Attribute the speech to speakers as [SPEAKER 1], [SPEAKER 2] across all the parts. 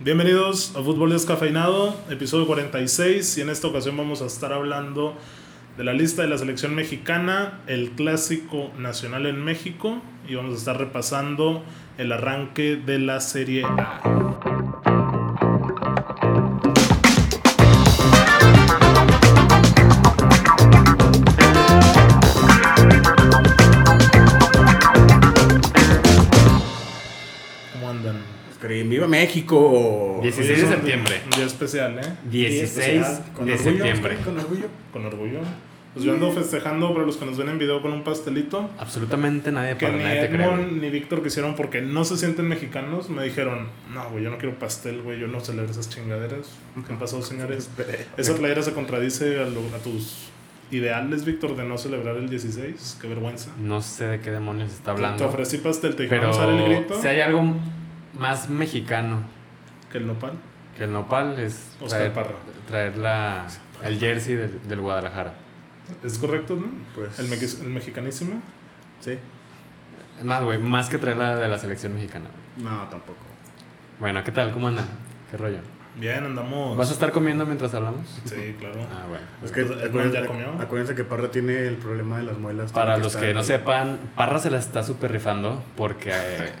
[SPEAKER 1] Bienvenidos a Fútbol Descafeinado, episodio 46, y en esta ocasión vamos a estar hablando de la lista de la selección mexicana, el clásico nacional en México, y vamos a estar repasando el arranque de la Serie A. ¿Cómo andan?
[SPEAKER 2] Escriben, ¡Viva México!
[SPEAKER 3] 16 de septiembre.
[SPEAKER 1] Un día especial, ¿eh?
[SPEAKER 3] 16
[SPEAKER 2] Con
[SPEAKER 3] de
[SPEAKER 2] orgullo,
[SPEAKER 3] septiembre.
[SPEAKER 2] Con orgullo.
[SPEAKER 1] Con orgullo. Pues yo ando festejando para los que nos ven en video con un pastelito.
[SPEAKER 3] Absolutamente nadie
[SPEAKER 1] Que
[SPEAKER 3] para
[SPEAKER 1] ni
[SPEAKER 3] nadie te cree. güey.
[SPEAKER 1] Edmond ni Víctor quisieron porque no se sienten mexicanos. Me dijeron, no, güey, yo no quiero pastel, güey, yo no celebro esas chingaderas. ¿Qué han pasado, señores? Esa playera se contradice a, lo- a tus ideales, Víctor, de no celebrar el 16. Qué vergüenza.
[SPEAKER 3] No sé de qué demonios está
[SPEAKER 1] Te
[SPEAKER 3] hablando.
[SPEAKER 1] ofrecí pastel, te dijeron
[SPEAKER 3] Pero
[SPEAKER 1] usar el grito
[SPEAKER 3] si hay algo más mexicano
[SPEAKER 1] que el nopal.
[SPEAKER 3] que el nopal es
[SPEAKER 1] Oscar
[SPEAKER 3] traer,
[SPEAKER 1] Parra.
[SPEAKER 3] traer la, el jersey del, del Guadalajara.
[SPEAKER 1] ¿Es correcto, no?
[SPEAKER 2] Pues,
[SPEAKER 1] El, mex- el mexicanísimo.
[SPEAKER 2] Sí.
[SPEAKER 3] Es más, güey, más que traer la de la selección mexicana. güey.
[SPEAKER 2] No, tampoco.
[SPEAKER 3] Bueno, ¿qué tal? ¿Cómo andan? ¿Qué rollo?
[SPEAKER 1] Bien, andamos.
[SPEAKER 3] ¿Vas a estar comiendo mientras hablamos?
[SPEAKER 1] Sí, claro.
[SPEAKER 3] Ah, bueno.
[SPEAKER 2] Es que
[SPEAKER 1] Entonces,
[SPEAKER 2] acuérdense,
[SPEAKER 1] ¿ya comió?
[SPEAKER 2] acuérdense que Parra tiene el problema de las muelas.
[SPEAKER 3] Para
[SPEAKER 2] tiene
[SPEAKER 3] los que
[SPEAKER 2] estar-
[SPEAKER 3] no sepan, Parra se la está super rifando porque eh,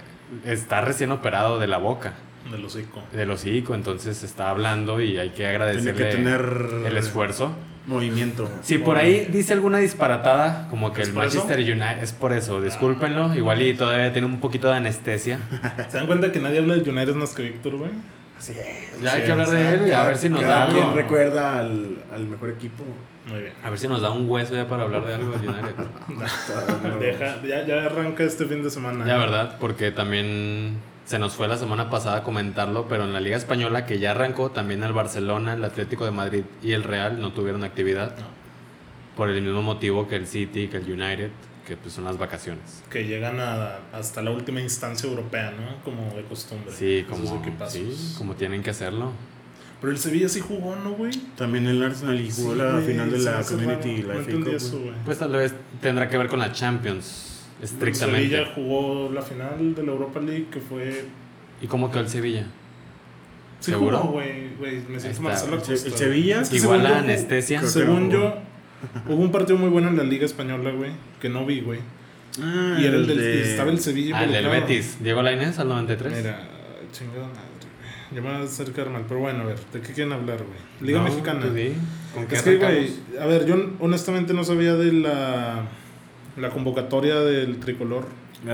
[SPEAKER 3] está recién operado de la boca.
[SPEAKER 1] Del hocico.
[SPEAKER 3] del hocico, entonces está hablando y hay que
[SPEAKER 2] Tiene
[SPEAKER 3] agradecerle
[SPEAKER 2] que tener
[SPEAKER 3] el esfuerzo.
[SPEAKER 2] movimiento.
[SPEAKER 3] Si por ahí dice alguna disparatada, como que
[SPEAKER 1] ¿Es
[SPEAKER 3] el
[SPEAKER 1] por eso?
[SPEAKER 3] Manchester United es por eso, discúlpenlo, igual y todavía tiene un poquito de anestesia.
[SPEAKER 1] ¿Se dan cuenta que nadie habla de United más que Víctor, güey?
[SPEAKER 2] Así es.
[SPEAKER 3] Ya hay
[SPEAKER 1] Sí,
[SPEAKER 3] que hablar de él y a ver si nos da
[SPEAKER 2] Cada quien
[SPEAKER 3] algo.
[SPEAKER 2] recuerda al, al mejor equipo.
[SPEAKER 1] Muy bien.
[SPEAKER 3] A ver si nos da un hueso ya para hablar de algo del United.
[SPEAKER 1] Deja- ya, ya arranca este fin de semana.
[SPEAKER 3] Ya, ¿verdad? Porque también se nos fue la semana pasada comentarlo, pero en la Liga Española que ya arrancó, también el Barcelona, el Atlético de Madrid y el Real no tuvieron actividad.
[SPEAKER 1] No.
[SPEAKER 3] Por el mismo motivo que el City, que el United, que pues son las vacaciones.
[SPEAKER 1] que llegan a- hasta la última instancia europea, ¿no? Como de costumbre.
[SPEAKER 3] Sí,
[SPEAKER 1] Esos
[SPEAKER 3] como,
[SPEAKER 1] equipazos.
[SPEAKER 3] sí, como tienen que hacerlo.
[SPEAKER 1] Pero el Sevilla sí jugó, ¿no, güey?
[SPEAKER 2] También el Arsenal y jugó
[SPEAKER 1] Sí,
[SPEAKER 2] la
[SPEAKER 1] güey,
[SPEAKER 2] final de
[SPEAKER 1] se me
[SPEAKER 2] la
[SPEAKER 1] hace
[SPEAKER 2] Community
[SPEAKER 1] raro.
[SPEAKER 2] la
[SPEAKER 1] No
[SPEAKER 2] FA
[SPEAKER 1] entendí
[SPEAKER 2] Cup,
[SPEAKER 1] eso, güey.
[SPEAKER 3] Pues tal vez tendrá que ver con la Champions,
[SPEAKER 1] El Sevilla
[SPEAKER 3] estrictamente.
[SPEAKER 1] jugó la final de la Europa League que fue...
[SPEAKER 3] ¿Y cómo quedó el Sevilla?
[SPEAKER 1] Sí
[SPEAKER 3] ¿Seguro?
[SPEAKER 1] jugó, güey. güey, Me siento
[SPEAKER 3] está.
[SPEAKER 1] Marcelo
[SPEAKER 2] güey. El,
[SPEAKER 1] Acosta.
[SPEAKER 2] el Sevilla.
[SPEAKER 1] Sí,
[SPEAKER 3] Igual
[SPEAKER 1] según
[SPEAKER 3] la
[SPEAKER 1] yo-
[SPEAKER 3] anestesia.
[SPEAKER 2] creo que
[SPEAKER 1] Según
[SPEAKER 2] no.
[SPEAKER 1] yo, hubo un partido muy bueno en la Liga Española, güey, que no vi, güey.
[SPEAKER 2] Ah,
[SPEAKER 1] Y era el del...
[SPEAKER 2] de-
[SPEAKER 1] Estaba el Sevilla.
[SPEAKER 3] Ah, el del
[SPEAKER 1] involucrado.
[SPEAKER 3] Betis. Diego Lainez al 93.
[SPEAKER 1] Mira, chingada madre, güey. Ya me va a hacer quedar mal, pero bueno, a ver, ¿de qué quieren hablar, güey? Liga
[SPEAKER 3] No,
[SPEAKER 1] Mexicana.
[SPEAKER 3] pues sí. ¿Con qué
[SPEAKER 1] Es que, güey,
[SPEAKER 3] arrancamos?
[SPEAKER 1] a ver, yo honestamente no sabía de la, la convocatoria del tricolor.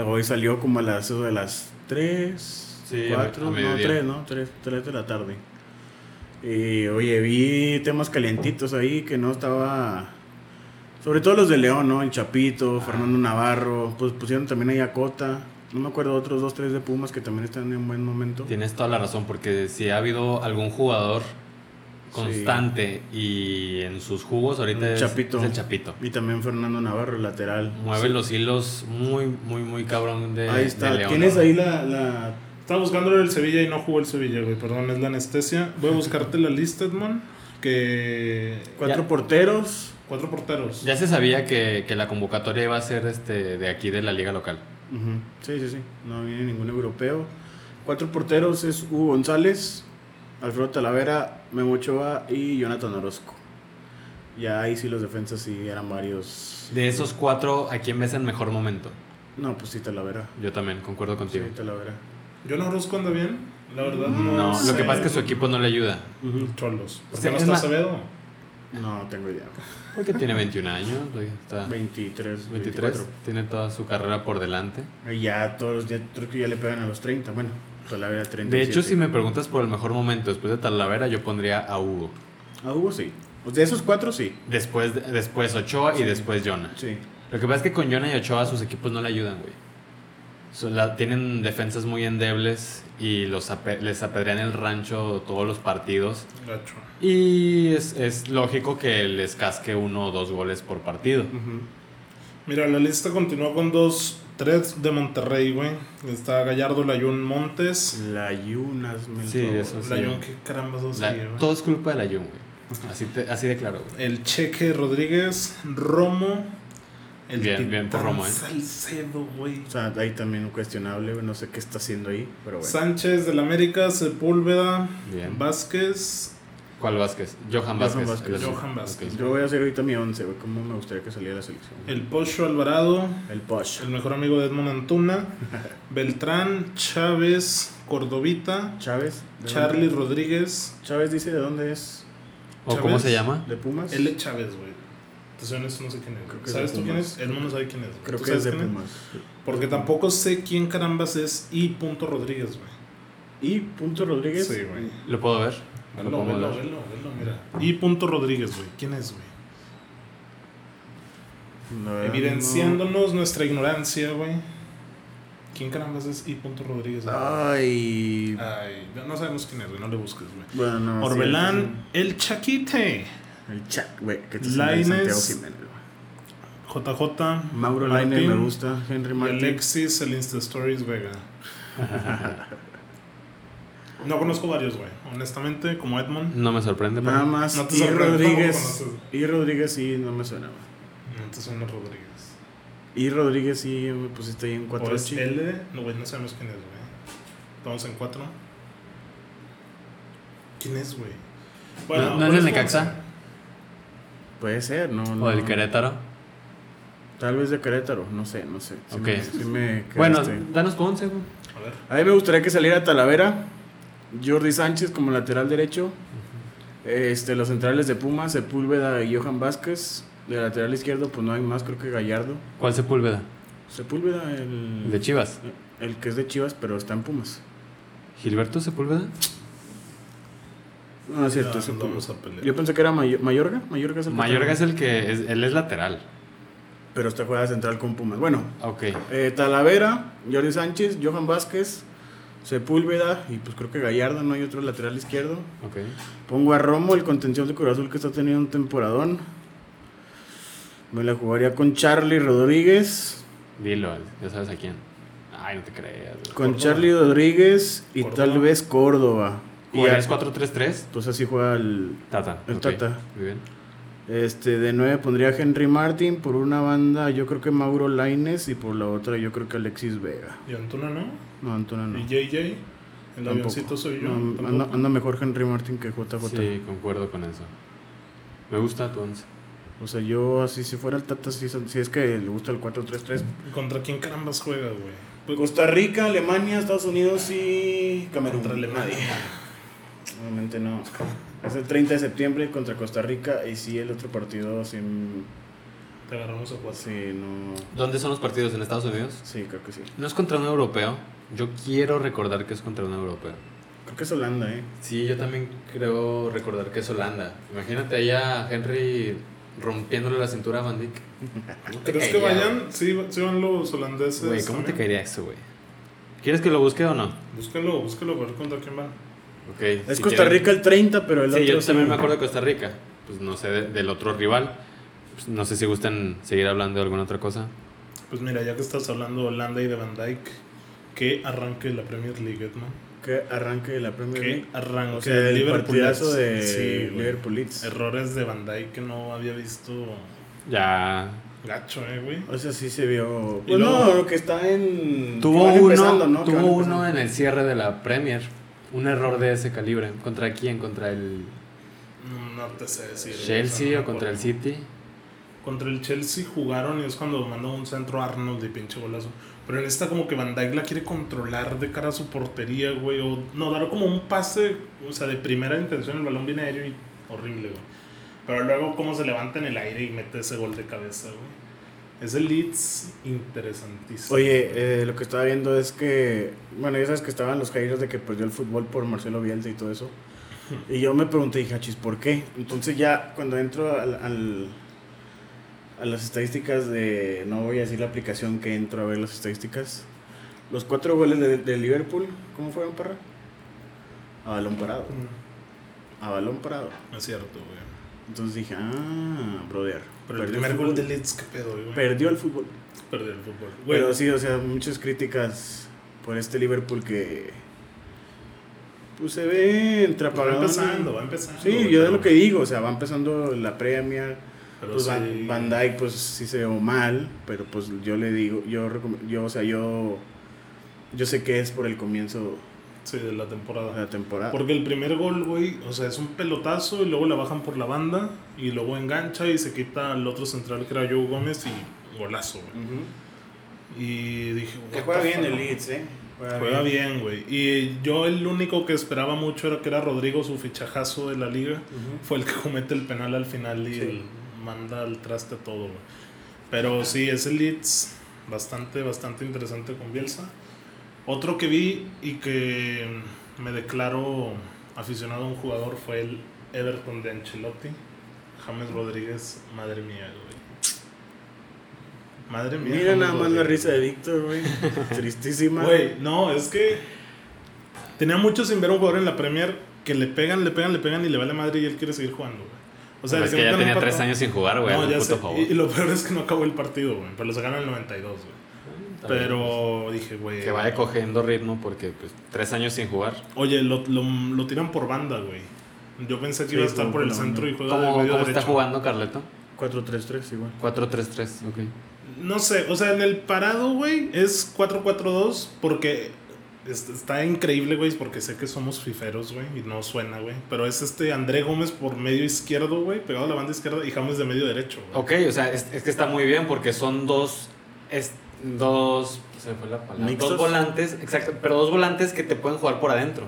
[SPEAKER 2] Hoy salió como a las, eso de las 3,
[SPEAKER 3] Sí, a-
[SPEAKER 2] 4, no,
[SPEAKER 3] a mediodía.
[SPEAKER 2] 3, ¿no? 3, de la tarde. Y oye, vi temas calientitos ahí que no estaba. Sobre todo los de León, ¿no? El Chapito,
[SPEAKER 3] Ah.
[SPEAKER 2] Fernando Navarro. Pues pusieron también ahí a Cota. No me acuerdo otros dos, tres de Pumas que también están en buen momento.
[SPEAKER 3] Tienes toda la razón, porque si ha habido algún jugador constante y en sus jugos, ahorita
[SPEAKER 2] El
[SPEAKER 3] es,
[SPEAKER 2] Chapito.
[SPEAKER 3] es el Chapito.
[SPEAKER 2] Y también Fernando Navarro, el lateral.
[SPEAKER 3] Mueve los hilos muy, muy, muy cabrón de
[SPEAKER 2] ahí
[SPEAKER 3] de
[SPEAKER 2] está.
[SPEAKER 3] León.
[SPEAKER 2] Tienes ahí la. la...
[SPEAKER 1] Estaba buscando el Sevilla y no jugó el Sevilla, güey. Perdón, es la anestesia. Voy a buscarte la lista, Edmond. Que.
[SPEAKER 2] Cuatro
[SPEAKER 3] Ya.
[SPEAKER 2] porteros.
[SPEAKER 1] Cuatro porteros.
[SPEAKER 3] Ya se sabía que, que la convocatoria iba a ser este, de aquí, de la liga local.
[SPEAKER 2] Ujú, Sí, sí, sí. No viene ningún europeo. Cuatro porteros es Hugo González, Alfredo Talavera, Memo Ochoa y Jonathan Orozco. Ya ahí sí los defensas sí eran varios.
[SPEAKER 3] De esos cuatro, ¿a quién ves en mejor momento?
[SPEAKER 2] No, pues sí, Talavera.
[SPEAKER 3] Yo también, concuerdo
[SPEAKER 2] Sí,
[SPEAKER 3] contigo.
[SPEAKER 2] Talavera.
[SPEAKER 1] Yo no Orozco anda bien, la verdad. No,
[SPEAKER 3] No,
[SPEAKER 1] sé.
[SPEAKER 3] lo que pasa es que su equipo no le ayuda.
[SPEAKER 1] Cholos. ¿Por
[SPEAKER 3] Sí,
[SPEAKER 1] qué no
[SPEAKER 3] es
[SPEAKER 1] está
[SPEAKER 3] más-
[SPEAKER 1] Acevedo?
[SPEAKER 2] No, tengo idea.
[SPEAKER 3] Porque tiene 21 años, güey, está
[SPEAKER 2] 23,
[SPEAKER 3] 23,
[SPEAKER 2] 24.
[SPEAKER 3] tiene toda su carrera por delante.
[SPEAKER 2] Y Ya todos, ya, creo que ya le pegan a los 30. Bueno, Talavera 30.
[SPEAKER 3] De hecho, si me preguntas por el mejor momento después de Talavera, yo pondría a Hugo.
[SPEAKER 2] A Hugo sí. Pues de esos cuatro sí.
[SPEAKER 3] Después, después Ochoa y después Jonah.
[SPEAKER 2] Sí.
[SPEAKER 3] Lo que pasa es que con Jonah y Ochoa sus equipos no le ayudan, güey. So- la- tienen defensas muy endebles y los ape- les apedrean el rancho todos los partidos.
[SPEAKER 1] Gacho.
[SPEAKER 3] Y es, es lógico que les casque uno o dos goles por partido.
[SPEAKER 1] Mira, la lista continúa con dos. Tres de Monterrey, güey. Está Gallardo, Layún, Montes.
[SPEAKER 2] La Yunas, me
[SPEAKER 3] Sí, eso pues sí.
[SPEAKER 1] Layún, qué caramba dos
[SPEAKER 3] La-
[SPEAKER 1] güey.
[SPEAKER 3] todo es culpa de la Jun, güey. Así, te- así de claro, güey.
[SPEAKER 1] El Cheque Rodríguez, Romo, El
[SPEAKER 3] Bien, bien por
[SPEAKER 1] Titán
[SPEAKER 3] Romo, ¿eh?
[SPEAKER 1] Salcedo, güey.
[SPEAKER 2] O sea, ahí también un cuestionable, no sé qué está haciendo ahí, pero bueno.
[SPEAKER 1] Sánchez del América, Sepúlveda,
[SPEAKER 3] Bien.
[SPEAKER 1] Vázquez.
[SPEAKER 3] ¿Cuál Vázquez? Johan Vázquez.
[SPEAKER 2] Vázquez.
[SPEAKER 3] el-
[SPEAKER 1] Johan Vázquez.
[SPEAKER 3] ok.
[SPEAKER 2] Yo voy a hacer ahorita mi 11, güey. ¿Cómo me gustaría que saliera la selección?
[SPEAKER 1] El Pocho Alvarado,
[SPEAKER 2] El Posh.
[SPEAKER 1] el mejor amigo de Edmond Antuna. Beltrán, Chávez, Cordovita,
[SPEAKER 2] Chávez. ¿de
[SPEAKER 1] Charlie
[SPEAKER 2] dónde?
[SPEAKER 1] Rodríguez.
[SPEAKER 2] Chávez dice de dónde es.
[SPEAKER 3] ¿O cómo
[SPEAKER 1] Chávez.
[SPEAKER 3] se llama?
[SPEAKER 2] ¿De Pumas?
[SPEAKER 1] Él es Chávez, güey. Te soy honesto, no sé quién es.
[SPEAKER 2] Creo que es
[SPEAKER 1] ¿Sabes
[SPEAKER 2] de
[SPEAKER 1] tú quién
[SPEAKER 2] Pumas.
[SPEAKER 1] es? Edmond no sabe quién es. güey.
[SPEAKER 2] Creo
[SPEAKER 1] ¿Tú
[SPEAKER 2] que
[SPEAKER 1] sabes
[SPEAKER 2] es de
[SPEAKER 1] quién
[SPEAKER 2] Pumas.
[SPEAKER 1] Porque tampoco sé quién carambas es I. punto Rodríguez, güey.
[SPEAKER 2] ¿Y Punto Rodríguez?
[SPEAKER 1] Sí, güey.
[SPEAKER 3] ¿Lo puedo ver? ¿Lo
[SPEAKER 1] Velo,
[SPEAKER 3] podemos
[SPEAKER 1] velo,
[SPEAKER 3] ver?
[SPEAKER 1] velo, velo, mira. I. punto Rodríguez, güey. ¿Quién es, güey?
[SPEAKER 2] Mm, La verdad,
[SPEAKER 1] Evidenciándonos nuestra ignorancia, güey. ¿Quién carambas es I. punto Rodríguez?
[SPEAKER 2] no.
[SPEAKER 1] güey?
[SPEAKER 2] Ay.
[SPEAKER 1] Ay, no- no sabemos quién es, güey. No le busques, güey.
[SPEAKER 2] Bueno, no, sí,
[SPEAKER 1] Orbelán, El Chaquite.
[SPEAKER 2] entonces, El Chac, güey. Que te sale de
[SPEAKER 1] Lainez.
[SPEAKER 2] Santiago Jiménez, güey.
[SPEAKER 1] JJ.
[SPEAKER 2] Mauro
[SPEAKER 1] Martín,
[SPEAKER 2] Lainez me gusta. Henry
[SPEAKER 1] Y
[SPEAKER 2] Martín.
[SPEAKER 1] Alexis, el Insta Stories Vega. No conozco varios, güey. Honestamente, como
[SPEAKER 2] Mm.
[SPEAKER 1] Edmond.
[SPEAKER 3] No me sorprende. pero-
[SPEAKER 2] Nada más.
[SPEAKER 1] No te
[SPEAKER 2] y
[SPEAKER 1] sorprende,
[SPEAKER 2] Rodríguez.
[SPEAKER 1] tampoco conoces.
[SPEAKER 2] Y Rodríguez sí, no me suena, güey.
[SPEAKER 1] Entonces son los Rodríguez.
[SPEAKER 2] Y Rodríguez sí, me pusiste ahí en
[SPEAKER 1] O
[SPEAKER 2] 4
[SPEAKER 1] es L. No, güey, no sabemos quién es, güey. Estamos en cuatro. ¿Quién es, güey?
[SPEAKER 3] ¿No- no es
[SPEAKER 1] por
[SPEAKER 3] del
[SPEAKER 1] eso-
[SPEAKER 3] Necaxá?
[SPEAKER 2] Puede ser, no, no.
[SPEAKER 3] ¿O del Querétaro?
[SPEAKER 2] Tal vez de Querétaro, no sé, no sé. Sí
[SPEAKER 3] Ok.
[SPEAKER 2] me- sí me
[SPEAKER 3] Bueno,
[SPEAKER 2] quedaste.
[SPEAKER 3] danos tu once, güey.
[SPEAKER 1] A ver.
[SPEAKER 2] A mí me gustaría que saliera Talavera, Jordi Sánchez como lateral derecho, este, los centrales de Puma, Sepúlveda y Johan Vázquez. De lateral izquierdo, pues no hay más, creo que Gallardo.
[SPEAKER 3] ¿Cuál Sepúlveda?
[SPEAKER 2] Sepúlveda, el,
[SPEAKER 3] ¿El de Chivas?
[SPEAKER 2] el que es de Chivas, pero está en Pumas.
[SPEAKER 3] ¿Gilberto Sepúlveda?
[SPEAKER 2] No, es cierto,
[SPEAKER 1] Ya
[SPEAKER 2] es en
[SPEAKER 1] nos vamos
[SPEAKER 2] Pumas.
[SPEAKER 1] a pelear.
[SPEAKER 2] Yo pensé que era Mayo- Mayorga. Mayorga es el que
[SPEAKER 3] Mayorga es
[SPEAKER 2] está-
[SPEAKER 3] el que... es- él es lateral.
[SPEAKER 2] Pero está jugada central con Pumas. Bueno,
[SPEAKER 3] Ok.
[SPEAKER 2] Eh, Talavera, Jordi Sánchez, Johan Vázquez, Sepúlveda y pues creo que Gallardo, no hay otro lateral izquierdo.
[SPEAKER 3] Ok.
[SPEAKER 2] Pongo a Romo, el contención de Cruz Azul que está teniendo un temporadón. Me la jugaría con Charlie Rodríguez,
[SPEAKER 3] Dilo, ya sabes a quién. Ay, no te creas.
[SPEAKER 2] con
[SPEAKER 3] güey.
[SPEAKER 1] Córdoba.
[SPEAKER 2] Charlie Rodríguez y
[SPEAKER 1] Córdoba.
[SPEAKER 2] tal vez Córdoba. Y
[SPEAKER 3] ¿O
[SPEAKER 2] a-
[SPEAKER 3] eres 4-3-3?
[SPEAKER 2] pues así juega el...
[SPEAKER 3] Tata.
[SPEAKER 2] El
[SPEAKER 3] ok.
[SPEAKER 2] Tata.
[SPEAKER 3] Muy bien.
[SPEAKER 2] Este, de nueve pondría a Henry Martin, por una banda yo creo que Mauro Laines y por la otra yo creo que Alexis Vega.
[SPEAKER 1] Y Antuna, ¿no?
[SPEAKER 2] No, Antuna no.
[SPEAKER 1] Y JJ. El
[SPEAKER 2] Tampoco.
[SPEAKER 1] avioncito soy yo.
[SPEAKER 2] No,
[SPEAKER 1] Tampoco.
[SPEAKER 2] anda, anda mejor Henry Martin que JJ.
[SPEAKER 3] Sí, concuerdo con eso. Me gusta tu once.
[SPEAKER 2] O sea, yo así si fuera el Tata, si, si es que le gusta el 4-3-3.
[SPEAKER 1] ¿Contra quién carambas juega, güey? Pues,
[SPEAKER 2] Costa Rica, Alemania, Estados Unidos y Camerún.
[SPEAKER 1] Contra Alemania.
[SPEAKER 2] Obviamente no. Es el 30 de septiembre contra Costa Rica y sí el otro partido, sí, mm,
[SPEAKER 1] Te agarramos a jugar.
[SPEAKER 2] sí, no.
[SPEAKER 3] ¿Dónde son los partidos? ¿En Estados Unidos?
[SPEAKER 2] Sí, creo que sí.
[SPEAKER 3] No es contra un europeo. Yo quiero recordar que es contra un europeo.
[SPEAKER 2] Creo que es Holanda, ¿eh?
[SPEAKER 3] Sí, yo también creo recordar que es Holanda. Imagínate allá a Henry rompiéndole la cintura a Van Dijk. ¿Cómo te
[SPEAKER 1] ¿Crees que
[SPEAKER 3] caería,
[SPEAKER 1] vayan? Sí, sí van los holandeses.
[SPEAKER 3] güey? Eh, Güey, ¿cómo te
[SPEAKER 1] también.
[SPEAKER 3] caería eso, güey? ¿Quieres que lo busque o no?
[SPEAKER 1] Búscalo, búscalo, a ver contra quién van.
[SPEAKER 3] Ok.
[SPEAKER 2] Es
[SPEAKER 3] si
[SPEAKER 2] Costa
[SPEAKER 3] quieren-
[SPEAKER 2] Rica el 30, pero el
[SPEAKER 3] Sí,
[SPEAKER 2] otro.
[SPEAKER 3] yo también me acuerdo de Costa Rica. Pues no sé de- del otro rival. Pues, no sé si gustan seguir hablando de alguna otra cosa.
[SPEAKER 1] Pues mira, ya que estás hablando de Holanda y de Van Dyke, que arranque la Premier League, ¿no?
[SPEAKER 2] Que arranque la Premier
[SPEAKER 1] Que
[SPEAKER 2] League.
[SPEAKER 1] arranque
[SPEAKER 2] O sea, el
[SPEAKER 1] Liverpool
[SPEAKER 2] partidazo de
[SPEAKER 1] Leeds. Sí, güey.
[SPEAKER 2] Liverpool Leeds.
[SPEAKER 1] Errores de Van Dyke que no había visto
[SPEAKER 3] Ya.
[SPEAKER 1] gacho, eh, güey.
[SPEAKER 2] O sea, sí se vio.
[SPEAKER 1] Y
[SPEAKER 2] Pues
[SPEAKER 1] luego-
[SPEAKER 2] no, lo que está en. que
[SPEAKER 3] Tuvo
[SPEAKER 2] van
[SPEAKER 3] uno,
[SPEAKER 2] empezando, ¿no? Que
[SPEAKER 3] tuvo
[SPEAKER 2] van
[SPEAKER 3] uno
[SPEAKER 2] empezando.
[SPEAKER 3] en el cierre de la Premier. Un error de ese calibre. ¿Contra quién? ¿Contra el
[SPEAKER 1] No, no te sé decir. güey, o sea,
[SPEAKER 3] Chelsea
[SPEAKER 1] no
[SPEAKER 3] o contra el
[SPEAKER 1] acuerdo.
[SPEAKER 3] City?
[SPEAKER 1] Contra el Chelsea jugaron y es cuando mandó un centro a Arnold y pinche golazo. Pero en esta como que Van Dijk la quiere controlar de cara a su portería, güey. O no, dar como un pase, o sea, de primera intención, el balón viene aéreo y horrible, güey. Pero luego cómo se levanta en el aire y mete ese gol de cabeza, güey. Es el Leeds interesantísimo.
[SPEAKER 2] Oye, eh, lo que estaba viendo es que. Bueno, ya sabes que estaban los caídos de que perdió el fútbol por Marcelo Bielsa y todo eso. Y yo me pregunté, dije, "Achis, ¿por qué? Entonces ya cuando entro al, al- a las estadísticas de. No voy a decir la aplicación que entro a ver las estadísticas. Los cuatro goles de, de Liverpool, ¿cómo fueron, Parra? A balón parado.
[SPEAKER 1] Mm,
[SPEAKER 2] A balón parado.
[SPEAKER 1] No es cierto, güey.
[SPEAKER 2] Entonces dije, ah, brother.
[SPEAKER 1] Pero el
[SPEAKER 2] perdió
[SPEAKER 1] primer gol
[SPEAKER 2] fútbol.
[SPEAKER 1] del Leeds, qué pedo, güey.
[SPEAKER 2] Perdió el fútbol.
[SPEAKER 1] Perdió el fútbol. Güey,
[SPEAKER 2] Pero sí, o sea, muchas críticas por este Liverpool que. Pues se ve
[SPEAKER 1] pues va
[SPEAKER 2] entrapadón.
[SPEAKER 1] empezando, va empezando.
[SPEAKER 2] Sí,
[SPEAKER 1] güey,
[SPEAKER 2] yo de
[SPEAKER 1] pero-
[SPEAKER 2] lo que digo, o sea, va empezando la Premier.
[SPEAKER 1] Pero
[SPEAKER 2] pues Van,
[SPEAKER 1] sí,
[SPEAKER 2] Van Dijk, pues sí se vio mal, pero pues yo le digo, yo, recom- yo o sea, yo, yo sé que es por el comienzo
[SPEAKER 1] sí, de la temporada.
[SPEAKER 2] de la temporada.
[SPEAKER 1] Porque el primer gol, güey, o sea, es un pelotazo y luego la bajan por la banda y luego engancha y se quita al otro central que era Joe Gómez y golazo, güey.
[SPEAKER 2] Ujú.
[SPEAKER 1] Y dije, what
[SPEAKER 2] Que
[SPEAKER 1] the
[SPEAKER 2] juega bien
[SPEAKER 1] fuck.
[SPEAKER 2] el Leeds, ¿eh?
[SPEAKER 1] Juega bien, güey. Y yo el único que esperaba mucho era que era Rodrigo, su fichajazo de la liga.
[SPEAKER 2] Ujú.
[SPEAKER 1] Fue el que comete el penal al final y
[SPEAKER 2] Sí.
[SPEAKER 1] el- manda al traste todo, güey. Pero sí, ese Leeds, bastante, bastante interesante con Bielsa. Otro que vi y que me declaro aficionado a un jugador fue el Everton de Ancelotti. James Rodríguez, madre mía, güey. Madre mía.
[SPEAKER 2] Mira
[SPEAKER 1] James
[SPEAKER 2] nada más la
[SPEAKER 1] Rodríguez.
[SPEAKER 2] risa de Víctor, güey. Tristísima.
[SPEAKER 1] Güey, no, es que tenía mucho sin ver a un jugador en la Premier que le pegan, le pegan, le pegan y le vale madre y él quiere seguir jugando, güey. O
[SPEAKER 3] Pero es
[SPEAKER 1] si
[SPEAKER 3] que ya
[SPEAKER 1] meten un
[SPEAKER 3] tenía tres
[SPEAKER 1] patadón-
[SPEAKER 3] años sin jugar, güey.
[SPEAKER 1] No,
[SPEAKER 3] hazme
[SPEAKER 1] ya
[SPEAKER 3] un
[SPEAKER 1] sé.
[SPEAKER 3] puto favor.
[SPEAKER 1] Y, y lo peor es que no acabó el partido, güey. Pero lo sacaron en el 92, güey. Pero dije, güey.
[SPEAKER 3] pues. Que vaya cogiendo ritmo porque pues, tres años sin jugar.
[SPEAKER 1] Oye, lo, lo, lo tiran por banda, güey. Yo pensé que
[SPEAKER 2] Sí,
[SPEAKER 1] iba a estar
[SPEAKER 2] jugó
[SPEAKER 1] por
[SPEAKER 2] por
[SPEAKER 1] el
[SPEAKER 2] la
[SPEAKER 1] centro y
[SPEAKER 2] banda.
[SPEAKER 1] juega de
[SPEAKER 3] ¿Cómo,
[SPEAKER 1] medio
[SPEAKER 3] cómo
[SPEAKER 1] derecho.
[SPEAKER 3] está jugando Carleto?
[SPEAKER 2] 4-3-3 igual.
[SPEAKER 3] 4-3-3, ok.
[SPEAKER 1] No sé, o sea, en el parado, güey, es 4-4-2 porque es- está increíble, güey, porque sé que somos fiferos, güey, y no suena, güey. Pero es este André Gómez por medio izquierdo, güey, pegado a la banda izquierda y James de medio derecho, güey.
[SPEAKER 3] Ok, o sea, es, es que está muy bien porque son dos. es- dos. Se me fue la palabra.
[SPEAKER 2] Mixtos.
[SPEAKER 3] Dos volantes, exacto. Pero dos volantes que te pueden jugar por adentro.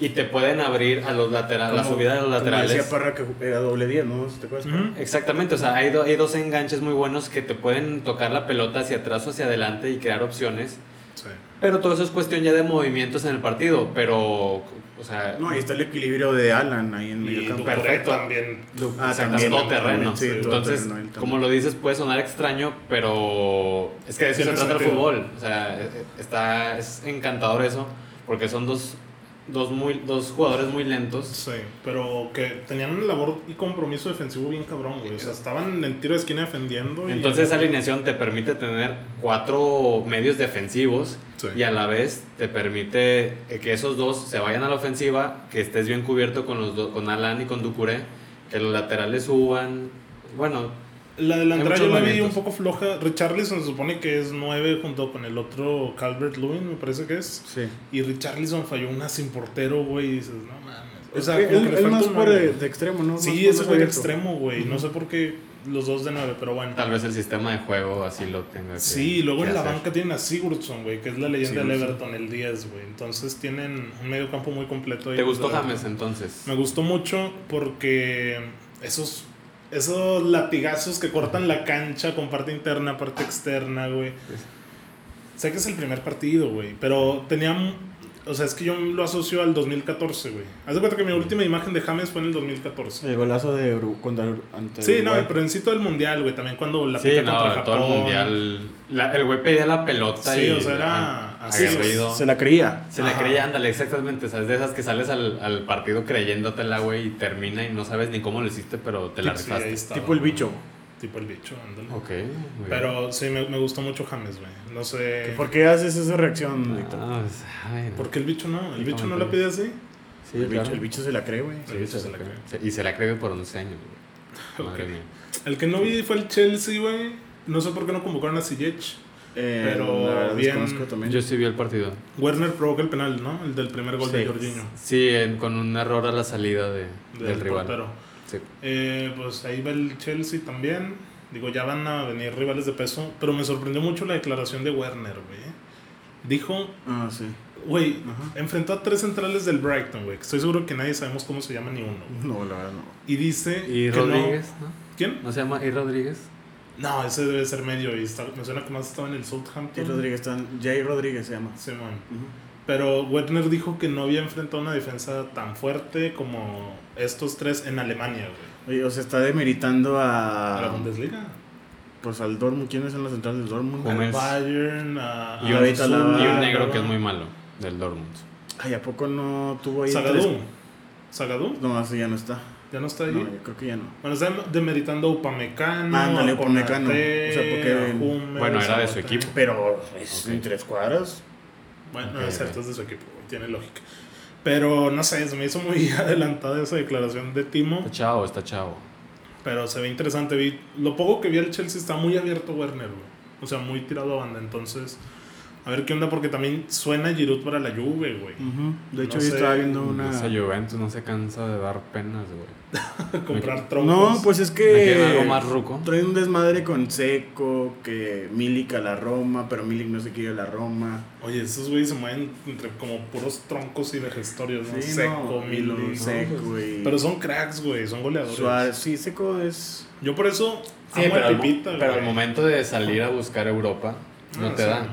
[SPEAKER 3] Y te pueden abrir a los laterales, la
[SPEAKER 2] Como-
[SPEAKER 3] subida de los
[SPEAKER 2] Como
[SPEAKER 3] laterales.
[SPEAKER 2] decía Parra que era doble 10, ¿no? ¿Te acuerdas?
[SPEAKER 1] Ujú.
[SPEAKER 3] Exactamente, o sea, hay, do- hay dos enganches muy buenos que te pueden tocar la pelota hacia atrás o hacia adelante y crear opciones.
[SPEAKER 1] Sí.
[SPEAKER 3] Pero todo eso es cuestión ya de movimientos en el partido. Pero, o sea,
[SPEAKER 2] No, ahí está el equilibrio de Alan ahí en medio
[SPEAKER 1] Y
[SPEAKER 2] campo.
[SPEAKER 3] Duper-
[SPEAKER 1] perfecto
[SPEAKER 3] perfecto.
[SPEAKER 1] también.
[SPEAKER 3] Lo-
[SPEAKER 2] Ah,
[SPEAKER 3] sacas
[SPEAKER 2] también,
[SPEAKER 3] todo
[SPEAKER 2] también,
[SPEAKER 3] terreno.
[SPEAKER 2] sí, todo
[SPEAKER 3] Entonces,
[SPEAKER 2] terreno, él también.
[SPEAKER 3] como lo dices, puede sonar extraño, pero es que de eso se
[SPEAKER 1] Tiene
[SPEAKER 3] trata el
[SPEAKER 1] sentido.
[SPEAKER 3] fútbol. O sea, eh, está, es encantador eso, porque son dos, dos, muy, dos jugadores muy lentos.
[SPEAKER 1] Sí, pero que tenían una labor y compromiso defensivo bien cabrón, güey. O sea, estaban en el tiro de esquina defendiendo. y-
[SPEAKER 3] Entonces, esa alineación te permite tener cuatro medios defensivos
[SPEAKER 1] Sí.
[SPEAKER 3] y a la vez te permite eh, que esos dos se vayan a la ofensiva, que estés bien cubierto con, los do- con Alan y con Ducuré, que los laterales suban. Bueno,
[SPEAKER 1] La del
[SPEAKER 3] Hay
[SPEAKER 1] Andrade yo
[SPEAKER 3] muchos
[SPEAKER 1] la vi un
[SPEAKER 3] movimientos.
[SPEAKER 1] poco floja. Richarlison se supone que es 9 junto con el otro Calvert Lewin, me parece que es.
[SPEAKER 2] Sí.
[SPEAKER 1] Y Richarlison falló una sin portero, güey. Y dices, no mames. O sea,
[SPEAKER 2] él,
[SPEAKER 1] como que le
[SPEAKER 2] él
[SPEAKER 1] falta
[SPEAKER 2] más
[SPEAKER 1] un
[SPEAKER 2] por
[SPEAKER 1] nueve.
[SPEAKER 2] eh, de extremo, ¿no? Más
[SPEAKER 1] Sí,
[SPEAKER 2] por
[SPEAKER 1] ese
[SPEAKER 2] más
[SPEAKER 1] fue el
[SPEAKER 2] abierto.
[SPEAKER 1] extremo, güey. No sé por qué los dos de nueve, pero bueno.
[SPEAKER 3] Tal vez el sistema de juego así lo tenga. que-
[SPEAKER 1] Sí, y luego
[SPEAKER 3] que
[SPEAKER 1] en la
[SPEAKER 3] hacer.
[SPEAKER 1] banca tienen a Sigurdsson, güey, que es la leyenda del
[SPEAKER 2] Sigurdsson.
[SPEAKER 1] Everton, el 10, güey. Entonces tienen un medio campo muy completo. ahí
[SPEAKER 3] ¿Te
[SPEAKER 1] los
[SPEAKER 3] gustó
[SPEAKER 1] de Everton.
[SPEAKER 3] James entonces?
[SPEAKER 1] Me gustó mucho porque esos, esos latigazos que cortan la cancha con parte interna, parte externa, güey. Sé que es el primer partido, güey, pero tenía... m- O sea, es que yo lo asocio al 2014, güey. Haz de cuenta que mi última imagen de James fue en el 2014.
[SPEAKER 2] El golazo de Uruguay contra Ur- ante
[SPEAKER 1] Sí, no,
[SPEAKER 2] Uruguay.
[SPEAKER 1] el principio del Mundial, güey, también cuando la
[SPEAKER 3] sí,
[SPEAKER 1] pica
[SPEAKER 3] no,
[SPEAKER 1] contra
[SPEAKER 3] todo el
[SPEAKER 1] Japón.
[SPEAKER 3] mundial. la- el güey pedía la pelota
[SPEAKER 1] Sí,
[SPEAKER 3] y.
[SPEAKER 1] o sea, era
[SPEAKER 3] ah,
[SPEAKER 1] así,
[SPEAKER 3] aguerrido.
[SPEAKER 2] Se la creía.
[SPEAKER 3] Se le
[SPEAKER 1] Ajá.
[SPEAKER 3] creía, ándale, exactamente. O sea, es de esas que sales al, al partido creyéndotela, güey, y termina y no sabes ni cómo lo hiciste, pero te la
[SPEAKER 1] Sí, sí,
[SPEAKER 3] rifaste.
[SPEAKER 1] ahí estaba,
[SPEAKER 2] Tipo el
[SPEAKER 1] güey.
[SPEAKER 2] bicho.
[SPEAKER 1] Tipo el bicho, ándale.
[SPEAKER 3] Ok, muy bien.
[SPEAKER 1] Pero sí, me, me gustó mucho James, güey. No sé...
[SPEAKER 2] ¿Por qué haces esa
[SPEAKER 1] mm,
[SPEAKER 2] reacción, Víctor?
[SPEAKER 3] Ah, pues, ay, no.
[SPEAKER 1] ¿Por qué el bicho no? ¿El
[SPEAKER 3] Sí,
[SPEAKER 1] bicho no
[SPEAKER 3] como
[SPEAKER 1] la
[SPEAKER 3] te-
[SPEAKER 1] pide así?
[SPEAKER 3] Sí,
[SPEAKER 2] El bicho,
[SPEAKER 3] claro.
[SPEAKER 2] el bicho se la cree, güey.
[SPEAKER 3] Sí,
[SPEAKER 1] El bicho
[SPEAKER 3] se
[SPEAKER 1] se
[SPEAKER 3] la
[SPEAKER 1] la
[SPEAKER 3] cree. Se- Y se la cree por 11 años, güey. Madre
[SPEAKER 1] Ok.
[SPEAKER 3] mía.
[SPEAKER 1] El que no vi fue el Chelsea, güey. No sé por qué no convocaron a Ziyech.
[SPEAKER 2] Eh,
[SPEAKER 1] Pero
[SPEAKER 2] la verdad
[SPEAKER 1] bien-
[SPEAKER 2] desconozco también.
[SPEAKER 3] Yo sí vi el partido.
[SPEAKER 1] Werner provoca el penal, ¿no? El del primer gol de
[SPEAKER 2] Sí.
[SPEAKER 1] Jorginho.
[SPEAKER 3] Sí, en- con un error a la salida de, del,
[SPEAKER 1] Del,
[SPEAKER 3] rival.
[SPEAKER 1] portero.
[SPEAKER 3] Sí.
[SPEAKER 1] Eh, pues ahí va el Chelsea también. Digo, ya van a venir rivales de peso. Pero me sorprendió mucho la declaración de Werner, güey. Dijo,
[SPEAKER 2] Ah, sí.
[SPEAKER 1] güey,
[SPEAKER 2] Ajá.
[SPEAKER 1] enfrentó a tres centrales del Brighton, güey. que Estoy seguro que nadie sabemos cómo se llama ni uno. güey.
[SPEAKER 2] No, la verdad no.
[SPEAKER 1] Y dice...
[SPEAKER 3] Y
[SPEAKER 1] que no-
[SPEAKER 3] Rodríguez, ¿no?
[SPEAKER 1] ¿Quién?
[SPEAKER 3] ¿No se llama Y Rodríguez?
[SPEAKER 1] No, ese debe ser medio. Y está- me suena que más estaba en el
[SPEAKER 2] Jay
[SPEAKER 1] Southampton.
[SPEAKER 2] Rodríguez, tan- Jay Rodríguez se llama.
[SPEAKER 1] Simón.
[SPEAKER 2] Ujú.
[SPEAKER 1] Pero Werner dijo que no había enfrentado una defensa tan fuerte como estos tres en Alemania, güey.
[SPEAKER 2] Oye, o sea, está demeritando
[SPEAKER 1] A la
[SPEAKER 2] a.
[SPEAKER 1] Bundesliga.
[SPEAKER 2] Pues Ah. al Dortmund. ¿Quiénes son los centrales del Dortmund?
[SPEAKER 3] Hummel.
[SPEAKER 1] Al
[SPEAKER 3] Hummels.
[SPEAKER 1] Bayern, a,
[SPEAKER 2] Y
[SPEAKER 1] a
[SPEAKER 2] ahorita la-
[SPEAKER 1] Osasuna,
[SPEAKER 3] Y
[SPEAKER 2] Ah,
[SPEAKER 3] un negro
[SPEAKER 1] ¿no?
[SPEAKER 3] que es muy malo, del Dortmund.
[SPEAKER 2] Ay, ¿a poco no tuvo ahí?
[SPEAKER 1] Zagadou.
[SPEAKER 2] tres-
[SPEAKER 1] Zagadou,
[SPEAKER 2] No, así ya no está.
[SPEAKER 1] ya no está ahí.
[SPEAKER 2] No, yo creo que ya no.
[SPEAKER 1] Bueno, está demeritando a Upamecano.
[SPEAKER 2] Ándale,
[SPEAKER 1] a
[SPEAKER 2] Upamecano.
[SPEAKER 1] Konaté,
[SPEAKER 2] O sea, porque-
[SPEAKER 1] a Hummels,
[SPEAKER 3] Bueno, era
[SPEAKER 1] a
[SPEAKER 3] de su
[SPEAKER 1] Boateng.
[SPEAKER 3] equipo.
[SPEAKER 2] Pero es
[SPEAKER 3] Ok.
[SPEAKER 2] en tres cuadras.
[SPEAKER 1] Bueno,
[SPEAKER 3] Ok,
[SPEAKER 1] es cierto,
[SPEAKER 3] ok.
[SPEAKER 1] es de su equipo, güey, tiene lógica. Pero no sé, se me hizo muy adelantada esa declaración de Timo.
[SPEAKER 3] Está chavo, está chavo.
[SPEAKER 1] Pero se ve interesante. Vi, lo poco que vi al Chelsea está muy abierto Werner, güey. O sea, muy tirado a banda. Entonces, a ver qué onda, porque también suena Giroud para la Juve, güey.
[SPEAKER 2] Ujú. De hecho,
[SPEAKER 1] No
[SPEAKER 2] yo
[SPEAKER 1] sé,
[SPEAKER 2] estaba viendo una.
[SPEAKER 3] Esa Juventus no se cansa de dar penas, güey.
[SPEAKER 1] Comprar troncos.
[SPEAKER 2] Mm. No, pues es
[SPEAKER 3] Me queda algo
[SPEAKER 2] que.
[SPEAKER 3] más ruco.
[SPEAKER 2] Trae un desmadre con Seco, que Milik a la Roma, pero Milik no se quiere ir a la Roma.
[SPEAKER 1] Oye, esos güeyes se mueven entre como puros troncos y digestorios, ¿no?
[SPEAKER 2] Sí,
[SPEAKER 1] Seco,
[SPEAKER 2] no,
[SPEAKER 1] Milo.
[SPEAKER 2] y Seco y.
[SPEAKER 1] Pero son cracks, güey. Son goleadores.
[SPEAKER 2] Suárez. Sí, Seco es.
[SPEAKER 1] Yo por eso
[SPEAKER 3] Sí,
[SPEAKER 1] amo
[SPEAKER 3] pero,
[SPEAKER 1] a
[SPEAKER 3] al,
[SPEAKER 1] Pipita,
[SPEAKER 3] Ah, pero
[SPEAKER 1] güey.
[SPEAKER 3] al momento de salir a buscar Europa, no
[SPEAKER 1] Ah,
[SPEAKER 3] te
[SPEAKER 1] sí.
[SPEAKER 3] dan.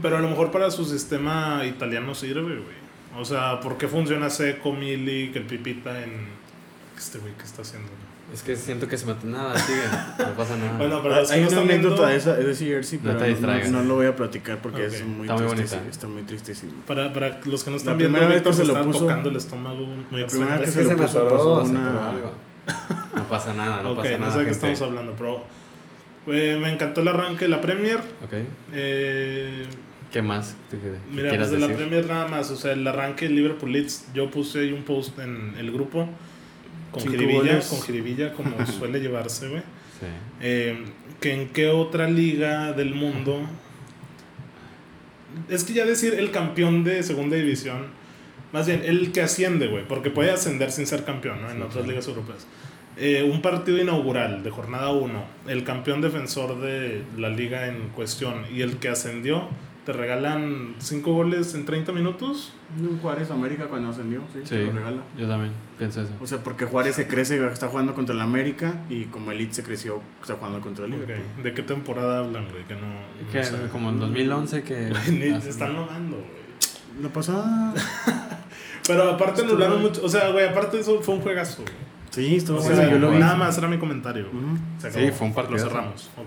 [SPEAKER 1] Pero a lo mejor para su sistema italiano sirve, güey. O sea, ¿por qué funciona Seco, Milik, el Pipita en... Este güey, ¿qué está haciendo? güey?
[SPEAKER 3] Es que siento que se mete nada, sigue. No pasa nada.
[SPEAKER 1] Bueno, pero los que
[SPEAKER 2] Hay
[SPEAKER 1] no
[SPEAKER 2] una
[SPEAKER 1] están viendo-
[SPEAKER 2] anécdota de, esa, de ese jersey, pero
[SPEAKER 3] te
[SPEAKER 2] no-
[SPEAKER 3] distraigas.
[SPEAKER 2] no, no lo voy a platicar porque
[SPEAKER 1] Ok.
[SPEAKER 2] es muy
[SPEAKER 3] Está muy
[SPEAKER 2] tristeci-
[SPEAKER 3] bonita.
[SPEAKER 2] Está muy tristecito.
[SPEAKER 1] Para, para los que no están
[SPEAKER 2] La
[SPEAKER 1] viendo,
[SPEAKER 2] primera vez
[SPEAKER 1] Víctor
[SPEAKER 2] que
[SPEAKER 1] se,
[SPEAKER 2] se lo
[SPEAKER 1] está
[SPEAKER 2] puso-
[SPEAKER 1] tocando el estómago. Muy
[SPEAKER 2] la primera vez
[SPEAKER 1] excelente.
[SPEAKER 2] que se lo puso, pasó una-
[SPEAKER 3] No pasa nada, no
[SPEAKER 1] Ok,
[SPEAKER 3] pasa nada.
[SPEAKER 1] no sé de qué
[SPEAKER 3] gente.
[SPEAKER 1] estamos hablando, pero... eh, me encantó el arranque de la Premier.
[SPEAKER 3] Ok.
[SPEAKER 1] Eh,
[SPEAKER 3] ¿Qué más te- que- que
[SPEAKER 1] Mira,
[SPEAKER 3] quieras
[SPEAKER 1] desde la
[SPEAKER 3] decir?
[SPEAKER 1] Premier nada más, o sea, el arranque de Liverpool Leeds, yo puse ahí un post en el grupo con
[SPEAKER 2] Cinco
[SPEAKER 1] jiribilla,
[SPEAKER 2] goles.
[SPEAKER 1] con jiribilla como suele llevarse, güey.
[SPEAKER 3] Sí.
[SPEAKER 1] Eh, que en qué otra liga del mundo es que ya decir el campeón de segunda división, más bien el que asciende, güey, porque puede ascender sin ser campeón, ¿no? En
[SPEAKER 3] Sí,
[SPEAKER 1] otras
[SPEAKER 3] claro.
[SPEAKER 1] ligas europeas. Eh, un partido inaugural de jornada 1, el campeón defensor de la liga en cuestión y el que ascendió, te regalan 5 goles en 30 minutos.
[SPEAKER 2] Un Juárez América cuando ascendió, sí,
[SPEAKER 3] Sí,
[SPEAKER 2] se lo regala.
[SPEAKER 3] yo también pienso eso.
[SPEAKER 2] O sea, porque Juárez se crece, está jugando contra el América y como el Elite se creció, está jugando contra el Liverpool.
[SPEAKER 1] Ok, ¿De qué temporada hablan, güey? Que no. no
[SPEAKER 3] que,
[SPEAKER 1] sé.
[SPEAKER 3] como en 2011 que...
[SPEAKER 1] Ni-
[SPEAKER 3] hacen-
[SPEAKER 1] están nomando, güey.
[SPEAKER 2] La pasada.
[SPEAKER 1] Pero aparte anularon mucho. O sea, güey, aparte eso fue un juegazo. güey.
[SPEAKER 2] Sí, estuvo
[SPEAKER 1] O
[SPEAKER 2] bueno,
[SPEAKER 1] sea,
[SPEAKER 2] yo lo vi.
[SPEAKER 1] nada más era mi comentario. güey.
[SPEAKER 2] Ujú.
[SPEAKER 1] Se
[SPEAKER 3] Sí,
[SPEAKER 1] acabó.
[SPEAKER 3] fue un partidazo.
[SPEAKER 1] Lo cerramos. ok.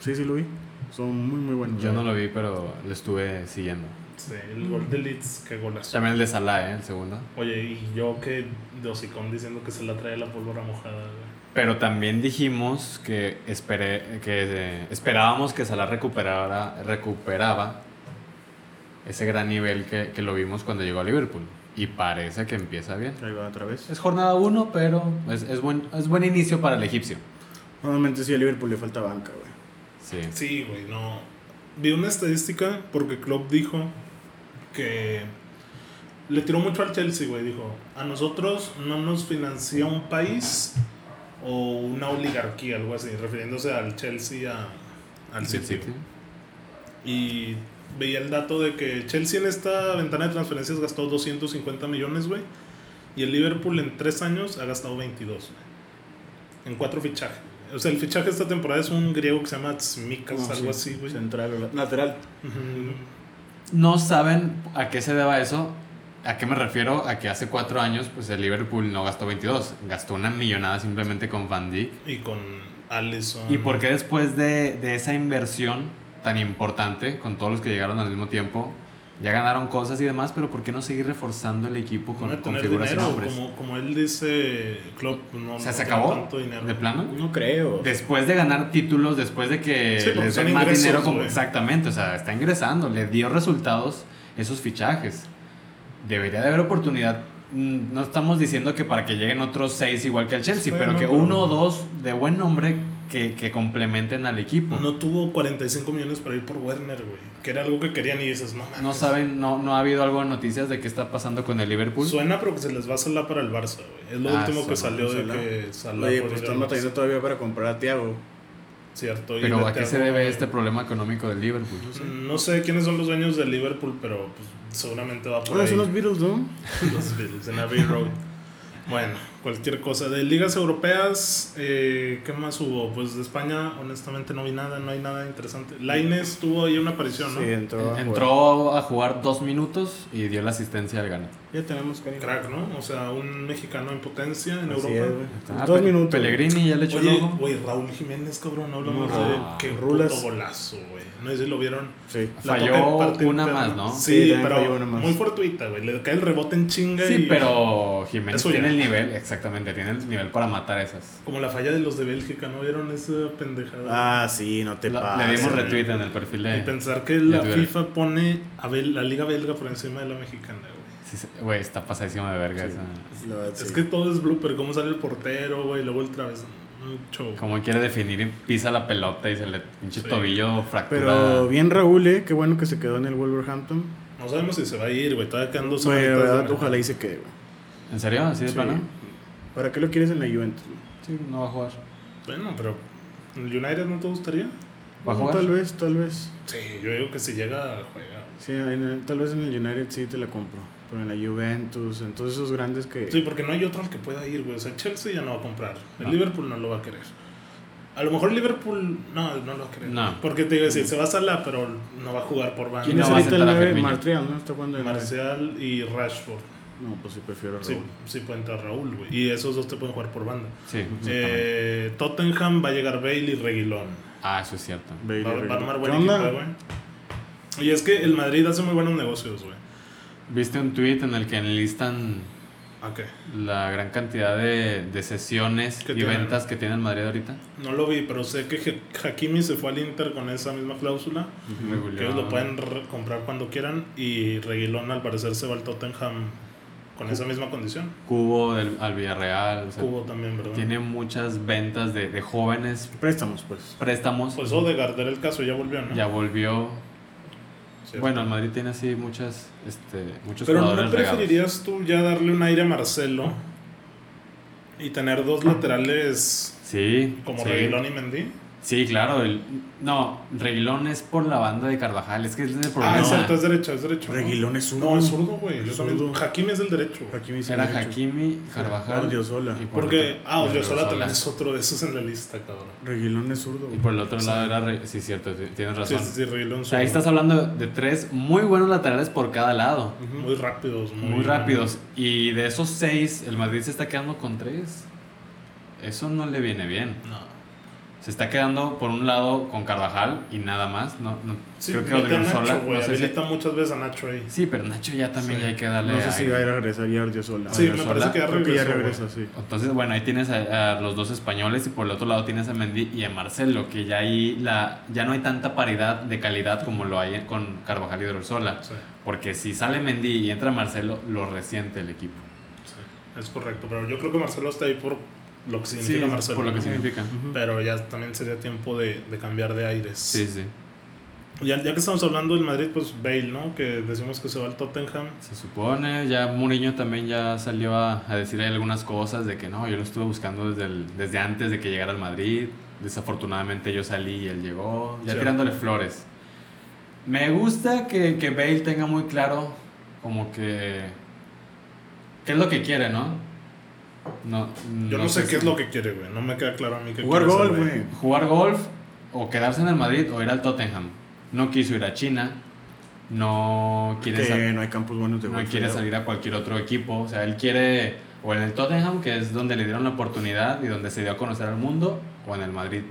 [SPEAKER 2] Sí, sí, lo vi. Son muy, muy buenos.
[SPEAKER 3] Yo no lo vi, pero lo estuve siguiendo.
[SPEAKER 1] Sí, el gol de Leeds, qué golazo.
[SPEAKER 3] También el de Salah, ¿eh? El segundo.
[SPEAKER 1] Oye, y yo que de hocicón diciendo que se la trae la pólvora mojada. güey.
[SPEAKER 3] Pero también dijimos que, esperé, que eh, esperábamos que Salah recuperara, recuperaba ese gran nivel que, que lo vimos cuando llegó a Liverpool. Y parece que empieza bien.
[SPEAKER 2] Ahí va otra vez.
[SPEAKER 3] Es jornada 1, pero es, es, buen, es buen inicio para el egipcio.
[SPEAKER 2] Normalmente sí, a Liverpool le falta banca, güey.
[SPEAKER 3] Sí.
[SPEAKER 1] Sí, güey, no. Vi una estadística porque Klopp dijo que le tiró mucho al Chelsea, güey. Dijo, a nosotros no nos financia un país o una oligarquía, algo así, refiriéndose al Chelsea, a, al
[SPEAKER 3] Sí,
[SPEAKER 1] City.
[SPEAKER 3] sí,
[SPEAKER 1] güey.
[SPEAKER 3] sí.
[SPEAKER 1] Y veía el dato de que Chelsea en esta ventana de transferencias gastó 250 millones, güey. Y el Liverpool en tres años ha gastado 22, güey. En cuatro fichajes. O sea, el fichaje de esta temporada es un griego que se llama Tsimikas,
[SPEAKER 2] No,
[SPEAKER 1] algo
[SPEAKER 2] Ah, sí,
[SPEAKER 1] así, güey.
[SPEAKER 2] Central, o la- lateral.
[SPEAKER 1] Ujú.
[SPEAKER 3] No saben a qué se deba eso. ¿A qué me refiero? A que hace cuatro años pues el Liverpool no gastó 22. Gastó una millonada simplemente con Van Dijk.
[SPEAKER 1] Y con Allison.
[SPEAKER 3] ¿Y por qué después de, de esa inversión tan importante, con todos los que llegaron al mismo tiempo, ya ganaron cosas y demás, pero por qué no seguir reforzando el equipo
[SPEAKER 1] Van
[SPEAKER 3] con,
[SPEAKER 1] a
[SPEAKER 3] con
[SPEAKER 1] tener
[SPEAKER 3] figuras y
[SPEAKER 1] dinero,
[SPEAKER 3] nombres?
[SPEAKER 1] como, como él dice, Klopp, no,
[SPEAKER 3] O sea,
[SPEAKER 1] no
[SPEAKER 3] ¿se
[SPEAKER 1] tiene
[SPEAKER 3] acabó?
[SPEAKER 1] tanto dinero.
[SPEAKER 3] ¿De plano?
[SPEAKER 2] No creo.
[SPEAKER 3] Después de ganar títulos, después de que
[SPEAKER 1] Sí, porque
[SPEAKER 3] les
[SPEAKER 1] son
[SPEAKER 3] den más
[SPEAKER 1] ingresos,
[SPEAKER 3] dinero, como-
[SPEAKER 1] güey.
[SPEAKER 3] exactamente, o sea, está ingresando, le dio resultados esos fichajes. Debería de haber oportunidad. Mm, No estamos diciendo que para que lleguen otros seis igual que al Chelsea,
[SPEAKER 1] Sí,
[SPEAKER 3] pero
[SPEAKER 1] no,
[SPEAKER 3] que
[SPEAKER 1] pero-
[SPEAKER 3] uno o dos de buen nombre que, que complementen al equipo.
[SPEAKER 1] No tuvo 45 millones para ir por Werner, güey. Que era algo que querían y dices, no mames.
[SPEAKER 3] No saben, no, no ha habido algo de noticias de qué está pasando con el Liverpool.
[SPEAKER 1] Suena, pero que se les va a salar para el Barça, güey. Es lo
[SPEAKER 3] Ah,
[SPEAKER 1] último que
[SPEAKER 3] Salah,
[SPEAKER 1] salió de
[SPEAKER 2] Salah.
[SPEAKER 1] que Salah podría
[SPEAKER 2] Oye, pues
[SPEAKER 1] ir
[SPEAKER 2] están
[SPEAKER 1] al Barça.
[SPEAKER 2] batallando todavía para comprar a Tiago.
[SPEAKER 1] Cierto. y de
[SPEAKER 3] pero ¿a qué se
[SPEAKER 1] Thiago,
[SPEAKER 3] debe este problema económico del Liverpool?
[SPEAKER 1] No sé quiénes son los dueños de Liverpool, pero pues, seguramente va por
[SPEAKER 2] Ahora
[SPEAKER 1] ahí.
[SPEAKER 2] son los Beatles, ¿no?
[SPEAKER 1] Los Beatles en Abbey Road. Bueno, cualquier cosa. De ligas europeas, eh, ¿qué más hubo? Pues de España, honestamente, no vi nada, no hay nada interesante. Laines tuvo ahí una aparición, ¿no?
[SPEAKER 2] Sí, entró. a jugar.
[SPEAKER 3] Entró a jugar dos minutos y dio la asistencia al ganador.
[SPEAKER 2] Ya tenemos cariño.
[SPEAKER 1] Crack, ¿no? O sea, un mexicano en potencia en
[SPEAKER 2] Así
[SPEAKER 1] Europa.
[SPEAKER 2] es, güey.
[SPEAKER 3] Ah,
[SPEAKER 2] Dos
[SPEAKER 3] Pe-
[SPEAKER 2] minutos.
[SPEAKER 3] Pellegrini ya le echó el
[SPEAKER 1] Oye,
[SPEAKER 3] ojo.
[SPEAKER 1] güey, Raúl Jiménez, cabrón, no hablamos
[SPEAKER 3] No,
[SPEAKER 1] de qué rulas.
[SPEAKER 2] rulas.
[SPEAKER 1] golazo, güey. No sé si lo vieron.
[SPEAKER 2] Sí.
[SPEAKER 1] La
[SPEAKER 3] Falló
[SPEAKER 1] toca de parte
[SPEAKER 3] una
[SPEAKER 1] interna.
[SPEAKER 3] más, ¿no?
[SPEAKER 1] Sí,
[SPEAKER 2] Sí, también falló
[SPEAKER 1] pero
[SPEAKER 2] una más.
[SPEAKER 1] muy fortuita, güey. Le cae el rebote en chinga
[SPEAKER 3] Sí,
[SPEAKER 1] y
[SPEAKER 3] pero Jiménez
[SPEAKER 1] Eso ya.
[SPEAKER 3] tiene el nivel, exactamente, tiene el nivel para matar esas.
[SPEAKER 1] como la falla de los de Bélgica, ¿no vieron esa pendejada?
[SPEAKER 2] Ah, sí, no te
[SPEAKER 3] La-
[SPEAKER 2] pases.
[SPEAKER 3] le dimos
[SPEAKER 2] güey.
[SPEAKER 3] retweet en el perfil
[SPEAKER 1] y
[SPEAKER 3] de...
[SPEAKER 1] pensar que la
[SPEAKER 3] Twitter.
[SPEAKER 1] FIFA pone a Bel- la liga belga por encima de la mexicana, güey.
[SPEAKER 3] Sí, sí, Güey, está pasadísima de verga esa.
[SPEAKER 2] La verdad,
[SPEAKER 1] Es
[SPEAKER 2] sí.
[SPEAKER 1] que todo es blooper, cómo sale el portero, güey, luego el traves. un show.
[SPEAKER 3] Como quiere definir, pisa la pelota y se le pinche
[SPEAKER 1] Sí.
[SPEAKER 3] tobillo fractura.
[SPEAKER 2] Pero bien Raúl, ¿eh? Qué bueno que se quedó en el Wolverhampton.
[SPEAKER 1] No sabemos si se va a ir, güey. Todavía quedan dos
[SPEAKER 2] Güey, de
[SPEAKER 1] semanitas de
[SPEAKER 2] verdad,
[SPEAKER 1] mercado.
[SPEAKER 2] ojalá y se quede, güey.
[SPEAKER 3] ¿En serio? ¿Así de
[SPEAKER 2] Sí.
[SPEAKER 3] plano?
[SPEAKER 2] ¿Para qué lo quieres en la Juventus? güey?
[SPEAKER 3] Sí, no va a jugar.
[SPEAKER 1] Bueno, pero ¿el United no te gustaría?
[SPEAKER 3] ¿Va a
[SPEAKER 2] No,
[SPEAKER 3] jugar?
[SPEAKER 2] Tal vez, tal vez.
[SPEAKER 1] Sí, yo digo que si llega, juega.
[SPEAKER 2] Sí, en el- tal vez en el United sí te la compro. Pero en la Juventus, en todos esos grandes que...
[SPEAKER 1] Sí, porque no hay otro al que pueda ir, güey. O sea, Chelsea ya no va a comprar. El
[SPEAKER 3] No.
[SPEAKER 1] Liverpool no lo va a querer. A lo mejor el Liverpool no, no lo va a querer.
[SPEAKER 3] No.
[SPEAKER 1] Porque te iba a decir, se va a Salah, pero no va a jugar por banda.
[SPEAKER 2] ¿Quién
[SPEAKER 3] no
[SPEAKER 2] es
[SPEAKER 3] va a
[SPEAKER 2] ahorita el
[SPEAKER 3] sentar a
[SPEAKER 2] 9?
[SPEAKER 3] Firmino.
[SPEAKER 2] Martial, ¿no? Está jugando de nueve.
[SPEAKER 1] Marcial y Rashford.
[SPEAKER 2] No, pues sí prefiero a Raúl.
[SPEAKER 1] Sí, sí puede entrar Raúl, güey. Y esos dos te pueden jugar por banda.
[SPEAKER 3] Sí, exactamente.
[SPEAKER 1] Eh, Tottenham va a llegar Bailey Reguilón.
[SPEAKER 3] Ah, eso es cierto.
[SPEAKER 2] Bailey,
[SPEAKER 1] Va, va a
[SPEAKER 2] Raúl.
[SPEAKER 1] armar
[SPEAKER 2] ¿Qué
[SPEAKER 1] buen
[SPEAKER 2] onda?
[SPEAKER 1] equipo, güey. Y es que el Madrid hace muy buenos negocios, güey.
[SPEAKER 3] ¿Viste un tweet en el que enlistan
[SPEAKER 1] ¿A qué?
[SPEAKER 3] la gran cantidad de, de sesiones
[SPEAKER 1] Que
[SPEAKER 3] y
[SPEAKER 1] tienen.
[SPEAKER 3] ventas que tiene el Madrid ahorita?
[SPEAKER 1] No lo vi, pero sé que Ha- Hakimi se fue al Inter con esa misma cláusula. Que ellos lo pueden re- comprar cuando quieran. Y Reguilón, al parecer, se va al Tottenham con esa misma condición.
[SPEAKER 3] Cubo del, al Villarreal. o sea,
[SPEAKER 1] Cubo también, ¿verdad?
[SPEAKER 3] Tiene muchas ventas de, de jóvenes,
[SPEAKER 2] Préstamos, pues.
[SPEAKER 3] préstamos.
[SPEAKER 1] Pues Odegaard era el caso, ya volvió, ¿no?
[SPEAKER 3] ya volvió.
[SPEAKER 1] Cierto.
[SPEAKER 3] Bueno, el Madrid tiene así muchas, este, muchos
[SPEAKER 1] Pero ¿no
[SPEAKER 3] jugadores regados.
[SPEAKER 1] preferirías tú ya darle un aire a Marcelo y tener dos laterales
[SPEAKER 3] Sí,
[SPEAKER 1] como
[SPEAKER 3] sí.
[SPEAKER 1] Reguilón y Mendy?
[SPEAKER 3] Sí, claro. el- no, Reguilón es por la banda de Carvajal. Es que ese es el
[SPEAKER 1] Ah,
[SPEAKER 3] problema.
[SPEAKER 1] exacto, es derecho, es derecho. ¿no?
[SPEAKER 2] Reguilón es uno.
[SPEAKER 1] No, es zurdo, güey. Yo
[SPEAKER 2] Es
[SPEAKER 1] también.
[SPEAKER 2] zurdo.
[SPEAKER 1] Hakimi es el derecho. güey.
[SPEAKER 2] Aquí me dicen
[SPEAKER 3] Era
[SPEAKER 2] derecho.
[SPEAKER 3] Hakimi, Carvajal.
[SPEAKER 2] Odriozola.
[SPEAKER 3] y por
[SPEAKER 1] Porque,
[SPEAKER 3] otro-
[SPEAKER 1] ah, Odriozola
[SPEAKER 3] Odriozola.
[SPEAKER 1] también es otro de esos en la lista, cabrón.
[SPEAKER 2] Reguilón es zurdo.
[SPEAKER 3] Y
[SPEAKER 2] güey.
[SPEAKER 3] por el otro lado era. Re- sí, cierto, t- tienes
[SPEAKER 1] Sí,
[SPEAKER 3] razón.
[SPEAKER 1] sí, sí, Reguilón
[SPEAKER 3] O sea, ahí
[SPEAKER 1] zurdo.
[SPEAKER 3] estás hablando de tres muy buenos laterales por cada lado.
[SPEAKER 1] Muy rápidos, muy,
[SPEAKER 3] Muy rápidos. Y de esos seis, el Madrid se está quedando con tres. Eso no le viene bien.
[SPEAKER 1] No.
[SPEAKER 3] Se está quedando por un lado con Carvajal y nada más. No, no-
[SPEAKER 1] Sí,
[SPEAKER 3] creo que
[SPEAKER 1] mete a
[SPEAKER 3] Odriozola.
[SPEAKER 1] Nacho, güey.
[SPEAKER 3] no sé si-
[SPEAKER 1] Habilita muchas veces a Nacho ahí.
[SPEAKER 3] Sí, pero Nacho ya también
[SPEAKER 1] Sí.
[SPEAKER 3] ya hay que darle.
[SPEAKER 2] No sé si
[SPEAKER 3] aire.
[SPEAKER 2] va a ir a regresar ya Odriozola.
[SPEAKER 1] Sí, me
[SPEAKER 3] Odriozola,
[SPEAKER 1] parece que ya
[SPEAKER 2] Creo
[SPEAKER 1] regresó.
[SPEAKER 2] que ya
[SPEAKER 1] güey.
[SPEAKER 2] regresa, sí.
[SPEAKER 3] Entonces, bueno, ahí tienes a, a los dos españoles y por el otro lado tienes a Mendy y a Marcelo, que ya ahí la, ya no hay tanta paridad de calidad como lo hay con Carvajal y Drossola.
[SPEAKER 1] Sí,
[SPEAKER 3] Porque si sale Mendy y entra Marcelo, lo resiente el equipo.
[SPEAKER 1] sí, es correcto. Pero yo creo que Marcelo está ahí por lo que significa Marcelo.
[SPEAKER 3] por lo que
[SPEAKER 1] ¿no?
[SPEAKER 3] significa.
[SPEAKER 1] Pero ya también sería tiempo de, de cambiar de aires.
[SPEAKER 3] Sí, sí,
[SPEAKER 1] Ya, ya que estamos hablando del Madrid, pues Bale, ¿no? Que decimos que se va al Tottenham.
[SPEAKER 3] se supone. Ya Mourinho también ya salió a, a decir ahí algunas cosas de que no, yo lo estuve buscando desde, el- desde antes de que llegara al Madrid. Desafortunadamente yo salí y él llegó, ya
[SPEAKER 1] Sí.
[SPEAKER 3] tirándole flores. Me gusta que, que Bale tenga muy claro como que... ¿Qué es lo que quiere, no? No,
[SPEAKER 1] Yo no, sé qué es lo
[SPEAKER 3] que...
[SPEAKER 1] que quiere, güey. No me queda claro a mí qué
[SPEAKER 2] Jugar
[SPEAKER 1] quiere ese
[SPEAKER 2] gol, güey.
[SPEAKER 3] Jugar golf o quedarse en el Madrid o ir al Tottenham. No quiso ir a China. No quiere... sal-
[SPEAKER 2] Que no hay campos buenos de
[SPEAKER 3] no
[SPEAKER 2] golf,
[SPEAKER 3] quiere
[SPEAKER 2] ya.
[SPEAKER 3] salir a cualquier otro equipo. O sea, él quiere o en el Tottenham, que es donde le dieron la oportunidad y donde se dio a conocer al mundo, o en el Madrid.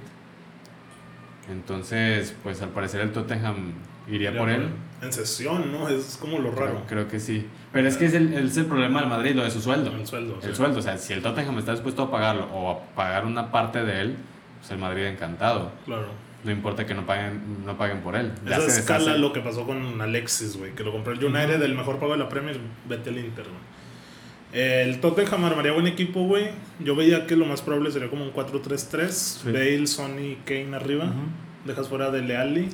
[SPEAKER 3] Entonces, pues al parecer el Tottenham iría por él.
[SPEAKER 1] En sesión, ¿no? Es como lo raro.
[SPEAKER 3] Creo, creo que sí. Pero es que es el, es el problema del Madrid, lo de su sueldo.
[SPEAKER 1] El sueldo. sí.
[SPEAKER 3] El sueldo, o sea, si el Tottenham está dispuesto a pagarlo o a pagar una parte de él, pues el Madrid encantado.
[SPEAKER 1] Claro.
[SPEAKER 3] No importa que no paguen, no paguen por él. Ya
[SPEAKER 1] Esa
[SPEAKER 3] se
[SPEAKER 1] escala
[SPEAKER 3] deshace.
[SPEAKER 1] lo que pasó con Alexis, güey. Que lo compró el United, el mejor pago de la Premier, vete al Inter, güey. El Tottenham armaría buen equipo, güey. Yo veía que lo más probable sería como un 4-3-3. Bale, Sonny, Kane arriba. Dejas fuera de Leali.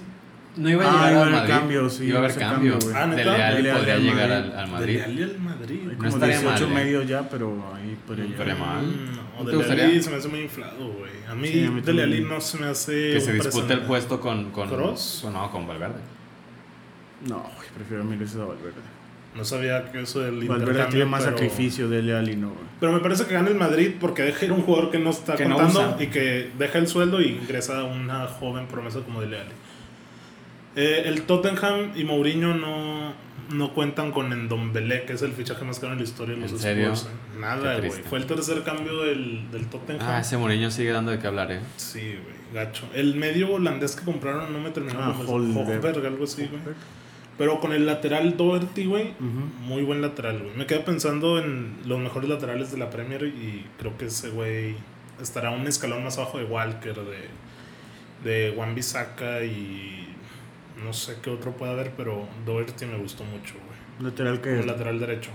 [SPEAKER 3] No iba a
[SPEAKER 2] Ah,
[SPEAKER 3] llegar
[SPEAKER 2] iba a
[SPEAKER 3] al
[SPEAKER 2] haber
[SPEAKER 3] Madrid.
[SPEAKER 2] cambio, sí,
[SPEAKER 3] iba a haber
[SPEAKER 2] ese
[SPEAKER 3] cambio.
[SPEAKER 2] cambio, güey.
[SPEAKER 1] Ah,
[SPEAKER 3] de
[SPEAKER 1] ¿neta?
[SPEAKER 3] Leal
[SPEAKER 2] De Leal
[SPEAKER 3] podría
[SPEAKER 2] al
[SPEAKER 3] llegar
[SPEAKER 2] Madrid.
[SPEAKER 3] al, al
[SPEAKER 1] De
[SPEAKER 3] Madrid.
[SPEAKER 1] Leali al Madrid. Mm,
[SPEAKER 2] Hay
[SPEAKER 1] güey.
[SPEAKER 2] como
[SPEAKER 3] estaría
[SPEAKER 2] 18
[SPEAKER 3] mal, eh.
[SPEAKER 2] medios ya, pero ahí por
[SPEAKER 3] No
[SPEAKER 2] allá.
[SPEAKER 3] estaría mal.
[SPEAKER 1] No,
[SPEAKER 3] ¿No te
[SPEAKER 1] Dele
[SPEAKER 3] gustaría?
[SPEAKER 1] Alli se me hace muy inflado, güey. A mí,
[SPEAKER 2] Sí, a mí
[SPEAKER 1] Dele Alli
[SPEAKER 2] también.
[SPEAKER 1] no se me hace.
[SPEAKER 3] Que
[SPEAKER 1] un
[SPEAKER 3] se dispute el
[SPEAKER 1] presentador.
[SPEAKER 3] puesto con. con
[SPEAKER 1] ¿Kroos?
[SPEAKER 3] con- No, con Valverde.
[SPEAKER 2] No, güey, prefiero a mil veces a Valverde.
[SPEAKER 1] No sabía que eso del
[SPEAKER 2] Valverde
[SPEAKER 1] intercambio,
[SPEAKER 2] tiene más
[SPEAKER 1] pero-
[SPEAKER 2] sacrificio de Leal y no, güey.
[SPEAKER 1] Pero me parece que gana el Madrid porque deja ir un jugador que no está
[SPEAKER 3] Que no
[SPEAKER 1] contando
[SPEAKER 3] usa.
[SPEAKER 1] y que deja el sueldo y ingresa a una joven promesa como Dele Alli. Eh, el Tottenham y Mourinho no, no cuentan con Endombele, que es el fichaje más caro en la historia de los
[SPEAKER 3] ¿En serio?
[SPEAKER 1] Spurs, eh. Nada,
[SPEAKER 3] Qué
[SPEAKER 1] güey.
[SPEAKER 3] triste.
[SPEAKER 1] Fue el tercer cambio del, del Tottenham.
[SPEAKER 3] Ah, ese Mourinho sigue dando de qué hablar, ¿eh?
[SPEAKER 1] Sí, güey, gacho. El medio holandés que compraron no me terminó.
[SPEAKER 2] Ah,
[SPEAKER 1] de
[SPEAKER 2] Holberg.
[SPEAKER 1] Hofberg, algo así, güey. Pero con el lateral Doherty, güey, muy buen lateral, güey. Me quedo pensando en los mejores laterales de la Premier y creo que ese güey estará un escalón más abajo de Walker, de, de Wan Bissaka y no sé qué otro puede haber, pero Doherty me gustó mucho, güey.
[SPEAKER 2] Lateral que
[SPEAKER 1] El lateral derecho.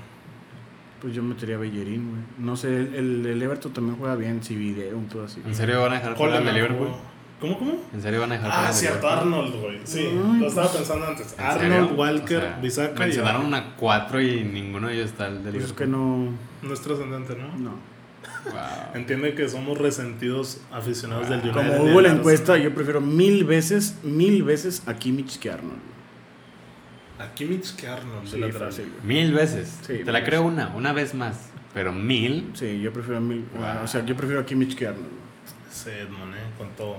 [SPEAKER 2] Pues yo metería a Bellerín, güey. No sé, el, el, el Everton también juega bien, si video, un todo así. Pues
[SPEAKER 3] ¿En serio van a dejar fuera
[SPEAKER 1] Coleman
[SPEAKER 3] al de Liverpool?
[SPEAKER 1] jugó. ¿Cómo, cómo?
[SPEAKER 3] ¿En serio van a dejar fuera
[SPEAKER 1] Ah,
[SPEAKER 3] al de
[SPEAKER 1] cierto,
[SPEAKER 3] Liverpool?
[SPEAKER 1] Arnold, güey. Sí,
[SPEAKER 2] Ay,
[SPEAKER 1] lo estaba
[SPEAKER 2] pues.
[SPEAKER 1] pensando antes.
[SPEAKER 3] ¿En serio?
[SPEAKER 1] Arnold, Walker,
[SPEAKER 3] O sea,
[SPEAKER 1] Bisaca. y-
[SPEAKER 3] Mencionaron a cuatro y ninguno de ellos está el de
[SPEAKER 2] Pues es
[SPEAKER 3] Liverpool.
[SPEAKER 2] que no.
[SPEAKER 1] No es trascendente, ¿no?
[SPEAKER 2] No.
[SPEAKER 3] Wow.
[SPEAKER 1] Entiende que somos resentidos aficionados
[SPEAKER 3] Ah,
[SPEAKER 1] del United. y
[SPEAKER 2] Como hubo
[SPEAKER 1] del
[SPEAKER 2] la
[SPEAKER 1] Arsenal.
[SPEAKER 2] encuesta, yo prefiero mil veces, mil veces a Kimmich que a Arnold. güey.
[SPEAKER 1] A Kimmich que Arnold, de
[SPEAKER 2] Sí,
[SPEAKER 1] lateral.
[SPEAKER 2] fácil, güey.
[SPEAKER 3] Mil veces.
[SPEAKER 2] Sí,
[SPEAKER 3] Te la
[SPEAKER 2] mil
[SPEAKER 3] creo una, una vez más. Pero mil.
[SPEAKER 2] Sí, yo prefiero a mil.
[SPEAKER 3] Wow.
[SPEAKER 2] O sea, yo prefiero a Kimmich que a Arnold. güey.
[SPEAKER 1] Sí, Edmond, eh, con todo.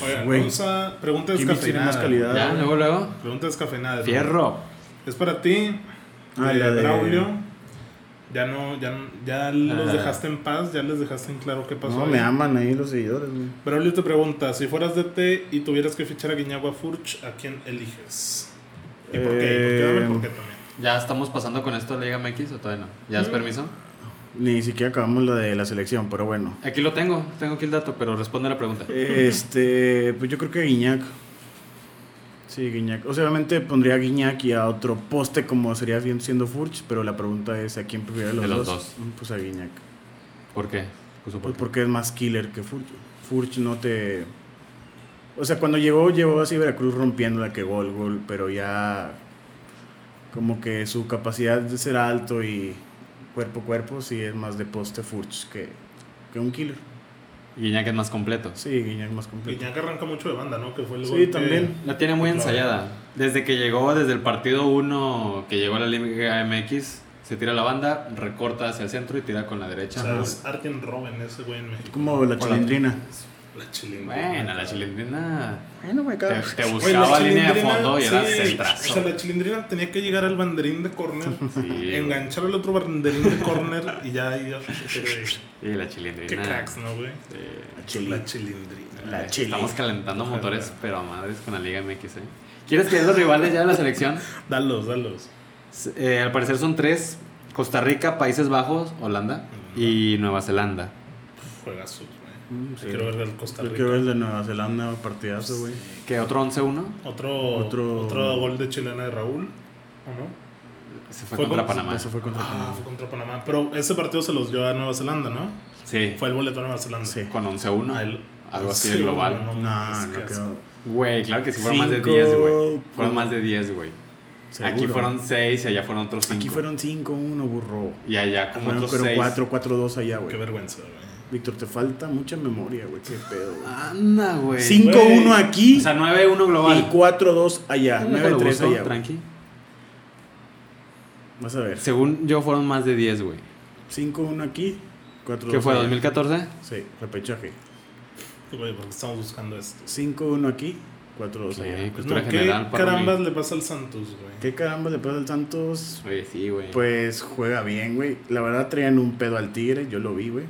[SPEAKER 1] Oigan,
[SPEAKER 2] Pues, güey.
[SPEAKER 1] vamos a preguntas
[SPEAKER 2] Kimmich tiene más calidad.
[SPEAKER 3] Ya, luego, luego.
[SPEAKER 1] Preguntas cafeinadas.
[SPEAKER 3] Fierro.
[SPEAKER 1] Es para ti.
[SPEAKER 2] Ah,
[SPEAKER 1] de
[SPEAKER 2] la de-
[SPEAKER 1] Braulio. Ya no, ya, no- ya los
[SPEAKER 3] Ah.
[SPEAKER 1] dejaste en paz, ya les dejaste en claro qué pasó.
[SPEAKER 2] No,
[SPEAKER 1] Pues ahí.
[SPEAKER 2] me aman ahí los seguidores, güey.
[SPEAKER 1] Braulio te pregunta, si fueras DT y tuvieras que fichar a Guiñagua Furch, ¿a quién eliges? ¿Y por qué? ¿Y por qué? Dame por qué también.
[SPEAKER 2] Eh,
[SPEAKER 3] ¿Ya estamos pasando con esto de la Liga MX o todavía no? ¿Ya
[SPEAKER 1] Mm.
[SPEAKER 3] es permiso?
[SPEAKER 2] Ni siquiera acabamos la de la selección, pero bueno.
[SPEAKER 3] Aquí lo tengo, tengo aquí el dato, pero responde la pregunta.
[SPEAKER 2] Este, pues yo creo que Guiñac. Sí, Guiñac. O sea, obviamente pondría a Guiñac y a otro poste como sería bien siendo Furch, pero la pregunta es, ¿a quién prefiero de los,
[SPEAKER 3] De
[SPEAKER 2] dos?
[SPEAKER 3] los dos.
[SPEAKER 2] Mm, Pues a Guiñac.
[SPEAKER 3] ¿Por qué? Pues, ¿por
[SPEAKER 2] Pues
[SPEAKER 3] qué?
[SPEAKER 2] porque es más killer que Furch. Furch no te... O sea, cuando llegó, llegó así Veracruz rompiendo la que gol, gol, pero ya como que su capacidad de ser alto y cuerpo a cuerpo sí es más de poste Furch que, que un killer.
[SPEAKER 3] Guiñac es más completo.
[SPEAKER 2] Sí, Guiñac más completo.
[SPEAKER 1] Guiñac arranca mucho de banda, ¿no? Que fue el
[SPEAKER 2] Sí,
[SPEAKER 1] gol que-
[SPEAKER 2] también.
[SPEAKER 3] La tiene muy
[SPEAKER 1] Pues, Claro.
[SPEAKER 3] ensayada. Desde que llegó, desde el partido 1 que llegó a la Liga MX, se tira la banda, recorta hacia el centro y tira con la
[SPEAKER 1] O
[SPEAKER 3] derecha. Pues,
[SPEAKER 1] sea, es Arjen Robben ese güey en México.
[SPEAKER 2] Como la
[SPEAKER 3] Hola.
[SPEAKER 2] chilindrina.
[SPEAKER 1] La chilindrina.
[SPEAKER 3] Bueno, la chilindrina
[SPEAKER 2] Bueno, me
[SPEAKER 3] te,
[SPEAKER 2] cago.
[SPEAKER 3] te
[SPEAKER 1] Oye, la
[SPEAKER 3] buscaba línea de
[SPEAKER 1] chilindrina,
[SPEAKER 3] fondo y era
[SPEAKER 1] sí, O sea,
[SPEAKER 3] centrazo.
[SPEAKER 1] la chilindrina tenía que llegar al banderín de córner,
[SPEAKER 3] Sí,
[SPEAKER 1] enganchar al otro banderín de córner y ya. y ya- pero,
[SPEAKER 3] y la
[SPEAKER 1] Qué
[SPEAKER 3] chilindrina.
[SPEAKER 1] cracks, ¿no, güey?
[SPEAKER 3] eh,
[SPEAKER 2] La
[SPEAKER 1] La
[SPEAKER 2] chili.
[SPEAKER 1] chilindrina.
[SPEAKER 2] La
[SPEAKER 3] eh,
[SPEAKER 2] chili.
[SPEAKER 3] Estamos calentando motores, pero a madres con la Liga MX. eh. ¿Quieres que los rivales ya de la selección?
[SPEAKER 1] Dalos, dalos.
[SPEAKER 3] S- eh, al parecer son tres: Costa Rica, Países Bajos, Holanda y Nueva Zelanda.
[SPEAKER 1] Juegazos, güey.
[SPEAKER 2] Mm, sí.
[SPEAKER 1] Quiero ver el Costa
[SPEAKER 2] Yo
[SPEAKER 1] Rica.
[SPEAKER 2] quiero ver el de Nueva Zelanda, partidazo, güey.
[SPEAKER 3] ¿Qué otro 11-1?
[SPEAKER 1] Otro, otro...
[SPEAKER 2] Otro-
[SPEAKER 1] gol de chilena de Raúl. ¿O no?
[SPEAKER 3] Se
[SPEAKER 1] Fue
[SPEAKER 3] fue, contra
[SPEAKER 1] con-
[SPEAKER 3] Panamá.
[SPEAKER 2] Eso fue contra
[SPEAKER 1] Ah,
[SPEAKER 2] Panamá.
[SPEAKER 1] fue contra Panamá. Pero ese partido se los dio a Nueva Zelanda, ¿no?
[SPEAKER 3] Sí.
[SPEAKER 1] Fue el boleto a Nueva Zelanda.
[SPEAKER 2] Sí.
[SPEAKER 3] Con 11-1.
[SPEAKER 1] Ah, el-
[SPEAKER 3] Algo así
[SPEAKER 1] Sí,
[SPEAKER 3] de global.
[SPEAKER 1] no,
[SPEAKER 2] No,
[SPEAKER 3] Ah,
[SPEAKER 1] es que
[SPEAKER 2] no
[SPEAKER 1] asco.
[SPEAKER 2] quedó.
[SPEAKER 3] Güey, claro que sí fueron más de
[SPEAKER 2] Cinco
[SPEAKER 3] 10, güey. Fueron
[SPEAKER 2] puntos.
[SPEAKER 3] más de 10, güey.
[SPEAKER 2] Seguro.
[SPEAKER 3] Aquí fueron 6 y allá fueron otros 5.
[SPEAKER 2] Aquí fueron 5-1, burro.
[SPEAKER 3] Y allá como
[SPEAKER 2] Fueron
[SPEAKER 3] otros 6.
[SPEAKER 2] 4, 4-2 allá,
[SPEAKER 1] Qué
[SPEAKER 2] güey.
[SPEAKER 1] vergüenza, güey.
[SPEAKER 2] Víctor, te falta mucha memoria, güey. Qué pedo, güey.
[SPEAKER 3] Anda, Ah, güey.
[SPEAKER 2] 5-1 aquí
[SPEAKER 3] O sea, 9-1
[SPEAKER 2] y
[SPEAKER 3] global.
[SPEAKER 2] 4-2 allá. 9-3 allá. güey.
[SPEAKER 3] Tranqui.
[SPEAKER 2] Vas a ver.
[SPEAKER 3] Según yo fueron más de 10, güey.
[SPEAKER 2] 5-1 aquí, 4-2.
[SPEAKER 3] ¿Qué fue?
[SPEAKER 2] allá.
[SPEAKER 3] ¿2014?
[SPEAKER 2] Sí, repechaje.
[SPEAKER 1] Güey, porque estamos buscando esto.
[SPEAKER 2] 5-1 aquí, 4-2
[SPEAKER 3] Sí,
[SPEAKER 2] allá.
[SPEAKER 3] cultura
[SPEAKER 1] Pues No,
[SPEAKER 3] general.
[SPEAKER 1] ¿Qué
[SPEAKER 3] para mí.
[SPEAKER 1] carambas le pasa al Santos, güey?
[SPEAKER 2] ¿Qué caramba le pasa al Santos?
[SPEAKER 3] Oye, sí, güey.
[SPEAKER 2] Pues juega bien, güey. La verdad traían un pedo al Tigre, yo lo vi, güey.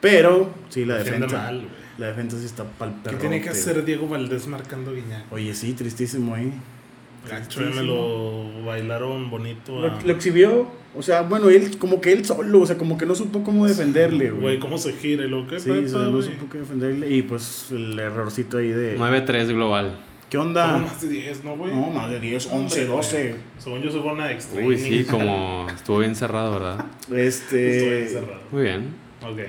[SPEAKER 2] Pero, sí, la
[SPEAKER 1] Defiende
[SPEAKER 2] defensa.
[SPEAKER 1] mal, güey.
[SPEAKER 2] La defensa sí está pal
[SPEAKER 1] ¿Qué
[SPEAKER 2] perrote.
[SPEAKER 1] tiene que hacer Diego Valdés marcando a Guiñac?
[SPEAKER 2] Oye, sí, tristísimo, eh.
[SPEAKER 1] Gacho, eh, me lo bailaron bonito.
[SPEAKER 2] Lo,
[SPEAKER 1] a-
[SPEAKER 2] lo exhibió, o sea, bueno, él como que él solo, o sea, como que no supo cómo defenderle,
[SPEAKER 1] Güey,
[SPEAKER 2] güey.
[SPEAKER 1] ¿cómo se gira y lo que
[SPEAKER 2] Sí,
[SPEAKER 1] pasa,
[SPEAKER 2] o sea, no
[SPEAKER 1] güey?
[SPEAKER 2] supo qué defenderle. Y pues el errorcito ahí de.
[SPEAKER 3] 9-3 global.
[SPEAKER 2] ¿Qué
[SPEAKER 1] Fueron
[SPEAKER 2] onda?
[SPEAKER 1] más de 10, ¿no, güey?
[SPEAKER 2] No, más de 10, 11,
[SPEAKER 1] Hombre,
[SPEAKER 2] 12.
[SPEAKER 1] güey. Según yo, se fue una extra.
[SPEAKER 3] Uy,
[SPEAKER 1] inning.
[SPEAKER 3] sí, como estuvo bien cerrado, ¿verdad?
[SPEAKER 1] Estuve
[SPEAKER 2] Este.
[SPEAKER 1] encerrado.
[SPEAKER 3] Muy bien.
[SPEAKER 1] Ok.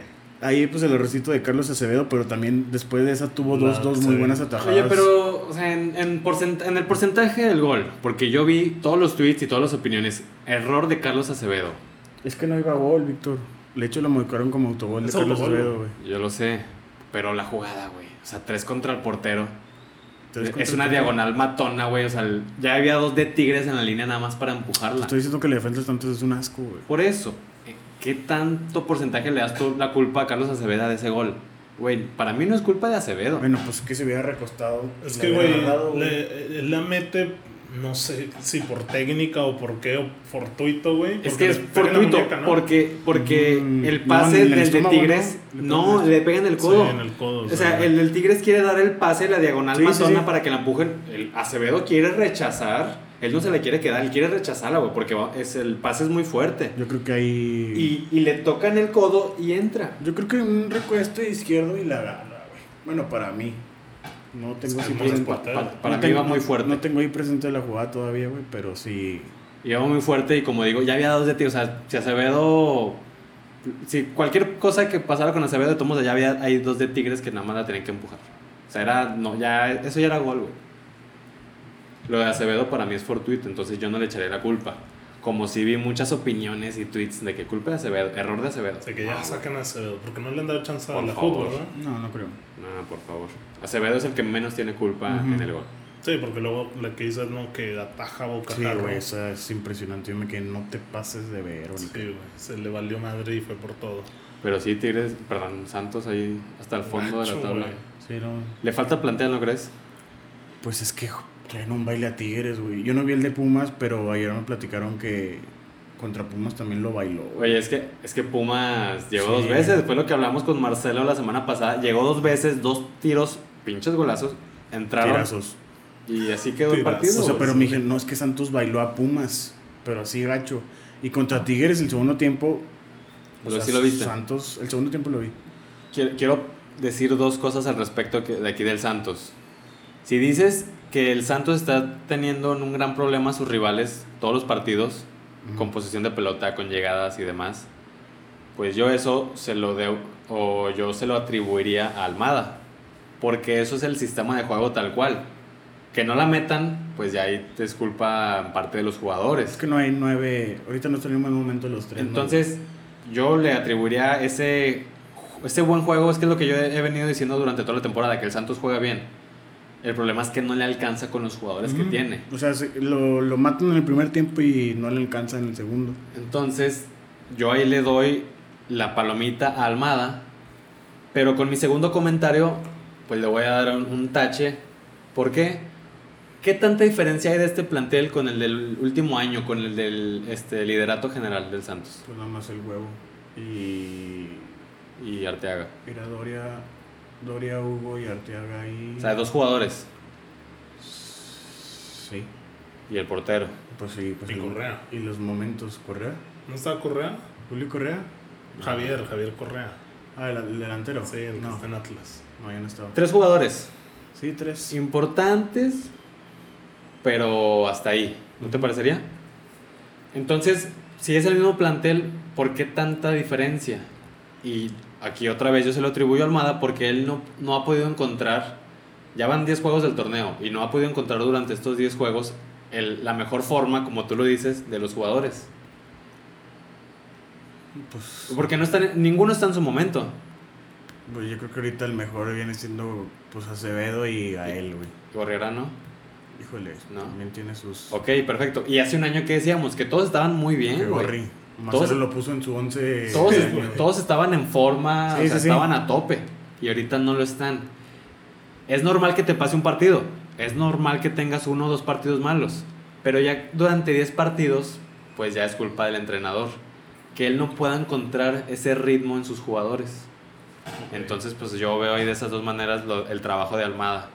[SPEAKER 2] Ahí pues el errorcito de Carlos Acevedo, pero también después de esa tuvo dos,
[SPEAKER 1] La-
[SPEAKER 2] dos
[SPEAKER 1] sí.
[SPEAKER 2] muy buenas atajadas.
[SPEAKER 3] Oye, pero o sea, en, en, porcent- en el porcentaje del gol, porque yo vi todos los tweets y todas las opiniones, error de Carlos Acevedo.
[SPEAKER 2] Es que no iba a gol, Víctor. De hecho, lo marcaron como autogol de
[SPEAKER 1] Es
[SPEAKER 2] Carlos
[SPEAKER 1] autogol,
[SPEAKER 2] Acevedo, güey.
[SPEAKER 3] Yo lo sé, pero la jugada, güey. O sea, tres contra el portero.
[SPEAKER 2] Entonces,
[SPEAKER 3] es
[SPEAKER 2] contra-
[SPEAKER 3] una diagonal matona, güey. O sea, el- ya había dos de Tigres en la línea nada más para empujarla.
[SPEAKER 2] Estoy diciendo que la defensa del Santos es un asco, güey.
[SPEAKER 3] Por eso, eh, ¿qué tanto porcentaje le das tú la culpa a Carlos Acevedo de ese gol? Güey, para mí no es culpa de Acevedo.
[SPEAKER 2] Bueno, pues que se hubiera recostado.
[SPEAKER 1] Es
[SPEAKER 2] le
[SPEAKER 1] que,
[SPEAKER 2] hubiera
[SPEAKER 1] güey,
[SPEAKER 2] agarrado, güey.
[SPEAKER 1] le- él la mete, no sé si por técnica o por qué, o fortuito, güey.
[SPEAKER 3] Es
[SPEAKER 1] porque
[SPEAKER 3] que es
[SPEAKER 1] le pega en la
[SPEAKER 3] fortuito,
[SPEAKER 1] muñeca, ¿no?
[SPEAKER 3] porque, porque
[SPEAKER 2] Mm,
[SPEAKER 3] el
[SPEAKER 2] no,
[SPEAKER 3] pase
[SPEAKER 2] en el
[SPEAKER 3] del de
[SPEAKER 2] estómago,
[SPEAKER 3] Tigres,
[SPEAKER 2] ¿no? Le
[SPEAKER 3] no,
[SPEAKER 2] pegan el-
[SPEAKER 3] le pega en el
[SPEAKER 1] Sí,
[SPEAKER 3] codo.
[SPEAKER 1] en el codo.
[SPEAKER 3] O sea, el del Tigres quiere dar el pase, la diagonal
[SPEAKER 2] Sí, sí,
[SPEAKER 3] matona
[SPEAKER 2] sí.
[SPEAKER 3] para que la empujen. El Acevedo quiere rechazar. Él no se la quiere quedar, él quiere rechazarla, güey, porque va- es, el pase es muy fuerte.
[SPEAKER 2] Yo creo que ahí.
[SPEAKER 3] Y, y le tocan el codo y entra.
[SPEAKER 2] Yo creo que un recuesto de izquierdo y la agarra, güey. Bueno, para mí. No tengo
[SPEAKER 1] Es que
[SPEAKER 2] así
[SPEAKER 1] no es
[SPEAKER 2] presente.
[SPEAKER 1] portero.
[SPEAKER 3] Pa- para
[SPEAKER 2] no
[SPEAKER 3] mí
[SPEAKER 2] tengo-
[SPEAKER 3] va muy fuerte.
[SPEAKER 2] No tengo ahí presente la jugada todavía, güey, pero sí.
[SPEAKER 3] Iba muy fuerte y como digo, ya había dos de ti. O sea, si Acevedo. Si cualquier cosa que pasara con Acevedo de Tomos, ya había hay dos de Tigres que nada más la tenían que empujar. O sea, era. No, ya. Eso ya era gol, güey. Lo de Acevedo para mí es fortuito, entonces yo no le echaré la culpa. Como si vi muchas opiniones y tweets de que culpa de Acevedo, error de Acevedo. Ah,
[SPEAKER 1] O sea, que ya
[SPEAKER 2] Ah,
[SPEAKER 3] No,
[SPEAKER 1] sacan a Acevedo, porque no le han dado chance a
[SPEAKER 3] Por
[SPEAKER 1] la
[SPEAKER 3] favor.
[SPEAKER 1] Hood, ¿verdad?
[SPEAKER 2] No, no creo.
[SPEAKER 3] No, por favor. Acevedo es el que menos tiene culpa
[SPEAKER 2] Ujú.
[SPEAKER 3] en el gol.
[SPEAKER 1] Sí, porque luego la que dices, no, que ataja boca
[SPEAKER 2] Sí,
[SPEAKER 1] Jarro.
[SPEAKER 2] güey, esa es impresionante. Yo me quedé, no te pases de ver,
[SPEAKER 1] Sí,
[SPEAKER 2] güey.
[SPEAKER 1] güey, se le valió madre y fue por todo.
[SPEAKER 3] Pero sí, Tigres, perdón, Santos ahí hasta el fondo de
[SPEAKER 1] Gacho,
[SPEAKER 3] la tabla.
[SPEAKER 1] güey.
[SPEAKER 2] Sí, no.
[SPEAKER 3] Le falta plantear, ¿no crees?
[SPEAKER 2] Pues es que jo, traen un baile a Tigres, güey. Yo no vi el de Pumas, pero ayer me platicaron que contra Pumas también lo bailó, güey.
[SPEAKER 3] Oye, es que, es que Pumas llegó
[SPEAKER 2] Sí.
[SPEAKER 3] dos veces. Fue lo que hablamos con Marcelo la semana pasada. Llegó dos veces, dos tiros, pinches golazos. Entraron
[SPEAKER 2] Tirazos.
[SPEAKER 3] y así quedó el
[SPEAKER 1] Tirazos.
[SPEAKER 3] partido.
[SPEAKER 2] O sea,
[SPEAKER 3] güey.
[SPEAKER 2] pero me dijeron, no, es que Santos bailó a Pumas, pero así gacho. Y contra Tigres el segundo tiempo.
[SPEAKER 3] Lo- sí Pues lo viste.
[SPEAKER 2] Santos, el segundo tiempo lo vi.
[SPEAKER 3] Quiero, quiero decir dos cosas al respecto que- de aquí del Santos. Si dices que el Santos está teniendo un gran problema a sus rivales todos los partidos, con posesión de pelota, con llegadas y demás, pues yo eso se lo debo, o yo se lo atribuiría a Almada, porque eso es el sistema de juego tal cual. Que no la metan, pues ya ahí te es culpa parte de los jugadores.
[SPEAKER 2] Es que no hay nueve. Ahorita no estoy en un buen momento los tres. ¿no?
[SPEAKER 3] Entonces, yo le atribuiría ese, ese buen juego, es que es lo que yo he he venido diciendo durante toda la temporada, que el Santos juega bien. El problema es que no le alcanza con los jugadores que
[SPEAKER 2] Ujú.
[SPEAKER 3] tiene.
[SPEAKER 2] O sea, se- lo, lo matan en el primer tiempo y no le alcanza en el segundo.
[SPEAKER 3] Entonces, yo ahí le doy la palomita a Almada, pero con mi segundo comentario, pues le voy a dar un, un tache. ¿Por qué? ¿Qué tanta diferencia hay de este plantel con el del último año, con el del este, liderato general del Santos
[SPEAKER 2] Pues nada más el huevo. Y.
[SPEAKER 3] y Arteaga?
[SPEAKER 2] Era Doria. Doria, Hugo y Arteaga y.
[SPEAKER 3] O sea, dos jugadores
[SPEAKER 2] Sí.
[SPEAKER 3] y el portero.
[SPEAKER 2] Pues sí. Pues
[SPEAKER 1] Y
[SPEAKER 2] el-
[SPEAKER 1] Correa.
[SPEAKER 2] Y los momentos. Correa.
[SPEAKER 1] ¿No estaba Correa?
[SPEAKER 2] Julio Correa.
[SPEAKER 1] Javier, Javier Correa.
[SPEAKER 2] Ah, el, el delantero.
[SPEAKER 1] Sí, el que
[SPEAKER 2] no.
[SPEAKER 1] está en Atlas.
[SPEAKER 2] No, ya no estaba.
[SPEAKER 3] Tres jugadores
[SPEAKER 2] Sí, tres.
[SPEAKER 3] importantes, pero hasta ahí. ¿No te parecería? Entonces, si es el mismo plantel, ¿por qué tanta diferencia? Y aquí otra vez yo se lo atribuyo a Almada porque él no, no ha podido encontrar, ya van 10 juegos del torneo, y no ha podido encontrar durante estos 10 juegos el- la mejor forma, como tú lo dices, de los jugadores.
[SPEAKER 2] Pues,
[SPEAKER 3] Porque no están, en- ninguno está en su momento.
[SPEAKER 2] pues yo creo que ahorita el mejor viene siendo pues Acevedo y Gael, güey.
[SPEAKER 3] Gorriarán, ¿no?
[SPEAKER 2] Híjole,
[SPEAKER 3] No.
[SPEAKER 2] también tiene sus.
[SPEAKER 3] Ok, perfecto. Y hace un año que decíamos que todos estaban muy bien. güey.
[SPEAKER 2] Gorri. Marcelo
[SPEAKER 3] Todos-
[SPEAKER 2] lo puso en su once.
[SPEAKER 3] Todos,
[SPEAKER 1] Sí,
[SPEAKER 2] de año,
[SPEAKER 1] güey.
[SPEAKER 3] todos estaban en forma,
[SPEAKER 2] Sí,
[SPEAKER 3] o sea,
[SPEAKER 2] sí, sí.
[SPEAKER 3] estaban a tope y ahorita no lo están. Es normal que te pase un partido, es normal que tengas uno o dos partidos malos, pero ya durante 10 partidos, pues ya es culpa del entrenador, que él no pueda encontrar ese ritmo en sus jugadores. Entonces, pues yo veo ahí de esas dos maneras lo- el trabajo de Almada.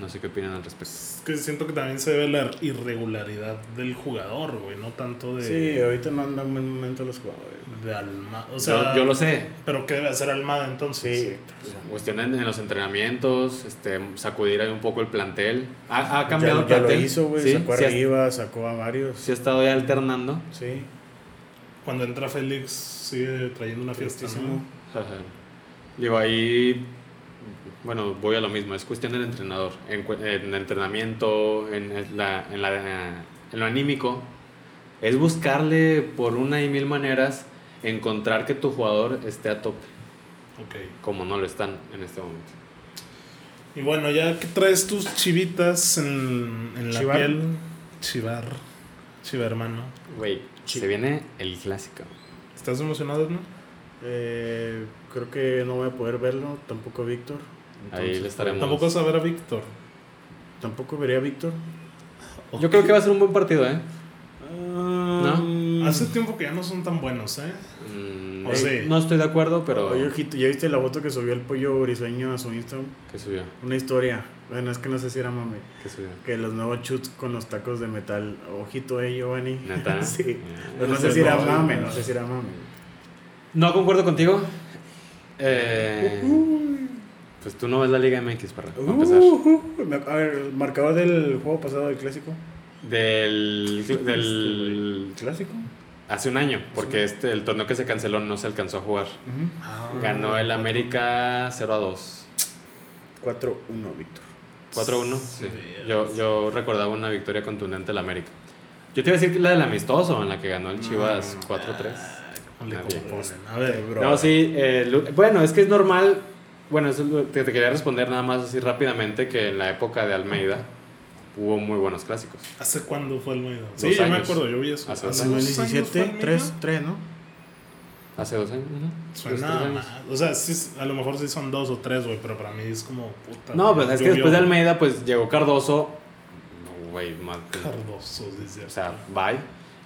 [SPEAKER 3] No sé qué opinan al respecto.
[SPEAKER 1] Es que siento que también se ve la irregularidad del jugador, güey, no tanto
[SPEAKER 2] Sí, eh.
[SPEAKER 1] de,
[SPEAKER 2] ahorita no andan en buen momento los jugadores.
[SPEAKER 1] de Almada. O sea,
[SPEAKER 3] yo, yo lo sé,
[SPEAKER 1] pero ¿qué debe hacer Almada entonces?
[SPEAKER 2] Sí,
[SPEAKER 3] Cuestiones en los entrenamientos, este, sacudir ahí un poco el plantel. Ha, ha cambiado
[SPEAKER 2] ya,
[SPEAKER 3] el
[SPEAKER 2] ya lo
[SPEAKER 3] plantel.
[SPEAKER 2] hizo, güey.
[SPEAKER 3] Sí,
[SPEAKER 2] Sacó
[SPEAKER 3] sí ha-
[SPEAKER 2] arriba, sacó a varios.
[SPEAKER 3] sí ha estado ya alternando.
[SPEAKER 2] Sí,
[SPEAKER 1] Cuando entra Félix sigue trayendo una fiesta,
[SPEAKER 2] tristísimo.
[SPEAKER 1] ¿no?
[SPEAKER 3] Ajá. Digo, ahí, bueno, voy a lo mismo, es cuestión del entrenador, en, cue- en entrenamiento, en, en la, en, la- en lo anímico, es buscarle por una y mil maneras encontrar que tu jugador esté a tope,
[SPEAKER 1] Ok.
[SPEAKER 3] como no lo están en este momento.
[SPEAKER 1] Y bueno, ya que traes tus chivitas en, en la
[SPEAKER 2] Chivar.
[SPEAKER 1] piel, chivar, chivar hermano.
[SPEAKER 3] Güey, se viene el clásico.
[SPEAKER 1] ¿Estás emocionado, no?
[SPEAKER 2] Eh, creo que no voy a poder verlo, tampoco Víctor.
[SPEAKER 3] Ahí le estaremos.
[SPEAKER 1] Tampoco vas a ver a Víctor.
[SPEAKER 2] Tampoco veré a Víctor.
[SPEAKER 3] Yo creo que va a ser un buen partido, ¿eh?
[SPEAKER 2] ¿No?
[SPEAKER 1] Hace tiempo que ya no son tan buenos, ¿eh?
[SPEAKER 3] Mm,
[SPEAKER 1] O
[SPEAKER 3] eh,
[SPEAKER 1] sea-
[SPEAKER 3] no estoy de acuerdo, pero
[SPEAKER 2] Oye, ojito, ¿ya viste la foto que subió el pollo briseño a su Instagram?
[SPEAKER 3] que subió,
[SPEAKER 2] Una historia. Bueno, es que no sé si era mame.
[SPEAKER 3] que subió.
[SPEAKER 2] Que los nuevos chutes con los tacos de metal. Ojito, eh, Giovanni.
[SPEAKER 3] Neta.
[SPEAKER 2] sí.
[SPEAKER 3] Eh,
[SPEAKER 2] Pero no
[SPEAKER 1] Es
[SPEAKER 2] sé
[SPEAKER 1] el
[SPEAKER 2] si era
[SPEAKER 1] nuevo,
[SPEAKER 2] mame,
[SPEAKER 1] güey.
[SPEAKER 2] no sé si era mame.
[SPEAKER 3] No concuerdo contigo. Eh,
[SPEAKER 2] Uh,
[SPEAKER 3] pues tú no ves la Liga MX, para para empezar.
[SPEAKER 2] Uh, uh, me- a ver, el marcador del juego pasado del clásico.
[SPEAKER 3] del,
[SPEAKER 4] Sí,
[SPEAKER 3] del
[SPEAKER 4] ¿Clásico?
[SPEAKER 3] hace un año, porque este el torneo que se canceló no se alcanzó a jugar. Ah.
[SPEAKER 1] Ah,
[SPEAKER 3] Ganó el América 0 a 2.
[SPEAKER 2] 4-1, Víctor.
[SPEAKER 3] 4-1. Sí. Yo, yo recordaba una victoria contundente del América. Yo te iba a decir que la del amistoso, en la que ganó el Chivas 4-3.
[SPEAKER 1] Mm. Le
[SPEAKER 3] Ah, bien.
[SPEAKER 1] componen. A ver,
[SPEAKER 2] Bro.
[SPEAKER 3] No, sí, eh, Lu- bueno, es que es normal. Bueno, eso es lo que te quería responder nada más así rápidamente que en la época de Almeida hubo muy buenos clásicos.
[SPEAKER 1] ¿hace cuándo fue el Almeida? Sí,
[SPEAKER 3] Dos
[SPEAKER 1] yo me
[SPEAKER 3] años.
[SPEAKER 1] acuerdo, yo vi eso.
[SPEAKER 3] Hace dos
[SPEAKER 1] Hace
[SPEAKER 3] años.
[SPEAKER 1] dos años fue
[SPEAKER 2] 2017,
[SPEAKER 1] Almeida.
[SPEAKER 2] 3-3, ¿no?
[SPEAKER 3] Hace dos años. ujú. Dos, tres
[SPEAKER 1] Suena
[SPEAKER 3] años.
[SPEAKER 1] más. O sea, sí, a lo mejor sí son dos o tres, güey, pero para mí es como puta.
[SPEAKER 3] No, pues es que después de
[SPEAKER 1] del
[SPEAKER 3] Almeida, pues llegó Cardoso. No, güey, mal.
[SPEAKER 1] Cardoso, dice.
[SPEAKER 3] O sea, bye.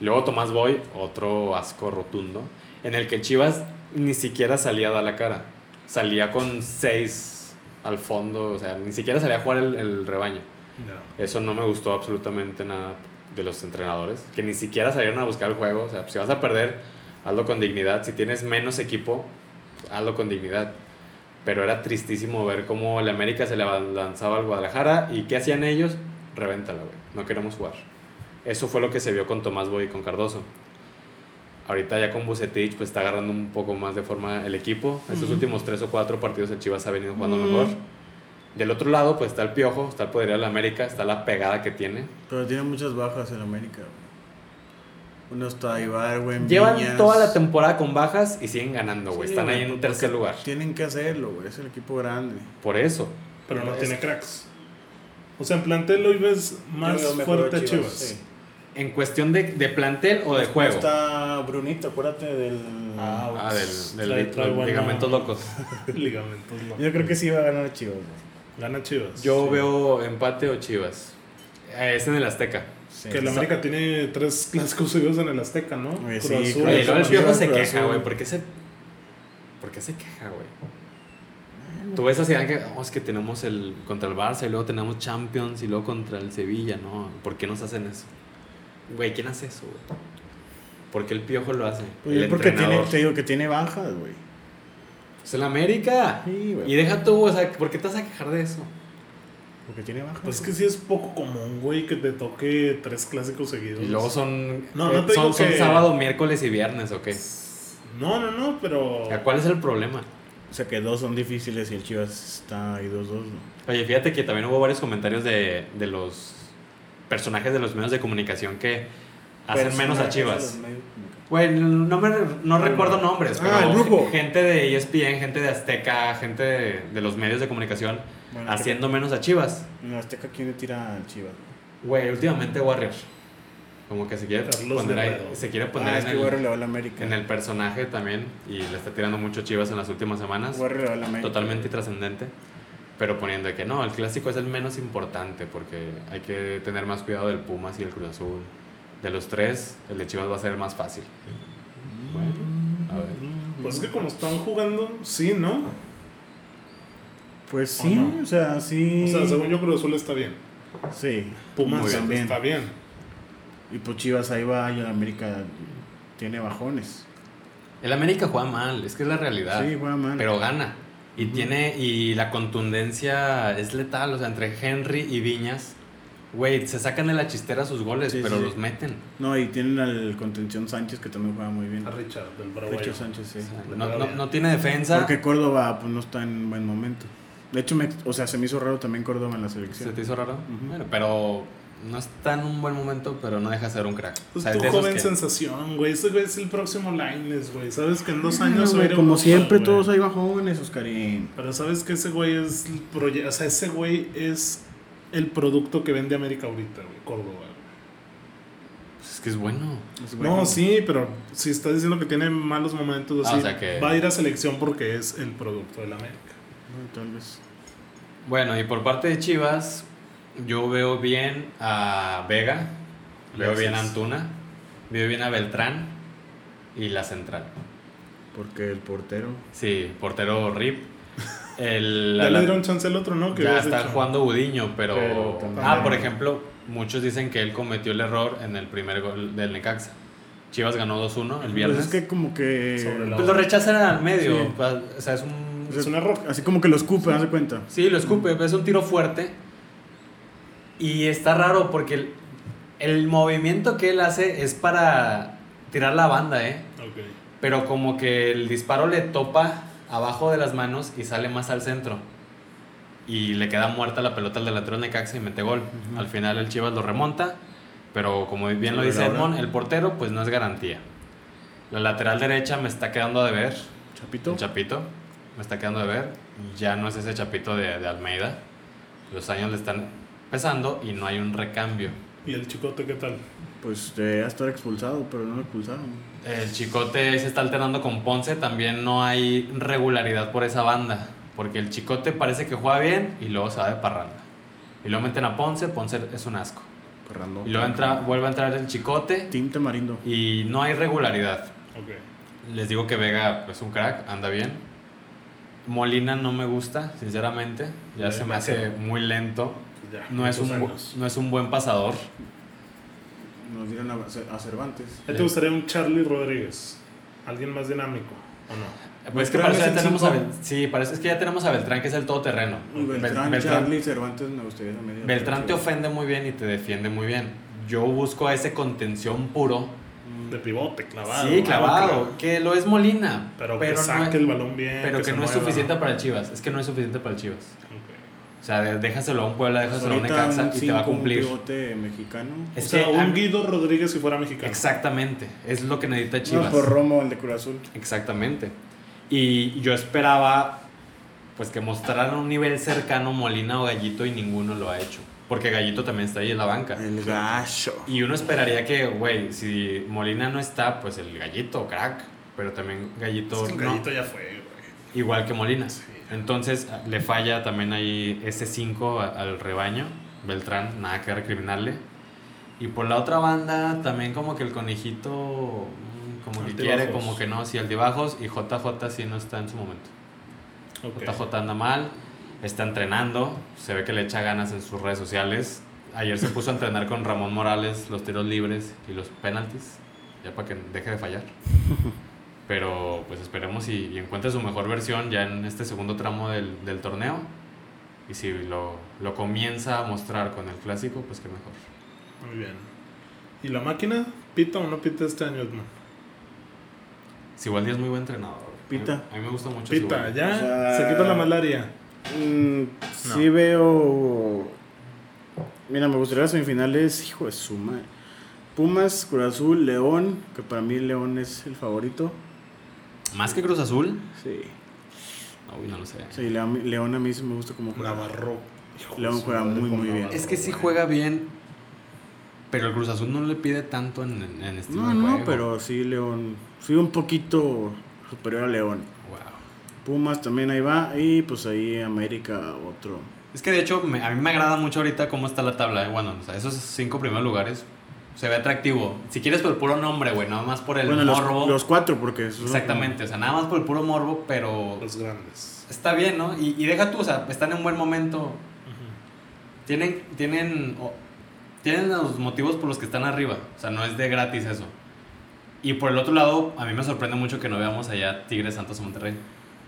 [SPEAKER 3] Luego Tomás Boy, otro asco rotundo. En el que Chivas ni siquiera salía a dar la cara. Salía con seis al fondo. O sea, ni siquiera salía a jugar el, el rebaño.
[SPEAKER 1] No.
[SPEAKER 3] Eso no me gustó absolutamente nada de los entrenadores. Que ni siquiera salieron a buscar el juego. O sea, si vas a perder, hazlo con dignidad. Si tienes menos equipo, hazlo con dignidad. Pero era tristísimo ver cómo el América se le lanzaba al Guadalajara. ¿Y qué hacían ellos? Revéntala, güey. No queremos jugar. Eso fue lo que se vio con Tomás Boy y con Cardoso. Ahorita ya con Bucetich pues está agarrando un poco más de forma el equipo. Estos últimos tres o cuatro partidos el Chivas ha venido jugando mejor. Del otro lado pues está el Piojo, está el poderío de la América, está la pegada que tiene.
[SPEAKER 2] Pero tiene muchas bajas en América, güey. Uno está Ibar, güey.
[SPEAKER 3] Llevan
[SPEAKER 2] Viñas.
[SPEAKER 3] toda la temporada con bajas y siguen ganando, güey.
[SPEAKER 2] Sí,
[SPEAKER 3] Están ahí en
[SPEAKER 2] pues,
[SPEAKER 3] tercer
[SPEAKER 2] porque
[SPEAKER 3] lugar.
[SPEAKER 2] Tienen que hacerlo, güey. Es el equipo grande.
[SPEAKER 3] Por eso.
[SPEAKER 1] Pero no
[SPEAKER 3] Es-
[SPEAKER 1] tiene cracks. O sea, en plantel hoy ves más
[SPEAKER 2] Yo veo mejor
[SPEAKER 1] fuerte a
[SPEAKER 2] Chivas,
[SPEAKER 1] Chivas.
[SPEAKER 2] sí.
[SPEAKER 3] En cuestión de, de plantel o de juego.
[SPEAKER 2] Está Brunito, acuérdate del.
[SPEAKER 3] Ah, del, del,
[SPEAKER 1] Trae- trae
[SPEAKER 3] del
[SPEAKER 1] buena-
[SPEAKER 3] ligamentos locos.
[SPEAKER 1] Ligamentos, no.
[SPEAKER 2] Yo creo que sí va a ganar Chivas, güey.
[SPEAKER 1] Gana Chivas.
[SPEAKER 3] Yo veo empate o Chivas. Eh, Es en el Azteca.
[SPEAKER 2] Sí.
[SPEAKER 1] Que el América tiene tres clásicos seguidos en el Azteca, ¿no?
[SPEAKER 2] Oye, sí,
[SPEAKER 1] Cruz Azul,
[SPEAKER 2] Oye,
[SPEAKER 3] Oye, luego el
[SPEAKER 2] Chivas,
[SPEAKER 3] Piojo se
[SPEAKER 2] Cruz
[SPEAKER 3] queja,
[SPEAKER 2] Azul.
[SPEAKER 3] güey. ¿Por qué se, por qué se queja, güey? Tú ves así, que, "Oh, es que tenemos el contra el Barça y luego tenemos Champions y luego contra el Sevilla, ¿no? ¿Por qué nos hacen eso? Güey, ¿quién hace eso, güey? ¿Por qué el Piojo lo hace?
[SPEAKER 2] Pues
[SPEAKER 3] el
[SPEAKER 2] porque tiene,
[SPEAKER 3] entrenador.
[SPEAKER 2] te digo que tiene bajas, güey.
[SPEAKER 3] Es el América.
[SPEAKER 2] Sí, güey.
[SPEAKER 3] y deja tú, o sea, ¿por qué te vas a quejar de eso?
[SPEAKER 2] Porque tiene bajas.
[SPEAKER 1] Pues es que sí es poco común, güey, que te toque tres clásicos seguidos.
[SPEAKER 3] Y luego son,
[SPEAKER 1] No, no
[SPEAKER 3] eh,
[SPEAKER 1] te digo
[SPEAKER 3] son, son
[SPEAKER 1] que-
[SPEAKER 3] sábado, miércoles y viernes, ¿o qué?
[SPEAKER 1] No, no, no, pero.
[SPEAKER 3] O sea, ¿Cuál es el problema?
[SPEAKER 2] O sea que dos son difíciles y el Chivas está ahí 2-2. ¿no?
[SPEAKER 3] Oye, fíjate que también hubo varios comentarios de, de los personajes de los medios de comunicación que hacen menos a Chivas. Bueno, no, me, no recuerdo nombres, pero
[SPEAKER 2] Ah, el grupo.
[SPEAKER 3] gente de E ESPN, gente de Azteca, gente de, de los medios de comunicación
[SPEAKER 2] Bueno,
[SPEAKER 3] haciendo menos a Chivas.
[SPEAKER 2] En la Azteca, ¿quién le tira al Chivas?
[SPEAKER 3] Güey, últimamente Warrior. Como que se quiere
[SPEAKER 1] Carlos
[SPEAKER 3] poner, ahí-
[SPEAKER 1] Guerrero.
[SPEAKER 3] se quiere poner
[SPEAKER 2] Ah, es
[SPEAKER 3] en,
[SPEAKER 2] que
[SPEAKER 3] el,
[SPEAKER 2] Warrior le va a la América.
[SPEAKER 3] en el personaje también y le está tirando mucho Chivas en las últimas semanas.
[SPEAKER 2] Warrior le va a la América.
[SPEAKER 3] totalmente trascendente, pero poniendo que no, el clásico es el menos importante porque hay que tener más cuidado del Pumas y el Cruz Azul. De los tres, el de Chivas va a ser el más fácil. Bueno, a ver.
[SPEAKER 1] Pues es que como están jugando, sí, ¿no?
[SPEAKER 2] Pues
[SPEAKER 1] ¿O
[SPEAKER 2] sí,
[SPEAKER 1] no?
[SPEAKER 2] o sea, sí.
[SPEAKER 1] O sea, según yo, Cruz Azul está bien.
[SPEAKER 2] Sí.
[SPEAKER 1] Pumas
[SPEAKER 3] Muy bien.
[SPEAKER 1] también está bien.
[SPEAKER 2] Y pues Chivas ahí va y el América tiene bajones.
[SPEAKER 3] El América juega mal, es que es la realidad,
[SPEAKER 2] Sí, juega mal.
[SPEAKER 3] pero gana. Y tiene y la contundencia es letal, o sea, entre Henry y Viñas, güey, se sacan de la chistera sus goles,
[SPEAKER 2] Sí,
[SPEAKER 3] pero
[SPEAKER 2] sí.
[SPEAKER 3] los meten.
[SPEAKER 2] No, y tienen al contención Sánchez que también juega muy bien.
[SPEAKER 1] A Richard, del Bravo.
[SPEAKER 2] Richo Sánchez, sí.
[SPEAKER 3] No, no- no tiene defensa.
[SPEAKER 2] Porque Córdoba pues, no está en buen momento. De hecho, me- o sea, se me hizo raro también Córdoba en la selección.
[SPEAKER 3] ¿Se te hizo raro? Bueno, pero no está en un buen momento, pero no deja de ser un crack.
[SPEAKER 1] Pues
[SPEAKER 3] O sea, es
[SPEAKER 1] tu
[SPEAKER 3] de esos
[SPEAKER 1] joven
[SPEAKER 3] que-
[SPEAKER 1] sensación, güey. Ese güey es el próximo Lines, güey. Sabes que en dos
[SPEAKER 2] Ah,
[SPEAKER 1] años. va a
[SPEAKER 2] güey,
[SPEAKER 1] ir a
[SPEAKER 2] como
[SPEAKER 1] Europa,
[SPEAKER 2] siempre,
[SPEAKER 1] güey.
[SPEAKER 2] todos hay bajones, Oscarín.
[SPEAKER 1] Pero sabes que ese güey es el proye- O sea, ese güey es el producto que vende América ahorita, güey. Córdoba.
[SPEAKER 3] Pues es que es bueno.
[SPEAKER 2] Es
[SPEAKER 1] No,
[SPEAKER 2] bueno.
[SPEAKER 1] sí, pero si estás diciendo que tiene malos momentos,
[SPEAKER 3] Ah,
[SPEAKER 1] así,
[SPEAKER 3] o sea que-
[SPEAKER 1] va a ir a selección porque es el producto del América.
[SPEAKER 2] No, Tal vez.
[SPEAKER 3] Bueno, y por parte de Chivas, yo veo bien a Vega, veo
[SPEAKER 1] Alexis.
[SPEAKER 3] bien a Antuna, veo bien a Beltrán y la central.
[SPEAKER 2] Porque el portero.
[SPEAKER 3] Sí, portero Rip. El,
[SPEAKER 1] ya le
[SPEAKER 3] la-
[SPEAKER 1] dieron chance al otro, ¿no? Que
[SPEAKER 3] ya
[SPEAKER 1] habías
[SPEAKER 3] está
[SPEAKER 1] dicho.
[SPEAKER 3] jugando Budiño, pero...
[SPEAKER 2] Pero también-
[SPEAKER 3] ah, por ejemplo, muchos dicen que él cometió el error en el primer gol del Necaxa. Chivas ganó 2-1 el viernes.
[SPEAKER 2] Pues es que como que.
[SPEAKER 1] Sobre la-
[SPEAKER 3] Pues lo rechazan al medio.
[SPEAKER 2] Sí.
[SPEAKER 3] pues, O sea, es un.
[SPEAKER 1] Es una roca.
[SPEAKER 2] Así como que lo escupe, haz de cuenta.
[SPEAKER 3] Sí, lo escupe, es un tiro fuerte. Y está raro porque el- el movimiento que él hace es para tirar la banda, ¿eh?
[SPEAKER 1] Ok.
[SPEAKER 3] Pero como que el disparo le topa abajo de las manos y sale más al centro. Y le queda muerta la pelota al delantero de Necaxa y mete gol. Al final el Chivas lo remonta, pero como bien
[SPEAKER 2] Pero
[SPEAKER 3] lo dice
[SPEAKER 2] ahora-
[SPEAKER 3] Edmond, el portero pues no es garantía. La lateral derecha me está quedando de ver.
[SPEAKER 2] Chapito.
[SPEAKER 3] El Chapito me está quedando de ver. Ya no es ese Chapito de, de Almeida. Los años le están pesando y no hay un recambio.
[SPEAKER 1] ¿Y el chicote qué tal?
[SPEAKER 2] Pues debería estar expulsado, pero no lo expulsaron.
[SPEAKER 3] El Chicote ahí se está alternando con Ponce, también no hay regularidad por esa banda, porque el Chicote parece que juega bien y luego se va de parranda. Y luego meten a Ponce, Ponce es un asco.
[SPEAKER 2] Parrando.
[SPEAKER 3] Y luego entra, vuelve a entrar el Chicote
[SPEAKER 2] Tim Pues, Tamarindo.
[SPEAKER 3] y no hay regularidad.
[SPEAKER 1] Ok.
[SPEAKER 3] Les digo que Vega es un crack, anda bien. Molina no me gusta, sinceramente, ya
[SPEAKER 1] Le
[SPEAKER 3] se
[SPEAKER 1] mete.
[SPEAKER 3] me hace muy lento.
[SPEAKER 1] Pues ya,
[SPEAKER 3] No es,
[SPEAKER 1] muchos
[SPEAKER 3] un, bu-
[SPEAKER 1] años.
[SPEAKER 3] no es un buen pasador.
[SPEAKER 2] Nos dieron a, a Cervantes.
[SPEAKER 1] ¿Ya te gustaría un Charlie Rodríguez? ¿Alguien más dinámico? ¿O no?
[SPEAKER 3] Pues es que
[SPEAKER 2] Beltrán
[SPEAKER 3] parece
[SPEAKER 2] es el
[SPEAKER 3] que ya tenemos a
[SPEAKER 2] cinco.
[SPEAKER 3] Bel- sí, parece es que ya tenemos a Beltrán, que es el todoterreno.
[SPEAKER 2] Y Beltrán,
[SPEAKER 3] Bel-
[SPEAKER 2] Charlie, Cervantes me gustaría también.
[SPEAKER 3] Beltrán te ofende muy bien y te defiende muy bien. Yo busco a ese contención puro.
[SPEAKER 1] De pivote, clavado.
[SPEAKER 3] Mm. sí,
[SPEAKER 1] algo
[SPEAKER 3] clavado. Que lo es Molina.
[SPEAKER 1] Pero, que
[SPEAKER 3] no es-
[SPEAKER 1] saque el balón bien.
[SPEAKER 3] pero que,
[SPEAKER 1] se
[SPEAKER 3] no es
[SPEAKER 1] mueva.
[SPEAKER 3] suficiente para el Chivas. Es que no es suficiente para el Chivas.
[SPEAKER 1] Ok.
[SPEAKER 3] O sea, de- déjaselo a un Puebla,
[SPEAKER 2] Pues
[SPEAKER 3] déjaselo a un
[SPEAKER 2] ahorita
[SPEAKER 3] Necaxa
[SPEAKER 2] un
[SPEAKER 3] y te va a
[SPEAKER 2] cinco, un
[SPEAKER 3] cumplir.
[SPEAKER 2] pivote mexicano.
[SPEAKER 3] Es
[SPEAKER 1] o sea,
[SPEAKER 3] que
[SPEAKER 1] un
[SPEAKER 3] a mí-
[SPEAKER 1] Guido Rodríguez si fuera mexicano.
[SPEAKER 3] Exactamente. Es lo que necesita
[SPEAKER 2] No,
[SPEAKER 3] Chivas.
[SPEAKER 2] por Romo, el de Cruz Azul.
[SPEAKER 3] Exactamente. Y yo esperaba pues que mostraran un nivel cercano Molina o Gallito y ninguno lo ha hecho. Porque Gallito también está ahí en la banca.
[SPEAKER 2] El gacho.
[SPEAKER 3] Y uno esperaría que, güey, si Molina no está, pues el gallito, crack. Pero también gallito,
[SPEAKER 1] Es que el
[SPEAKER 3] no,
[SPEAKER 1] gallito ya fue, güey.
[SPEAKER 3] igual que Molina. Entonces a- le falla también ahí ese 5 al rebaño. Beltrán, nada que recriminarle. Y por la otra banda, también como que el conejito, mm, como que quiere,
[SPEAKER 1] Altibajos.
[SPEAKER 3] como que no, sí, altibajos. Y JJ sí no está en su momento.
[SPEAKER 1] Ok.
[SPEAKER 3] JJ anda mal, está entrenando, se ve que le echa ganas en sus redes sociales. Ayer se puso a entrenar con Ramón Morales los tiros libres y los penaltis, ya para que deje de fallar. Pero pues esperemos y, y encuentre su mejor versión ya en este segundo tramo del, del torneo. Y si lo, lo comienza a mostrar con el clásico, pues qué mejor.
[SPEAKER 1] Muy bien. ¿Y la máquina? ¿Pita o no pita este año, Edmond?
[SPEAKER 3] Siboldi es muy buen entrenador.
[SPEAKER 2] Pita.
[SPEAKER 3] A mí, a mí me gusta mucho.
[SPEAKER 1] Pita,
[SPEAKER 3] Siboldi.
[SPEAKER 1] ya.
[SPEAKER 2] O sea-
[SPEAKER 1] Se quita la malaria.
[SPEAKER 2] Mm, Sí veo. Mira, me gustaría las semifinales, hijo de su madre. Pumas, Cruz Azul, León, que para mí León es el favorito.
[SPEAKER 3] Más que Cruz Azul.
[SPEAKER 2] Sí.
[SPEAKER 3] Uy, no lo sé.
[SPEAKER 2] Sí, León, León a mí sí me gusta como juega.
[SPEAKER 1] Navarro. Hijo de
[SPEAKER 2] León
[SPEAKER 1] su
[SPEAKER 2] juega
[SPEAKER 1] madre
[SPEAKER 2] muy,
[SPEAKER 1] con
[SPEAKER 2] muy bien.
[SPEAKER 1] Navarro,
[SPEAKER 3] Es que sí
[SPEAKER 1] güey.
[SPEAKER 3] juega bien, pero el Cruz Azul no le pide tanto en, en, en estilo
[SPEAKER 2] No,
[SPEAKER 3] de
[SPEAKER 2] no,
[SPEAKER 3] juego.
[SPEAKER 2] pero sí León. Sí un poquito superior a León.
[SPEAKER 3] Wow.
[SPEAKER 2] Pumas también ahí va. Y pues ahí América otro.
[SPEAKER 3] Es que de hecho me- a mí me agrada mucho ahorita cómo está la tabla. eh. Bueno, o sea, esos cinco primeros lugares se ve atractivo. Si quieres por el puro nombre, güey, nada más por el
[SPEAKER 2] bueno, los,
[SPEAKER 3] morbo.
[SPEAKER 2] los cuatro porque... son-
[SPEAKER 3] Exactamente, o sea, nada más por el puro morbo, pero
[SPEAKER 1] Los grandes.
[SPEAKER 3] está bien, ¿no? Y, y deja tú, o sea, están en buen momento. Tienen, tienen, o- tienen los motivos por los que están arriba. O sea, no es de gratis eso. Y por el otro lado, a mí me sorprende mucho que no veamos allá Tigres Santos Monterrey.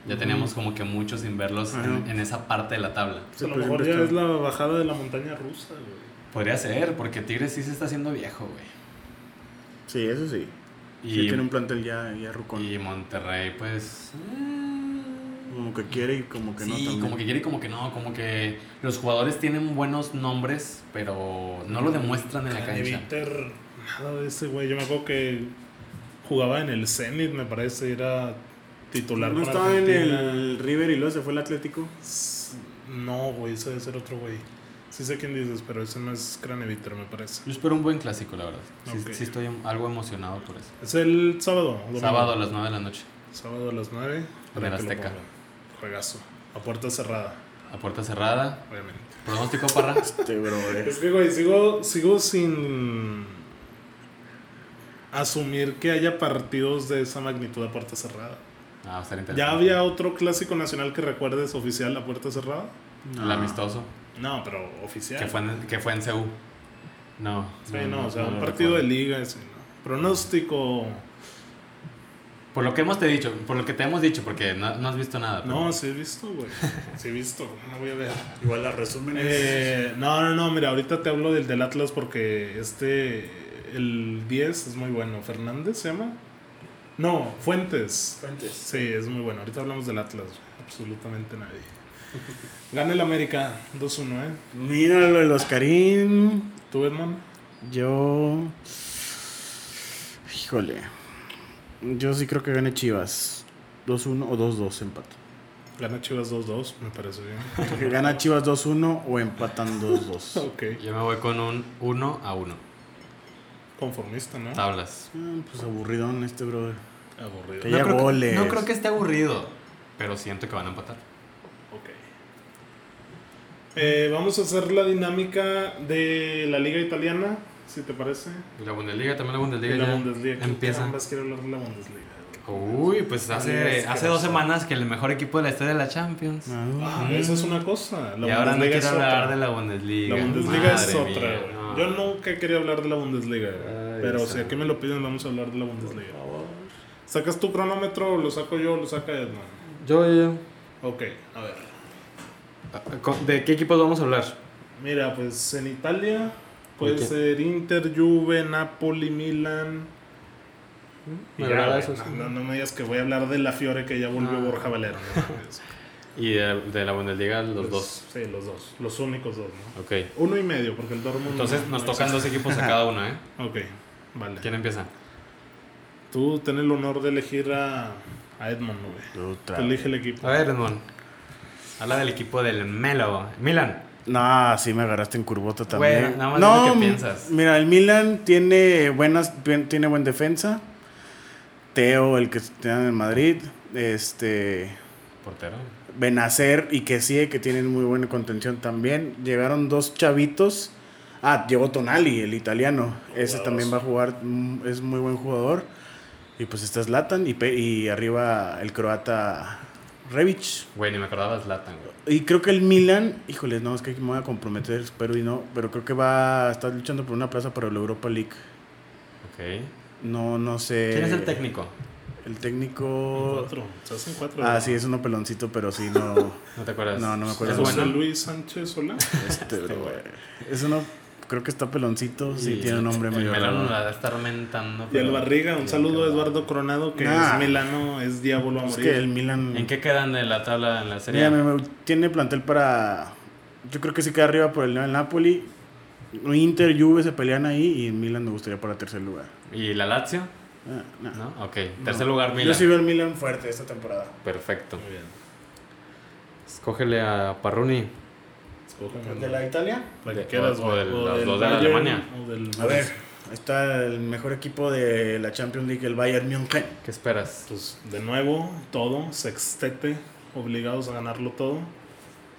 [SPEAKER 3] Ya teníamos como que muchos sin verlos en,
[SPEAKER 2] Ajá.
[SPEAKER 3] en esa parte de la tabla.
[SPEAKER 1] Pues a lo
[SPEAKER 2] Sí, pues,
[SPEAKER 1] mejor ya
[SPEAKER 2] siempre
[SPEAKER 1] es la bajada de la montaña rusa, güey.
[SPEAKER 3] Podría ser, porque Tigres sí se está haciendo viejo, güey.
[SPEAKER 2] Sí, eso sí.
[SPEAKER 3] Y,
[SPEAKER 2] Sí, tiene un plantel ya, ya rucón.
[SPEAKER 3] y Monterrey, pues... mm,
[SPEAKER 2] Como que quiere y como que no.
[SPEAKER 3] sí,
[SPEAKER 2] también.
[SPEAKER 3] como que quiere y como que no, como que los jugadores tienen buenos nombres, pero no lo demuestran en la cancha.
[SPEAKER 1] Caneviter, nada de ese, güey. Yo me acuerdo que jugaba en el Zenit, me parece, era titular.
[SPEAKER 2] ¿No
[SPEAKER 1] con
[SPEAKER 2] estaba en
[SPEAKER 1] Argentina.
[SPEAKER 2] el River y luego se fue al Atlético?
[SPEAKER 1] No, güey, ese debe ser otro güey. Sí sé quién dices, pero ese no es Craneviter, me parece.
[SPEAKER 3] Yo espero un buen clásico, la verdad. Sí,
[SPEAKER 1] Ok.
[SPEAKER 3] sí estoy algo emocionado por eso.
[SPEAKER 1] Es el sábado. o domingo?
[SPEAKER 3] Sábado a las 9 de la noche,
[SPEAKER 1] Sábado a las 9.
[SPEAKER 3] En el Azteca.
[SPEAKER 1] Juegazo. A puerta cerrada,
[SPEAKER 3] a puerta cerrada.
[SPEAKER 1] obviamente.
[SPEAKER 3] Pronóstico para
[SPEAKER 2] Este, bro, eh.
[SPEAKER 1] Es que, güey, sigo, sigo sin asumir que haya partidos de esa magnitud a puerta cerrada.
[SPEAKER 3] Ah, va a estar interesante.
[SPEAKER 1] ¿Ya había otro clásico nacional que recuerdes oficial a puerta cerrada? Ah.
[SPEAKER 3] El amistoso,
[SPEAKER 1] No, pero oficial.
[SPEAKER 3] que fue en, que fue en CU. No.
[SPEAKER 1] Sí, no, o sea,
[SPEAKER 3] no
[SPEAKER 1] un
[SPEAKER 3] lo
[SPEAKER 1] partido de
[SPEAKER 3] recuerdo.
[SPEAKER 1] liga. sí, no. Pronóstico.
[SPEAKER 3] Por lo que hemos te dicho, por lo que te hemos dicho, porque no, no has visto nada. pero-
[SPEAKER 1] No, sí he visto, güey. Sí he visto. No voy a ver.
[SPEAKER 2] Igual la resumen
[SPEAKER 1] Eh, no, no, no. Mira, ahorita te hablo del del Atlas porque este, el 10 es muy bueno. ¿Fernández se llama? No, Fuentes.
[SPEAKER 4] Fuentes.
[SPEAKER 1] Sí, es muy bueno. Ahorita hablamos del Atlas. güey. Absolutamente nadie. Gana el América 2-1, ¿eh?
[SPEAKER 2] Mira lo del Oscarín.
[SPEAKER 1] ¿Tú, hermano?
[SPEAKER 2] Yo. Híjole. Yo sí creo que gane Chivas. 2-1 o 2-2 empate.
[SPEAKER 1] Gana Chivas 2-2, me parece bien.
[SPEAKER 2] Que Gana Chivas 2-1 o empatan 2-2.
[SPEAKER 1] ok.
[SPEAKER 3] Yo me voy con un 1 a 1.
[SPEAKER 1] Conformista, ¿no?
[SPEAKER 3] Tablas.
[SPEAKER 2] Ah, pues aburridón este brother.
[SPEAKER 1] Aburrido.
[SPEAKER 2] Que haya
[SPEAKER 3] creo que,
[SPEAKER 2] goles.
[SPEAKER 3] no creo que esté aburrido, pero siento que van a empatar.
[SPEAKER 1] Ok. Eh, vamos a hacer la dinámica de la liga italiana, si te parece.
[SPEAKER 3] Y la Bundesliga, también la Bundesliga.
[SPEAKER 1] Y la
[SPEAKER 3] ya
[SPEAKER 1] Bundesliga. ¿Qué
[SPEAKER 3] Empieza.
[SPEAKER 1] carambas quiere hablar de la Bundesliga? güey?
[SPEAKER 3] Uy, pues hace,
[SPEAKER 1] Amigas,
[SPEAKER 3] hace
[SPEAKER 1] qué
[SPEAKER 3] dos
[SPEAKER 1] razón.
[SPEAKER 3] semanas que el mejor equipo de la historia de la Champions.
[SPEAKER 2] Ah,
[SPEAKER 1] Ah, esa es una cosa. La
[SPEAKER 3] y ahora no
[SPEAKER 1] Bundesliga
[SPEAKER 3] quiero
[SPEAKER 1] es
[SPEAKER 3] hablar
[SPEAKER 1] otra.
[SPEAKER 3] de la Bundesliga.
[SPEAKER 1] La Bundesliga es
[SPEAKER 3] Madre
[SPEAKER 1] otra.
[SPEAKER 3] mía,
[SPEAKER 1] güey.
[SPEAKER 3] no.
[SPEAKER 1] Yo nunca quería hablar de la Bundesliga, güey.
[SPEAKER 3] Ay,
[SPEAKER 1] pero
[SPEAKER 3] esa.
[SPEAKER 1] si aquí me lo piden, vamos a hablar de la Bundesliga. ¿Sacas tu cronómetro o lo saco yo o lo saca Edman?
[SPEAKER 3] Yo, yo.
[SPEAKER 1] Ok, a ver.
[SPEAKER 3] ¿De qué equipos vamos a hablar?
[SPEAKER 1] Mira, pues en Italia puede
[SPEAKER 3] Ok.
[SPEAKER 1] ser Inter, Juve, Napoli, Milan.
[SPEAKER 3] Me
[SPEAKER 1] Y ya, güey,
[SPEAKER 3] agrada eso,
[SPEAKER 1] no,
[SPEAKER 3] sí.
[SPEAKER 1] no, no me digas que voy a hablar de la Fiore que ya volvió
[SPEAKER 3] Ah.
[SPEAKER 1] Borja Valero. no mames.
[SPEAKER 3] Y de, de la Bundesliga, los
[SPEAKER 1] Pues,
[SPEAKER 3] dos.
[SPEAKER 1] Sí, los dos. Los únicos dos, ¿no?
[SPEAKER 3] Ok.
[SPEAKER 1] Uno y medio, porque el Dortmund...
[SPEAKER 3] Entonces
[SPEAKER 1] no-
[SPEAKER 3] nos
[SPEAKER 1] no
[SPEAKER 3] tocan dos equipos a cada uno, ¿eh?
[SPEAKER 1] existe. Ok, vale.
[SPEAKER 3] ¿Quién empieza?
[SPEAKER 1] Tú ten el honor de elegir a, a Edmond, güey.
[SPEAKER 2] otra.
[SPEAKER 1] Tú Pues elige el equipo.
[SPEAKER 3] A ver, Edmond. Habla del equipo del Melo. Milan.
[SPEAKER 2] Nah, sí me agarraste en curvota
[SPEAKER 3] Güey,
[SPEAKER 2] también.
[SPEAKER 3] nada más
[SPEAKER 2] no,
[SPEAKER 3] dime qué
[SPEAKER 2] m-
[SPEAKER 3] piensas.
[SPEAKER 2] Mira, el Milan tiene buenas, bien- tiene buen defensa. Teo, el que está en Madrid, este
[SPEAKER 3] Portero.
[SPEAKER 2] Benacer y que sí, que tienen muy buena contención también. Llegaron dos chavitos. Ah, llegó Tonali, el italiano. Ese
[SPEAKER 1] Jugadorazo.
[SPEAKER 2] también va a jugar, mm, es muy buen jugador. Y pues está Zlatan y, pe- y arriba el croata Revic.
[SPEAKER 3] Güey, ni me acordaba de Zlatan, güey.
[SPEAKER 2] Y creo que el Milan, híjoles, no, es que aquí me voy a comprometer, espero y no, pero creo que va a estar luchando por una plaza para la Europa League.
[SPEAKER 3] Ok.
[SPEAKER 2] No, no sé.
[SPEAKER 3] ¿Quién es
[SPEAKER 1] Eh,
[SPEAKER 3] el técnico?
[SPEAKER 2] El técnico.
[SPEAKER 1] Cuatro. Se hacen cuatro.
[SPEAKER 2] Ah,
[SPEAKER 1] ¿no?
[SPEAKER 2] sí, es un peloncito, pero sí, no.
[SPEAKER 3] ¿No te acuerdas?
[SPEAKER 2] No, no me acuerdo.
[SPEAKER 3] ¿Es
[SPEAKER 1] José
[SPEAKER 3] bueno?
[SPEAKER 1] Luis Sánchez Solá.
[SPEAKER 2] Este, güey. es uno, creo que está peloncito, sí,
[SPEAKER 3] Y
[SPEAKER 2] tiene un nombre
[SPEAKER 3] el
[SPEAKER 2] medio
[SPEAKER 3] Melano
[SPEAKER 2] raro.
[SPEAKER 3] la va a estar mentando.
[SPEAKER 1] Y el
[SPEAKER 3] pero-
[SPEAKER 1] Barriga, un saludo a Eduardo Coronado, que
[SPEAKER 2] Nah.
[SPEAKER 1] es Milano, es diablo a
[SPEAKER 2] Es
[SPEAKER 1] morir.
[SPEAKER 2] que el Milan.
[SPEAKER 3] ¿En qué quedan de la tabla en la serie?
[SPEAKER 2] Mira, me- me- tiene plantel para. Yo creo que sí queda arriba por el el Napoli. Inter, Juve se pelean ahí y el Milan me gustaría para tercer lugar.
[SPEAKER 3] ¿Y la Lazio?
[SPEAKER 2] Ah, nah.
[SPEAKER 3] ¿No? Ok. Tercer lugar,
[SPEAKER 2] Yo
[SPEAKER 3] Milan.
[SPEAKER 2] sí veo al Milan fuerte esta temporada.
[SPEAKER 3] Perfecto.
[SPEAKER 1] Muy bien.
[SPEAKER 3] Escógele a Parruni.
[SPEAKER 1] Escógeme
[SPEAKER 2] ¿De la Italia?
[SPEAKER 1] la
[SPEAKER 3] de-
[SPEAKER 1] que quieras,
[SPEAKER 3] o- o
[SPEAKER 1] güey.
[SPEAKER 3] del-
[SPEAKER 1] O
[SPEAKER 3] los
[SPEAKER 1] del
[SPEAKER 3] dos de
[SPEAKER 1] Bayern,
[SPEAKER 3] Alemania.
[SPEAKER 1] o del-
[SPEAKER 2] A ver, ahí está el mejor equipo de la Champions League, el Bayern Múnich.
[SPEAKER 3] ¿Qué esperas?
[SPEAKER 1] Pues de nuevo, todo, sextete, obligados a ganarlo todo.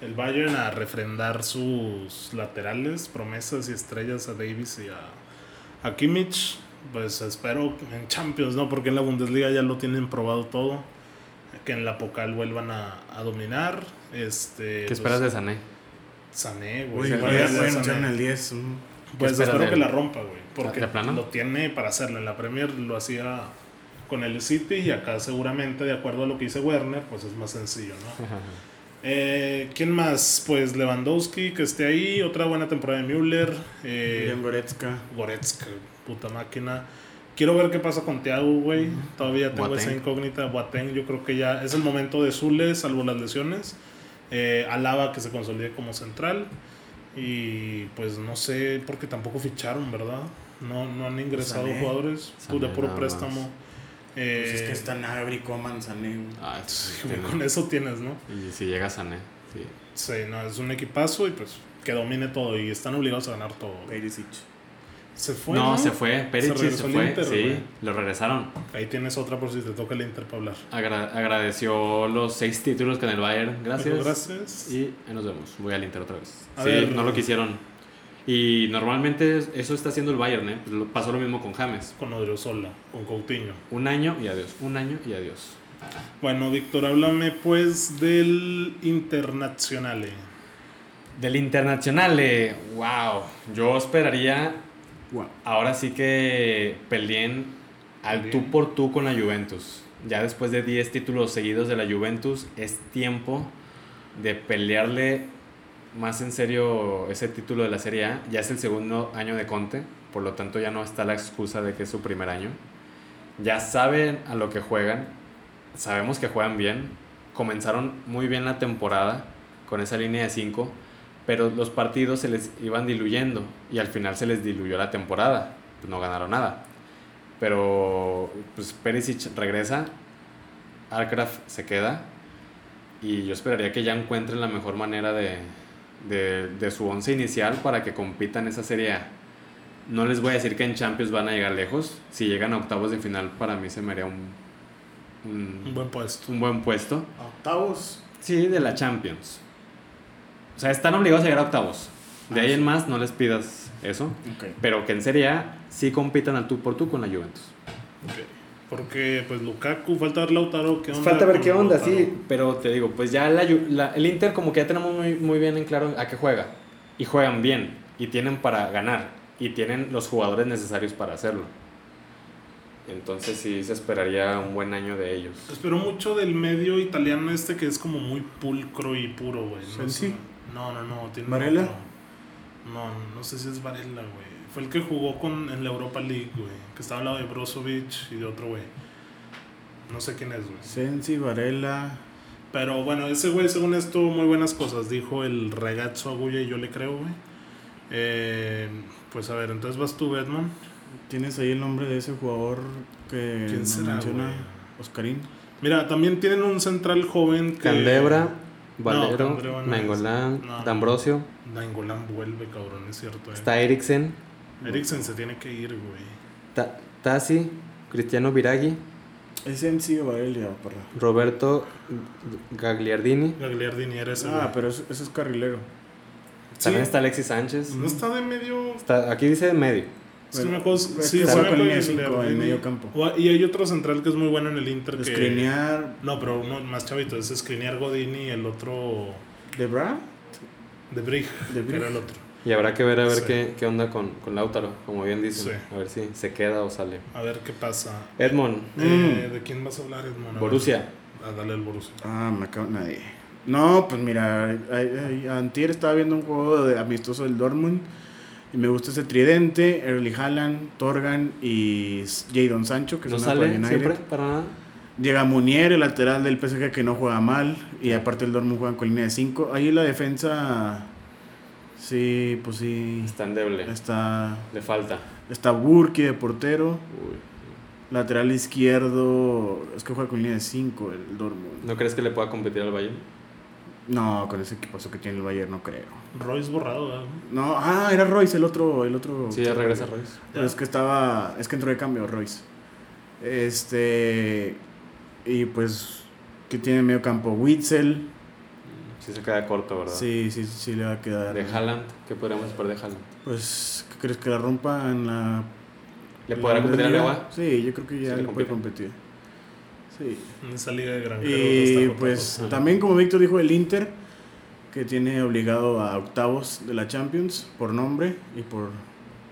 [SPEAKER 1] El Bayern a refrendar sus laterales, promesas y estrellas a Davis y a, a Kimmich. Pues espero en Champions, ¿no? Porque en la Bundesliga ya lo tienen probado todo. Que en la Pocal vuelvan a, a dominar. Este,
[SPEAKER 3] ¿Qué esperas de Sané?
[SPEAKER 1] Sané, güey.
[SPEAKER 2] Uy,
[SPEAKER 1] ¿Qué
[SPEAKER 2] ya
[SPEAKER 1] esperas de
[SPEAKER 2] bueno,
[SPEAKER 1] Sané?
[SPEAKER 2] en el 10. mm.
[SPEAKER 1] Pues
[SPEAKER 3] esperas
[SPEAKER 1] espero
[SPEAKER 3] de
[SPEAKER 1] que
[SPEAKER 3] él?
[SPEAKER 1] la rompa, güey. Porque
[SPEAKER 3] ¿De plano?
[SPEAKER 1] lo tiene para hacerlo. En la Premier lo hacía con el City y acá seguramente, de acuerdo a lo que dice Werner, pues es más sencillo, ¿no? Eh, ¿Quién más? Pues Lewandowski, que esté ahí. Otra buena temporada de Müller. Eh,
[SPEAKER 2] Jan Goretzka.
[SPEAKER 1] Goretzka, puta máquina. Quiero ver qué pasa con Thiago, güey. Todavía tengo esa
[SPEAKER 3] Boateng.
[SPEAKER 1] incógnita. Boateng, yo creo que ya es el momento de Zule, salvo las lesiones. Eh, Alaba que se consolide como central. Y pues no sé, porque tampoco ficharon, ¿verdad? No, no han ingresado
[SPEAKER 2] Sané.
[SPEAKER 1] jugadores. Tú de
[SPEAKER 3] Sané
[SPEAKER 1] puro
[SPEAKER 3] nada
[SPEAKER 1] préstamo.
[SPEAKER 3] más.
[SPEAKER 1] Eh,
[SPEAKER 2] Pues es que está Nabri, Coman, Sané. güey.
[SPEAKER 3] Ah, sí,
[SPEAKER 1] sí, güey,
[SPEAKER 3] tiene-
[SPEAKER 1] con eso tienes, ¿no?
[SPEAKER 3] Y si llega Sané. Sí.
[SPEAKER 1] Sí, no, es un equipazo y pues que domine todo. Y están obligados a ganar todo.
[SPEAKER 2] Perisic.
[SPEAKER 1] Se fue.
[SPEAKER 3] No, se fue. Perisic se,
[SPEAKER 1] regresó al
[SPEAKER 3] fue.
[SPEAKER 1] Inter,
[SPEAKER 3] sí,
[SPEAKER 1] güey.
[SPEAKER 3] lo regresaron.
[SPEAKER 1] Ahí tienes otra por si te toca el Inter para hablar.
[SPEAKER 3] Agra- agradeció los seis títulos con el Bayern. Gracias.
[SPEAKER 1] Bueno, Gracias.
[SPEAKER 3] Y ahí nos vemos. Voy al Inter otra vez.
[SPEAKER 1] A
[SPEAKER 3] sí,
[SPEAKER 1] ver.
[SPEAKER 3] no lo quisieron. Y normalmente eso está haciendo el Bayern, ¿eh? Pues lo- Pasó lo mismo con James.
[SPEAKER 1] con Odriozola, con Coutinho.
[SPEAKER 3] Un año y adiós. Un año y adiós.
[SPEAKER 1] Bueno, Víctor, háblame pues del Internacional.
[SPEAKER 3] Del Internacional, wow. Yo esperaría
[SPEAKER 2] Guau.
[SPEAKER 3] ahora sí que peleen al tú por tú con la Juventus. Ya después de 10 títulos seguidos de la Juventus, es tiempo de pelearle más en serio ese título de la Serie A. Ya es el segundo año de Conte, por lo tanto ya no está la excusa de que es su primer año. Ya saben a lo que juegan, sabemos que juegan bien, comenzaron muy bien la temporada con esa línea de 5, pero los partidos se les iban diluyendo y al final se les diluyó la temporada, pues no ganaron nada. Pero pues Perisic regresa, Arcraft se queda y yo esperaría que ya encuentren la mejor manera de, de, de su once inicial para que compitan esa Serie A. No les voy a decir que en Champions van a llegar lejos. Si llegan a octavos de final, para mí se me haría un,
[SPEAKER 1] Un
[SPEAKER 3] un,
[SPEAKER 1] buen puesto.
[SPEAKER 3] un buen puesto.
[SPEAKER 2] A Octavos.
[SPEAKER 3] Sí, de la Champions. O sea, están obligados a llegar a octavos. De
[SPEAKER 2] Ah,
[SPEAKER 3] ahí en
[SPEAKER 2] sí.
[SPEAKER 3] más no les pidas eso.
[SPEAKER 2] Ok.
[SPEAKER 3] Pero que en Serie A sí compitan al tú por tú con la Juventus.
[SPEAKER 1] Porque, pues, Lukaku, falta ver Lautaro. ¿qué onda
[SPEAKER 4] Falta ver
[SPEAKER 1] con
[SPEAKER 4] qué onda,
[SPEAKER 1] Lautaro?
[SPEAKER 4] sí.
[SPEAKER 3] Pero te digo, pues ya la Ju- la- el Inter como que ya tenemos muy, muy bien en claro a qué juega. Y juegan bien. Y tienen para ganar. Y tienen los jugadores necesarios para hacerlo. Entonces sí se esperaría un buen año de ellos.
[SPEAKER 1] Espero mucho del medio italiano este que es como muy pulcro y puro, güey. No,
[SPEAKER 2] ¿Sensi?
[SPEAKER 1] sé. no, no, no. Tiene
[SPEAKER 2] ¿Varela?
[SPEAKER 1] otro. No, no sé si es Varela, güey. Fue el que jugó con, en la Europa League, güey. Que estaba al lado de Brozovic y de otro, güey. No sé quién es, güey.
[SPEAKER 2] Sensi, Varela.
[SPEAKER 1] Pero bueno, ese güey, según esto, muy buenas cosas. Dijo el regazzo Agulla y yo le creo, güey. Eh, pues a ver, entonces vas tú, Batman.
[SPEAKER 2] ¿Tienes ahí el nombre de ese jugador que
[SPEAKER 1] ¿Quién
[SPEAKER 2] nos
[SPEAKER 1] será,
[SPEAKER 2] menciona?
[SPEAKER 1] güey?
[SPEAKER 2] Oscarín.
[SPEAKER 1] Mira, también tienen un central joven que.
[SPEAKER 3] Candebra,
[SPEAKER 1] Valero,
[SPEAKER 3] Valero,
[SPEAKER 1] Candebra no es.
[SPEAKER 3] Mengolán,
[SPEAKER 1] No.
[SPEAKER 3] D'Ambrosio,
[SPEAKER 1] Nangolan vuelve, cabrón, es cierto. Eh.
[SPEAKER 3] está Eriksen,
[SPEAKER 1] Eriksen se tiene que ir, güey.
[SPEAKER 3] Ta- Tassi, Cristiano Viraghi,
[SPEAKER 2] Es Sensi o Varela, parra.
[SPEAKER 3] Roberto Gagliardini,
[SPEAKER 1] Gagliardini era ese.
[SPEAKER 2] Ah,
[SPEAKER 1] güey.
[SPEAKER 2] pero ese ese es carrilero.
[SPEAKER 3] también
[SPEAKER 1] Sí.
[SPEAKER 3] está Alexis Sánchez.
[SPEAKER 1] No está de medio.
[SPEAKER 3] Está, aquí dice medio.
[SPEAKER 1] Es que
[SPEAKER 2] Bueno,
[SPEAKER 1] me acuerdo-
[SPEAKER 2] es
[SPEAKER 1] Sí,
[SPEAKER 2] que
[SPEAKER 1] se me
[SPEAKER 2] juega con
[SPEAKER 1] acuerda
[SPEAKER 2] línea
[SPEAKER 1] de
[SPEAKER 2] cinco en
[SPEAKER 1] Gagliardini.
[SPEAKER 2] medio campo.
[SPEAKER 1] O- Y hay otro central que es muy bueno en el Inter. Que...
[SPEAKER 2] Escrinear
[SPEAKER 1] No, pero uno más chavito. Es Skriniar Godini y el otro.
[SPEAKER 2] de Bra.
[SPEAKER 1] De Brig.
[SPEAKER 2] De
[SPEAKER 1] Era
[SPEAKER 2] Brij.
[SPEAKER 1] el otro.
[SPEAKER 3] Y habrá que ver a ver
[SPEAKER 1] Sí.
[SPEAKER 3] qué, qué onda con, con Lautaro, como bien dicen.
[SPEAKER 1] Sí.
[SPEAKER 3] A ver si se queda o sale.
[SPEAKER 1] A ver qué pasa.
[SPEAKER 3] Edmond,
[SPEAKER 2] Mm.
[SPEAKER 1] Eh, ¿De quién vas a hablar, Edmond? A
[SPEAKER 3] Borussia.
[SPEAKER 1] ver, A darle el Borussia.
[SPEAKER 2] Ah, me acabo nadie. No, pues mira, ay- ay- antier estaba viendo un juego de amistoso del Dortmund y me gusta ese tridente, Erling Haaland, Torgan y S- Jadon Sancho, que
[SPEAKER 3] ¿No
[SPEAKER 2] son para
[SPEAKER 3] sale
[SPEAKER 2] United.
[SPEAKER 3] siempre? ¿Para nada?
[SPEAKER 2] Llega Munier, el lateral del PSG que no juega mal y aparte el Dortmund juega con línea de 5. Ahí la defensa sí, pues sí
[SPEAKER 3] Está endeble.
[SPEAKER 2] está
[SPEAKER 3] Le falta.
[SPEAKER 2] está Burki de portero,
[SPEAKER 3] Uy.
[SPEAKER 2] lateral izquierdo, es que juega con línea de 5 el Dortmund.
[SPEAKER 3] ¿No crees que le pueda competir al Bayern?
[SPEAKER 2] No, con ese equipazo que tiene el Bayern no creo.
[SPEAKER 1] Royce borrado, ¿verdad?
[SPEAKER 2] No, ah, era Royce el otro, el otro.
[SPEAKER 3] Sí, ya regresa Royce.
[SPEAKER 2] Pero es que estaba, es que entró de cambio Royce. Este y pues que tiene en medio campo Witzel.
[SPEAKER 3] Sí se queda corto, ¿verdad?
[SPEAKER 2] Sí, sí, sí le va a quedar.
[SPEAKER 3] De Haaland, ¿qué podríamos esperar de Haaland?
[SPEAKER 2] Pues ¿qué crees que la rompa en la
[SPEAKER 3] ¿Le
[SPEAKER 2] en
[SPEAKER 3] podrá
[SPEAKER 2] la
[SPEAKER 3] competir al
[SPEAKER 2] Bundesliga?
[SPEAKER 3] Lewa?
[SPEAKER 2] Sí, yo creo que ya
[SPEAKER 3] Sí, le
[SPEAKER 2] le puede
[SPEAKER 3] compite.
[SPEAKER 2] competir. Sí.
[SPEAKER 1] En esa liga de Ah, granjeros.
[SPEAKER 2] Y
[SPEAKER 1] no está
[SPEAKER 2] pues
[SPEAKER 1] Jota Jota.
[SPEAKER 2] también como Víctor dijo el Inter que tiene obligado a octavos de la Champions por nombre y por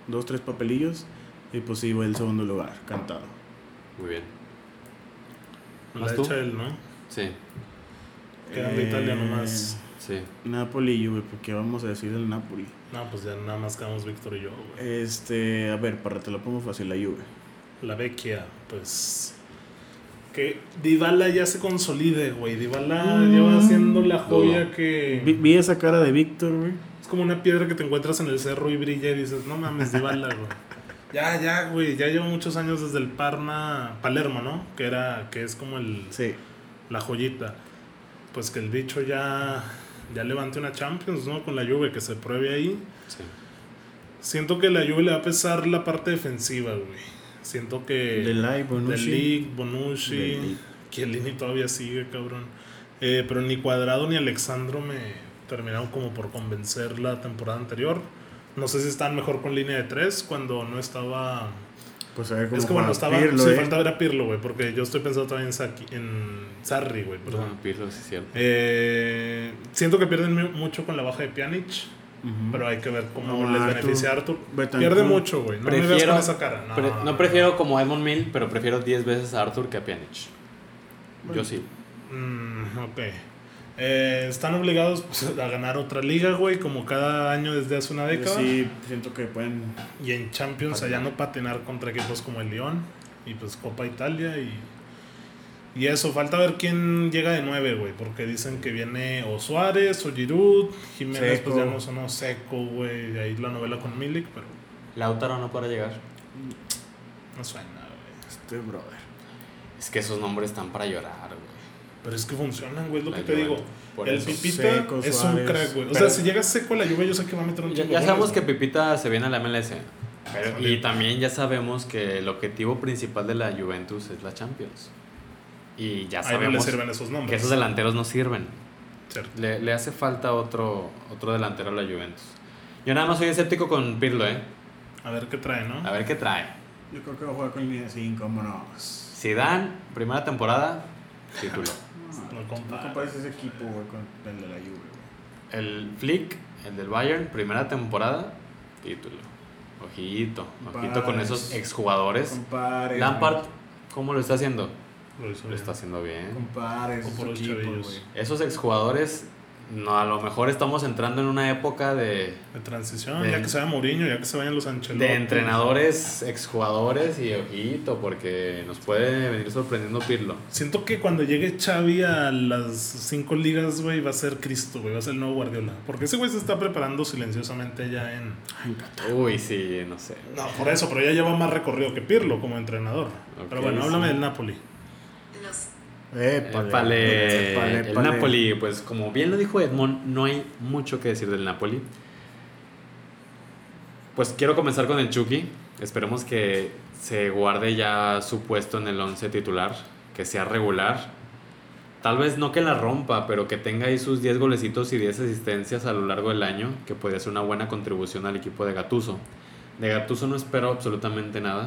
[SPEAKER 2] dos tres papelillos y pues sí va el segundo lugar cantado.
[SPEAKER 3] Muy bien.
[SPEAKER 1] la
[SPEAKER 3] ¿Vas tú?
[SPEAKER 1] echa él, ¿no?
[SPEAKER 3] Sí,
[SPEAKER 1] Quedan de
[SPEAKER 2] Eh.
[SPEAKER 1] Italia nomás.
[SPEAKER 3] sí.
[SPEAKER 2] Napoli y Juve, ¿por ¿qué vamos a decir del Napoli?
[SPEAKER 1] No, pues ya nada más quedamos Víctor y yo, güey.
[SPEAKER 2] Este, a ver, para te lo pongo fácil la Juve.
[SPEAKER 1] La Vecchia, pues. Que Dybala ya se consolide, güey. Dybala lleva haciendo la joya
[SPEAKER 3] Dudo.
[SPEAKER 1] que.
[SPEAKER 2] Mm. Vi, vi esa cara de Víctor, güey.
[SPEAKER 1] Es como una piedra que te encuentras en el cerro y brilla y dices, no mames, Dybala, güey. Ya, ya, güey. Ya llevo muchos años desde el Parma, Palermo, ¿no? Que era, que es como el,
[SPEAKER 2] Sí.
[SPEAKER 1] la joyita. Pues que el bicho ya, ya levante una Champions, ¿no? Con la Juve, que se pruebe ahí.
[SPEAKER 3] sí.
[SPEAKER 1] Siento que la Juve le va a pesar la parte defensiva, güey. Siento que...
[SPEAKER 2] De Lai, Bonucci.
[SPEAKER 1] De Ligt, Bonucci.
[SPEAKER 2] De Ligt.
[SPEAKER 1] Chiellini todavía sigue, cabrón. Eh, pero ni Cuadrado ni Alexandro me terminaron como por convencer la temporada anterior. No sé si están mejor con línea de tres cuando no estaba...
[SPEAKER 2] Pues a ver cómo
[SPEAKER 1] es que bueno,
[SPEAKER 2] juega
[SPEAKER 1] estaba...
[SPEAKER 2] Pirlo,
[SPEAKER 1] sí,
[SPEAKER 2] eh.
[SPEAKER 1] falta ver a Pirlo, güey. Porque yo estoy pensando todavía en, Saki, en Sarri, güey. Perdón.
[SPEAKER 3] Perdón, Pirlo, sí es cierto.
[SPEAKER 1] Eh, siento que pierden mu- mucho con la baja de Pjanic.
[SPEAKER 2] Ujú.
[SPEAKER 1] Pero hay que ver cómo
[SPEAKER 2] No,
[SPEAKER 1] les
[SPEAKER 2] Arthur,
[SPEAKER 1] beneficia a Arthur.
[SPEAKER 2] Betancourt.
[SPEAKER 1] Pierde mucho, güey. No me veas con esa cara. No,
[SPEAKER 3] pre- no prefiero como Edmund Mill, pero prefiero 10 veces a Arthur que a Pjanic. Yo sí.
[SPEAKER 1] Mm, ok. Eh, están obligados pues, a ganar otra liga, güey, como cada año desde hace una
[SPEAKER 2] Yo
[SPEAKER 1] década.
[SPEAKER 2] sí siento que pueden.
[SPEAKER 1] Y en Champions allá no patinar contra equipos como el Lyon y pues Copa Italia y, y eso. Falta ver quién llega de nueve, güey, porque dicen que viene o Suárez o Giroud, Jiménez pues ya
[SPEAKER 2] Seco.
[SPEAKER 1] no sonó seco, güey, ahí la novela con Milik, pero
[SPEAKER 3] Lautaro no para llegar.
[SPEAKER 1] no suena, güey.
[SPEAKER 2] Este brother.
[SPEAKER 3] Es que esos nombres están para llorar, güey.
[SPEAKER 1] Pero es que funcionan, güey, es lo
[SPEAKER 3] La
[SPEAKER 1] que te
[SPEAKER 3] Juve,
[SPEAKER 1] digo.
[SPEAKER 3] por
[SPEAKER 1] El
[SPEAKER 3] eso.
[SPEAKER 1] Pipita
[SPEAKER 2] Seco,
[SPEAKER 1] es un
[SPEAKER 2] Suárez.
[SPEAKER 1] crack, güey. O
[SPEAKER 3] Pero-
[SPEAKER 1] sea, si llega seco a la lluvia, yo sé que va a meter un
[SPEAKER 3] Ya,
[SPEAKER 1] chingo
[SPEAKER 3] ya
[SPEAKER 1] de
[SPEAKER 3] sabemos
[SPEAKER 1] goles,
[SPEAKER 3] que
[SPEAKER 1] güey.
[SPEAKER 3] Pipita se viene a la MLS. pero-
[SPEAKER 1] Sale.
[SPEAKER 3] y también ya sabemos que el objetivo principal de la Juventus es la Champions. Y ya
[SPEAKER 1] Ahí no le
[SPEAKER 3] sabemos
[SPEAKER 1] sirven esos
[SPEAKER 3] que
[SPEAKER 1] nombres.
[SPEAKER 3] esos delanteros no sirven.
[SPEAKER 1] Cierto.
[SPEAKER 3] Le, le hace falta otro, otro delantero a la Juventus. Yo nada más soy escéptico con Pirlo, ¿eh?
[SPEAKER 1] A ver qué trae, ¿no?
[SPEAKER 3] A ver qué trae.
[SPEAKER 2] Yo creo que va a jugar con línea de 5, vámonos.
[SPEAKER 3] Zidane, primera temporada, título.
[SPEAKER 1] No
[SPEAKER 2] No
[SPEAKER 1] compares.
[SPEAKER 2] compares ese equipo, güey, con el de la Juve, güey.
[SPEAKER 3] El Flick, el del Bayern, primera temporada, título. Ojito, ojito con esos exjugadores.
[SPEAKER 2] Compares.
[SPEAKER 3] Lampard, ¿cómo lo está haciendo?
[SPEAKER 1] Lo hizo
[SPEAKER 3] Lo
[SPEAKER 1] bien.
[SPEAKER 3] está haciendo
[SPEAKER 2] güey.
[SPEAKER 3] bien.
[SPEAKER 2] Compares.
[SPEAKER 1] O por
[SPEAKER 2] esos
[SPEAKER 1] los
[SPEAKER 2] equipos,
[SPEAKER 1] chavillos.
[SPEAKER 2] güey.
[SPEAKER 3] Esos exjugadores, no, a lo mejor estamos entrando en una época de,
[SPEAKER 1] De transición,
[SPEAKER 3] De-
[SPEAKER 1] ya que se vaya Mourinho, ya que se vayan los Ancelotti.
[SPEAKER 3] de entrenadores, exjugadores y ojito, porque nos puede venir sorprendiendo Pirlo.
[SPEAKER 1] Siento que cuando llegue Xavi a las cinco ligas, güey, va a ser Cristo, güey, va a ser el nuevo Guardiola. Porque ese güey se está preparando silenciosamente ya en...
[SPEAKER 3] Uy, sí, no sé.
[SPEAKER 1] No, por eso, pero ya lleva más recorrido que Pirlo como entrenador. pero
[SPEAKER 3] Ok,
[SPEAKER 1] bueno,
[SPEAKER 3] sí.
[SPEAKER 1] háblame del Napoli.
[SPEAKER 4] Los
[SPEAKER 2] Épale,
[SPEAKER 3] Épale,
[SPEAKER 2] épale,
[SPEAKER 3] Eh, el
[SPEAKER 2] épale.
[SPEAKER 3] Napoli, pues como bien lo dijo Edmond, no hay mucho que decir del Napoli. Pues quiero comenzar con el Chucky. Esperemos que se guarde ya su puesto en el 11 titular, que sea regular. Tal vez no que la rompa, pero que tenga ahí sus 10 golecitos y 10 asistencias a lo largo del año, que podría ser una buena contribución al equipo de Gatuso. De Gatuso no espero absolutamente nada.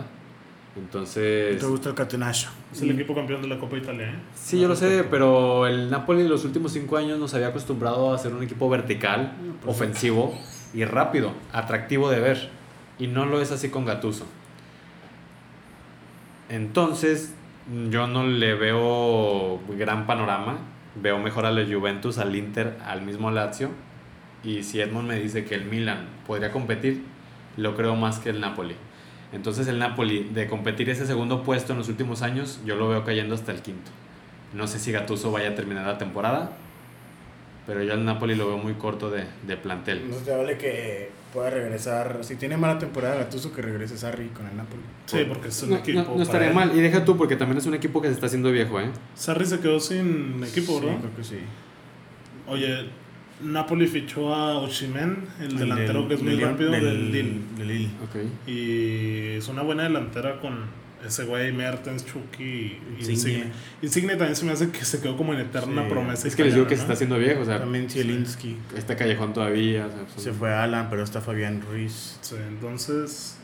[SPEAKER 2] ¿No
[SPEAKER 3] Entonces...
[SPEAKER 2] ¿Te gusta el catenacho?
[SPEAKER 1] Es el equipo campeón de la Copa Italia, ¿eh?
[SPEAKER 3] Sí, yo lo sé, pero el Napoli en los últimos cinco años nos había acostumbrado a ser un equipo vertical, ofensivo y rápido, atractivo de ver. Y no lo es así con Gatuso. Entonces, yo no le veo gran panorama. Veo mejor a la Juventus, al Inter, al mismo Lazio. Y si Edmond me dice que el Milan podría competir, lo creo más que el Napoli. Entonces el Napoli, de competir ese segundo puesto en los últimos años, yo lo veo cayendo hasta el quinto. No sé si Gatuso vaya a terminar la temporada, pero yo al Napoli lo veo muy corto de, de plantel.
[SPEAKER 2] No se te vale que pueda regresar. Si tiene mala temporada Gatuso, que regrese Sarri con el Napoli.
[SPEAKER 1] Sí, porque es un equipo... para él.
[SPEAKER 3] Y deja tú, porque también es un equipo que se está haciendo viejo, ¿eh?
[SPEAKER 1] Sarri se quedó sin equipo,
[SPEAKER 2] Sí,
[SPEAKER 1] ¿verdad?
[SPEAKER 2] creo que sí.
[SPEAKER 1] Oye, Napoli fichó a Oshimen, el
[SPEAKER 2] El
[SPEAKER 1] delantero
[SPEAKER 2] del-
[SPEAKER 1] que es muy
[SPEAKER 2] del León-
[SPEAKER 1] rápido del,
[SPEAKER 2] del-
[SPEAKER 1] Lille.
[SPEAKER 2] del Lille.
[SPEAKER 3] Ok.
[SPEAKER 1] Y es una buena delantera con ese güey Mertens, Chucky y
[SPEAKER 2] Insigne.
[SPEAKER 1] Insigne. Insigne también se me hace que se quedó como en eterna
[SPEAKER 2] Sí.
[SPEAKER 1] promesa.
[SPEAKER 3] Es que les digo
[SPEAKER 1] italiana,
[SPEAKER 3] que se está
[SPEAKER 1] ¿no?
[SPEAKER 3] haciendo viejo, o sea,
[SPEAKER 2] También Zielinski.
[SPEAKER 3] este callejón todavía. o sea, pues, son-
[SPEAKER 2] Se fue Alan, pero está Fabián Ruiz.
[SPEAKER 1] Sí, entonces,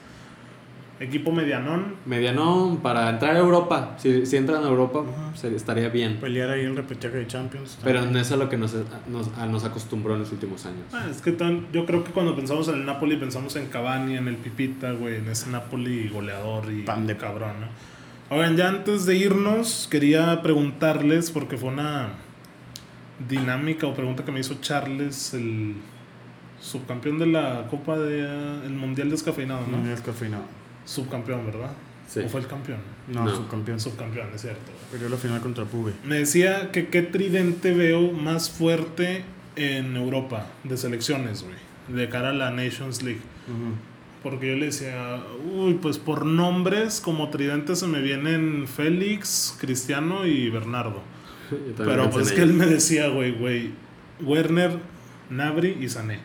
[SPEAKER 1] equipo medianón.
[SPEAKER 3] Medianón para entrar a Europa. Si, si entran a Europa,
[SPEAKER 2] Ajá.
[SPEAKER 3] se- estaría bien.
[SPEAKER 2] Pelear ahí el repechaje de Champions.
[SPEAKER 3] Pero
[SPEAKER 2] también.
[SPEAKER 3] no es a lo que nos, nos, a- nos acostumbró en los últimos años.
[SPEAKER 1] Ah, es que tan- yo creo que cuando pensamos en el Napoli pensamos en Cavani, en el Pipita, güey, en ese Napoli goleador y
[SPEAKER 2] Pan de-
[SPEAKER 1] cabrón, ¿no? Oigan, ya antes de irnos, quería preguntarles, porque fue una dinámica o pregunta que me hizo Charles, el subcampeón de la Copa de, eh, el Mundial Descafeinado, ¿no?
[SPEAKER 2] No, es cafeinado.
[SPEAKER 1] Subcampeón, ¿verdad?
[SPEAKER 3] Sí.
[SPEAKER 1] ¿O fue el campeón?
[SPEAKER 2] No,
[SPEAKER 3] No.
[SPEAKER 2] subcampeón.
[SPEAKER 1] Subcampeón, es cierto. güey.
[SPEAKER 2] Perdió la final contra Pube.
[SPEAKER 1] Me decía que qué tridente veo más fuerte en Europa de selecciones, güey, de cara a la Nations League. Porque yo le decía, uy, pues por nombres como tridente se me vienen Félix, Cristiano y Bernardo.
[SPEAKER 3] Yo también
[SPEAKER 1] Pero
[SPEAKER 3] pensé
[SPEAKER 1] pues
[SPEAKER 3] en
[SPEAKER 1] que
[SPEAKER 3] ello.
[SPEAKER 1] él me decía, güey, güey, Werner, Nabri y Sané.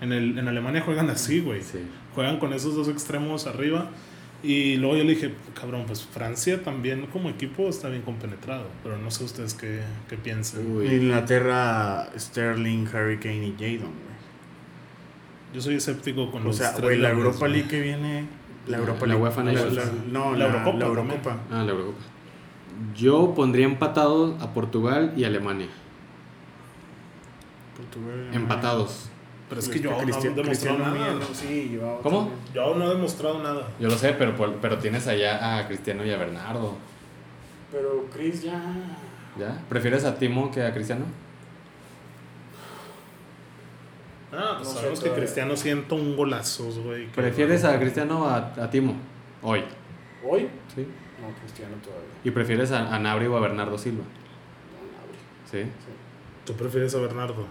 [SPEAKER 1] En, el, en Alemania juegan así, güey.
[SPEAKER 3] Sí.
[SPEAKER 1] Juegan con esos dos extremos arriba. Y luego yo le dije, cabrón, pues Francia también como equipo está bien compenetrado. Pero no sé ustedes qué, qué piensen.
[SPEAKER 3] Uy.
[SPEAKER 2] Inglaterra, Sterling, Harry Kane y Jadon, güey.
[SPEAKER 1] Yo soy escéptico con
[SPEAKER 2] O
[SPEAKER 1] los
[SPEAKER 2] sea,
[SPEAKER 1] tres
[SPEAKER 2] güey, la
[SPEAKER 1] grandes,
[SPEAKER 2] Europa
[SPEAKER 1] güey.
[SPEAKER 2] League que viene. La
[SPEAKER 3] La-
[SPEAKER 2] Europa
[SPEAKER 3] la
[SPEAKER 2] League.
[SPEAKER 3] UEFA Nations.
[SPEAKER 2] no,
[SPEAKER 1] La
[SPEAKER 2] la,
[SPEAKER 1] Eurocopa
[SPEAKER 2] la
[SPEAKER 1] también.
[SPEAKER 2] Eurocopa.
[SPEAKER 3] Ah, la Eurocopa. Yo pondría empatado a Portugal y Alemania.
[SPEAKER 2] Portugal, Alemania.
[SPEAKER 3] Empatados.
[SPEAKER 1] Pero es que yo aún no he demostrado
[SPEAKER 2] Cristiano
[SPEAKER 1] nada.
[SPEAKER 2] Ronaldo, sí, yo
[SPEAKER 3] ¿Cómo?
[SPEAKER 2] también.
[SPEAKER 1] Yo aún no he demostrado nada.
[SPEAKER 3] Yo lo sé, pero, por- pero tienes allá a Cristiano y a Bernardo.
[SPEAKER 2] Pero Chris ya.
[SPEAKER 3] ¿Ya? ¿Prefieres a Timo que a Cristiano?
[SPEAKER 1] Ah, pues
[SPEAKER 2] No sé
[SPEAKER 1] sabemos que
[SPEAKER 2] todavía.
[SPEAKER 1] Cristiano sienta un golazos, güey. que-
[SPEAKER 3] ¿Prefieres a Cristiano o a, a Timo? Hoy.
[SPEAKER 2] ¿Hoy?
[SPEAKER 3] ¿Sí?
[SPEAKER 2] No, Cristiano todavía.
[SPEAKER 3] ¿Y prefieres a, a Nabri o a Bernardo Silva? ¿Sí?
[SPEAKER 1] ¿Tú prefieres a Bernardo?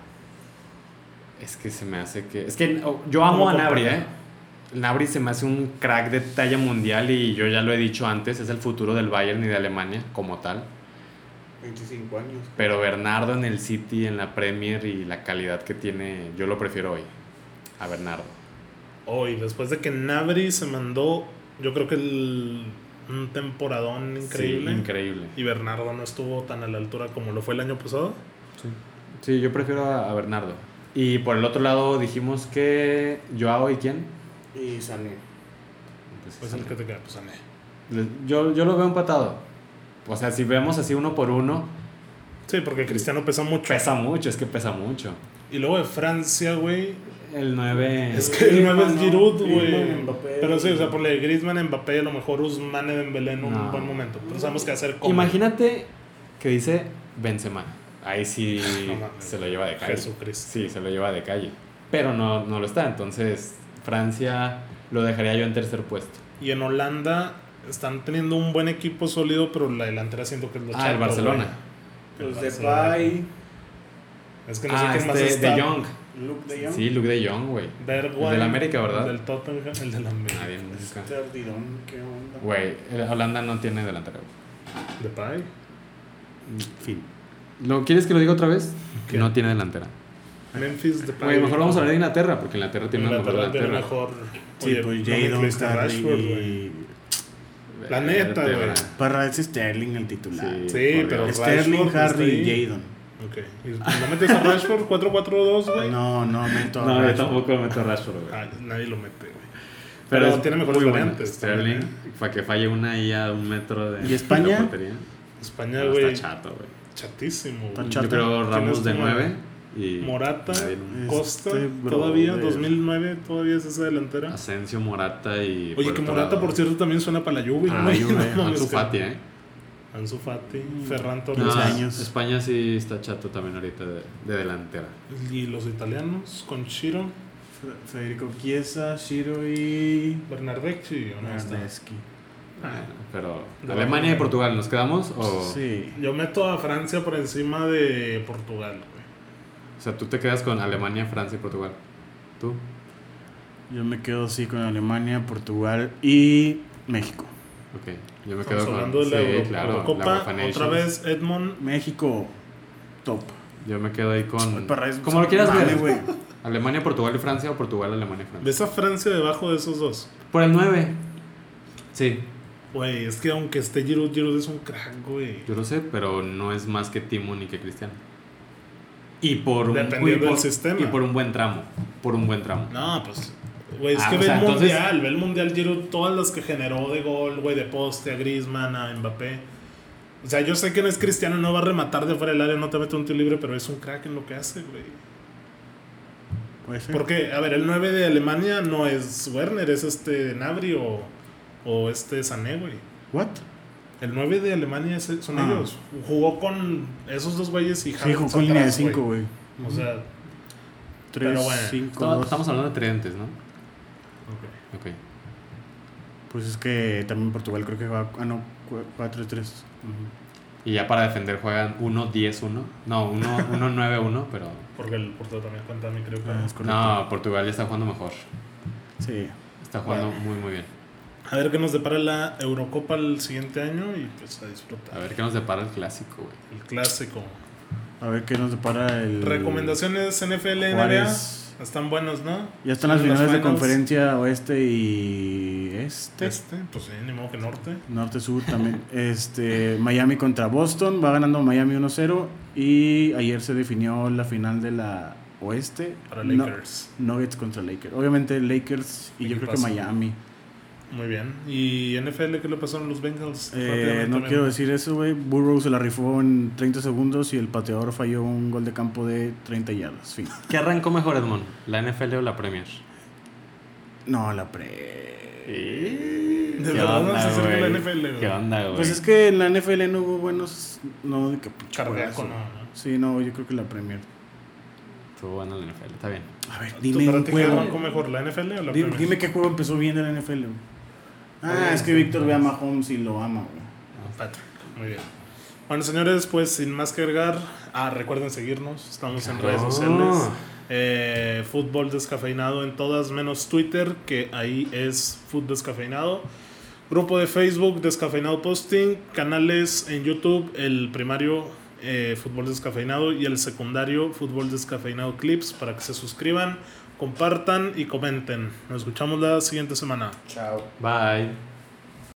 [SPEAKER 3] Es que se me hace que... Es que oh, yo amo
[SPEAKER 1] ¿Cómo
[SPEAKER 3] a Nabri,
[SPEAKER 1] comparar?
[SPEAKER 3] ¿eh? Nabri se me hace un crack de talla mundial y yo ya lo he dicho antes, es el futuro del Bayern y de Alemania como tal.
[SPEAKER 2] 25 años.
[SPEAKER 3] Pero Bernardo en el City, en la Premier y la calidad que tiene, yo lo prefiero hoy. A Bernardo.
[SPEAKER 1] Hoy, después de que Nabri se mandó, yo creo que el- un temporadón increíble.
[SPEAKER 3] Sí, increíble.
[SPEAKER 1] Y Bernardo no estuvo tan a la altura como lo fue el año pasado.
[SPEAKER 3] Sí. Sí, yo prefiero a, a Bernardo. Y por el otro lado dijimos que Joao y quién?
[SPEAKER 2] Y Sané.
[SPEAKER 3] Entonces,
[SPEAKER 1] Pues el que te queda, pues a mí.
[SPEAKER 3] yo, yo lo veo empatado. O sea, si vemos así uno por uno,
[SPEAKER 1] Sí, porque Cristiano pesa mucho.
[SPEAKER 3] pesa mucho, es que pesa mucho.
[SPEAKER 1] Y luego de Francia, güey.
[SPEAKER 3] El 9
[SPEAKER 1] Es que el
[SPEAKER 2] Griezmann,
[SPEAKER 1] 9 es
[SPEAKER 2] ¿no?
[SPEAKER 1] Giroud,
[SPEAKER 2] Griezmann,
[SPEAKER 1] güey.
[SPEAKER 2] Mbappé.
[SPEAKER 1] Pero sí, o sea, por la de Griezmann, Mbappé, a lo mejor Usmane Dembélé en un
[SPEAKER 3] No.
[SPEAKER 1] buen momento. Pero sabemos qué hacer con
[SPEAKER 3] Imagínate que dice Benzema. Ahí sí
[SPEAKER 1] No mames.
[SPEAKER 3] se lo lleva de calle.
[SPEAKER 1] Jesucristo.
[SPEAKER 3] Sí, se lo lleva de calle. Pero no, no lo está. Entonces, Francia lo dejaría yo en tercer puesto.
[SPEAKER 1] Y en Holanda están teniendo un buen equipo sólido, pero la delantera siento que es lo
[SPEAKER 3] ah, el
[SPEAKER 1] chato,
[SPEAKER 3] Barcelona.
[SPEAKER 1] güey. El
[SPEAKER 2] Los Pues de
[SPEAKER 1] Barcelona.
[SPEAKER 2] Pai,
[SPEAKER 1] Es que no
[SPEAKER 3] ah,
[SPEAKER 1] sé quién más
[SPEAKER 3] este,
[SPEAKER 1] está.
[SPEAKER 3] De Jong.
[SPEAKER 2] Luke de Jong,
[SPEAKER 3] Sí, Luke De Jong, güey.
[SPEAKER 1] Bergwijn,
[SPEAKER 3] El del América, ¿verdad? Ah,
[SPEAKER 1] El del Tottenham, el del América.
[SPEAKER 3] Nadie nunca.
[SPEAKER 1] Este-
[SPEAKER 2] Ter Didon, ¿qué onda?
[SPEAKER 3] Güey, el- Holanda no tiene delantero.
[SPEAKER 1] Depay.
[SPEAKER 3] Fin. ¿Lo quieres que lo diga otra vez?
[SPEAKER 1] ¿Qué?
[SPEAKER 3] No tiene delantera.
[SPEAKER 1] Memphis Depay.
[SPEAKER 3] Güey, mejor vamos a hablar de Inglaterra, porque Inglaterra tiene una mejor
[SPEAKER 1] Inglaterra tiene
[SPEAKER 3] delantera.
[SPEAKER 1] mejor.
[SPEAKER 2] Sí,
[SPEAKER 1] Oye,
[SPEAKER 2] pues
[SPEAKER 1] no me
[SPEAKER 2] Jadon
[SPEAKER 1] incluiste a
[SPEAKER 2] Cardi
[SPEAKER 1] Rashford, güey.
[SPEAKER 2] y.
[SPEAKER 1] La neta,
[SPEAKER 3] Vertebra.
[SPEAKER 1] güey.
[SPEAKER 2] Parra es Sterling el titular.
[SPEAKER 3] Sí.
[SPEAKER 1] Sí, pero
[SPEAKER 2] Sterling,
[SPEAKER 1] Rashford
[SPEAKER 2] Harry
[SPEAKER 1] está ahí.
[SPEAKER 2] y Jadon.
[SPEAKER 1] Ok. ¿Y ¿No metes a Rashford 4-4-2, güey?
[SPEAKER 2] No, no, meto a
[SPEAKER 3] No, yo
[SPEAKER 2] Rashford.
[SPEAKER 3] tampoco meto a Rashford, güey.
[SPEAKER 1] Ah, nadie lo mete, güey.
[SPEAKER 3] Pero,
[SPEAKER 1] Pero,
[SPEAKER 3] es
[SPEAKER 1] tiene mejores
[SPEAKER 3] muy buena.
[SPEAKER 1] variantes.
[SPEAKER 3] Sterling,
[SPEAKER 1] también,
[SPEAKER 3] para que falle una ahí a un metro de.
[SPEAKER 2] ¿Y España?
[SPEAKER 3] de la portería.
[SPEAKER 1] ¿eh? España,
[SPEAKER 3] No,
[SPEAKER 1] güey.
[SPEAKER 3] está chato, güey.
[SPEAKER 1] Chatísimo,
[SPEAKER 2] Está
[SPEAKER 1] güey.
[SPEAKER 2] Chato.
[SPEAKER 3] Yo creo
[SPEAKER 1] ¿Quién es
[SPEAKER 3] Ramos de
[SPEAKER 1] tu
[SPEAKER 3] 9 y.
[SPEAKER 1] Morata,
[SPEAKER 3] nadie nunca.
[SPEAKER 2] Este
[SPEAKER 1] Costa,
[SPEAKER 2] brother.
[SPEAKER 1] todavía, 2009, todavía es esa delantera.
[SPEAKER 3] Asensio, Morata y.
[SPEAKER 1] Oye, que
[SPEAKER 3] Ah, otro
[SPEAKER 1] Morata,
[SPEAKER 3] lado-
[SPEAKER 1] por cierto, también suena para la Juve.
[SPEAKER 3] Ah,
[SPEAKER 1] ¿no?
[SPEAKER 3] Juve,
[SPEAKER 1] No
[SPEAKER 3] Ansu
[SPEAKER 1] mames,
[SPEAKER 3] Fati, ¿eh?
[SPEAKER 1] que- Ansu Fati,
[SPEAKER 2] Mm.
[SPEAKER 1] Ferran Torres.
[SPEAKER 3] No,
[SPEAKER 2] 15 años.
[SPEAKER 3] España sí está chato también ahorita de, de delantera.
[SPEAKER 1] Y los italianos, con Chiro,
[SPEAKER 2] Fe- Federico Chiesa, Shiro y.
[SPEAKER 1] Bernardeschi, ¿o no está?
[SPEAKER 2] Bernardeschi.
[SPEAKER 1] Ah,
[SPEAKER 3] Pero.
[SPEAKER 1] No.
[SPEAKER 3] Alemania y Portugal, ¿nos quedamos? O,
[SPEAKER 2] Sí.
[SPEAKER 1] Yo meto a Francia por encima de Portugal, güey.
[SPEAKER 3] o sea, tú te quedas con Alemania, Francia y Portugal. ¿Tú?
[SPEAKER 2] Yo me quedo así con Alemania, Portugal y México.
[SPEAKER 3] Ok. Yo me
[SPEAKER 1] Estamos
[SPEAKER 3] quedo
[SPEAKER 1] hablando
[SPEAKER 3] con.
[SPEAKER 1] de la
[SPEAKER 3] sí,
[SPEAKER 1] Euro-
[SPEAKER 3] claro, la
[SPEAKER 1] Eurocopa.
[SPEAKER 3] UEFA
[SPEAKER 1] Otra
[SPEAKER 3] Nations.
[SPEAKER 1] vez, Edmond.
[SPEAKER 2] México, top.
[SPEAKER 3] Yo me quedo ahí con.
[SPEAKER 2] Parra es-
[SPEAKER 3] Como lo quieras
[SPEAKER 2] Vale,
[SPEAKER 3] ver.
[SPEAKER 2] güey.
[SPEAKER 3] Alemania, Portugal y Francia o Portugal, Alemania y Francia.
[SPEAKER 1] ¿Ves a Francia debajo de esos dos?
[SPEAKER 3] Por el 9. Sí,
[SPEAKER 1] Güey, es que aunque esté Giroud, Giroud es un crack, güey.
[SPEAKER 3] yo lo sé, pero no es más que Timo ni que Cristiano. Y por un,
[SPEAKER 1] Dependiendo
[SPEAKER 3] y por-
[SPEAKER 1] del sistema.
[SPEAKER 3] Y por un buen tramo. Por un buen tramo.
[SPEAKER 1] No, pues. Güey, es
[SPEAKER 3] Ah,
[SPEAKER 1] que
[SPEAKER 3] o
[SPEAKER 1] ve
[SPEAKER 3] sea,
[SPEAKER 1] el
[SPEAKER 3] entonces-
[SPEAKER 1] mundial, ve el mundial Giroud, todas las que generó de gol, güey, de poste, a Griezmann, a Mbappé. O sea, yo sé que no es cristiano, no va a rematar de fuera del área, no te mete un tiro libre, pero es un crack en lo que hace, güey.
[SPEAKER 2] Puede ser.
[SPEAKER 1] Porque, a ver, el 9 de Alemania no es Werner, es este Nabri o, o este Sané, güey.
[SPEAKER 2] ¿What?
[SPEAKER 1] El 9 de Alemania es- son
[SPEAKER 2] Ah.
[SPEAKER 1] ellos. Jugó con esos dos güeyes y
[SPEAKER 2] Sí,
[SPEAKER 1] Havertz
[SPEAKER 2] jugó con línea de
[SPEAKER 1] atrás,
[SPEAKER 2] 5, güey.
[SPEAKER 1] O sea, pero
[SPEAKER 2] 3,
[SPEAKER 1] bueno,
[SPEAKER 2] 5,
[SPEAKER 3] Estaba-
[SPEAKER 2] 2.
[SPEAKER 3] Estamos hablando de tridentes, ¿no?
[SPEAKER 1] ok.
[SPEAKER 3] Ok.
[SPEAKER 2] Pues es que también Portugal creo que va. Ah, no, 4, 3.
[SPEAKER 3] Y ya para defender juegan 1-10-1. No, 1-9-1, pero.
[SPEAKER 1] porque el portero también cuenta, mi creo que.
[SPEAKER 2] Ah, es correcto.
[SPEAKER 3] No, Portugal ya está jugando mejor.
[SPEAKER 2] Sí.
[SPEAKER 3] Está jugando muy, muy bien.
[SPEAKER 1] A ver qué nos depara la Eurocopa el siguiente año y pues a disfrutar.
[SPEAKER 3] A ver qué nos depara el clásico, güey.
[SPEAKER 1] El clásico.
[SPEAKER 2] A ver qué nos depara el.
[SPEAKER 1] Recomendaciones NFL,
[SPEAKER 2] Juárez.
[SPEAKER 1] NBA. Están buenos, ¿no?
[SPEAKER 2] Ya están las finales de
[SPEAKER 1] finals.
[SPEAKER 2] conferencia oeste y este.
[SPEAKER 1] Este, pues sí, ni modo que norte.
[SPEAKER 2] Norte-sur también. este, Miami contra Boston. Va ganando Miami 1-0. Y ayer se definió la final de la oeste.
[SPEAKER 1] Para
[SPEAKER 2] No-
[SPEAKER 1] Lakers.
[SPEAKER 2] Nuggets contra Lakers. Obviamente Lakers y yo creo que
[SPEAKER 1] Equipazo.
[SPEAKER 2] Miami.
[SPEAKER 1] Muy bien. ¿Y NFL qué le pasó a los Bengals?
[SPEAKER 2] Eh,
[SPEAKER 1] Rápidamente
[SPEAKER 2] no
[SPEAKER 1] también.
[SPEAKER 2] quiero decir eso, güey. Burrow se la rifó en 30 segundos y el pateador falló un gol de campo de 30 yardas. Fin.
[SPEAKER 3] ¿Qué arrancó mejor, Edmond? ¿La NFL o la Premier?
[SPEAKER 2] No, la pre.
[SPEAKER 3] ¿Qué
[SPEAKER 1] verdad no se acerca la
[SPEAKER 3] güey?
[SPEAKER 1] NFL, güey?
[SPEAKER 3] ¿Qué onda, güey?
[SPEAKER 2] Pues es que en la NFL no hubo buenos. No, de que pinche
[SPEAKER 1] Cardíaco,
[SPEAKER 2] juegazo.
[SPEAKER 1] no, no.
[SPEAKER 2] Sí, no, yo creo que la Premier.
[SPEAKER 3] Estuvo buena la NFL, está bien.
[SPEAKER 2] A ver,
[SPEAKER 1] ¿Tú
[SPEAKER 2] dime
[SPEAKER 1] para
[SPEAKER 2] un
[SPEAKER 1] ti
[SPEAKER 2] juego.
[SPEAKER 1] qué arrancó mejor, la NFL o la
[SPEAKER 2] Di-
[SPEAKER 1] Premier? este,
[SPEAKER 2] Dime qué juego empezó bien de la NFL. güey. Ah,
[SPEAKER 3] Oye,
[SPEAKER 2] es que Víctor ve a
[SPEAKER 1] pues.
[SPEAKER 2] Mahomes y lo ama, güey.
[SPEAKER 1] Patrick. Muy bien. Bueno, señores, pues sin más que agregar, ah, recuerden seguirnos. Estamos en
[SPEAKER 3] Claro.
[SPEAKER 1] redes sociales. Eh, fútbol descafeinado en todas, menos Twitter, que ahí es Fútbol Descafeinado. Grupo de Facebook, Descafeinado Posting. Canales en YouTube, el primario eh, Fútbol Descafeinado y el secundario Fútbol Descafeinado Clips para que se suscriban, compartan y comenten. Nos escuchamos la siguiente semana.
[SPEAKER 2] Chao.
[SPEAKER 3] Bye.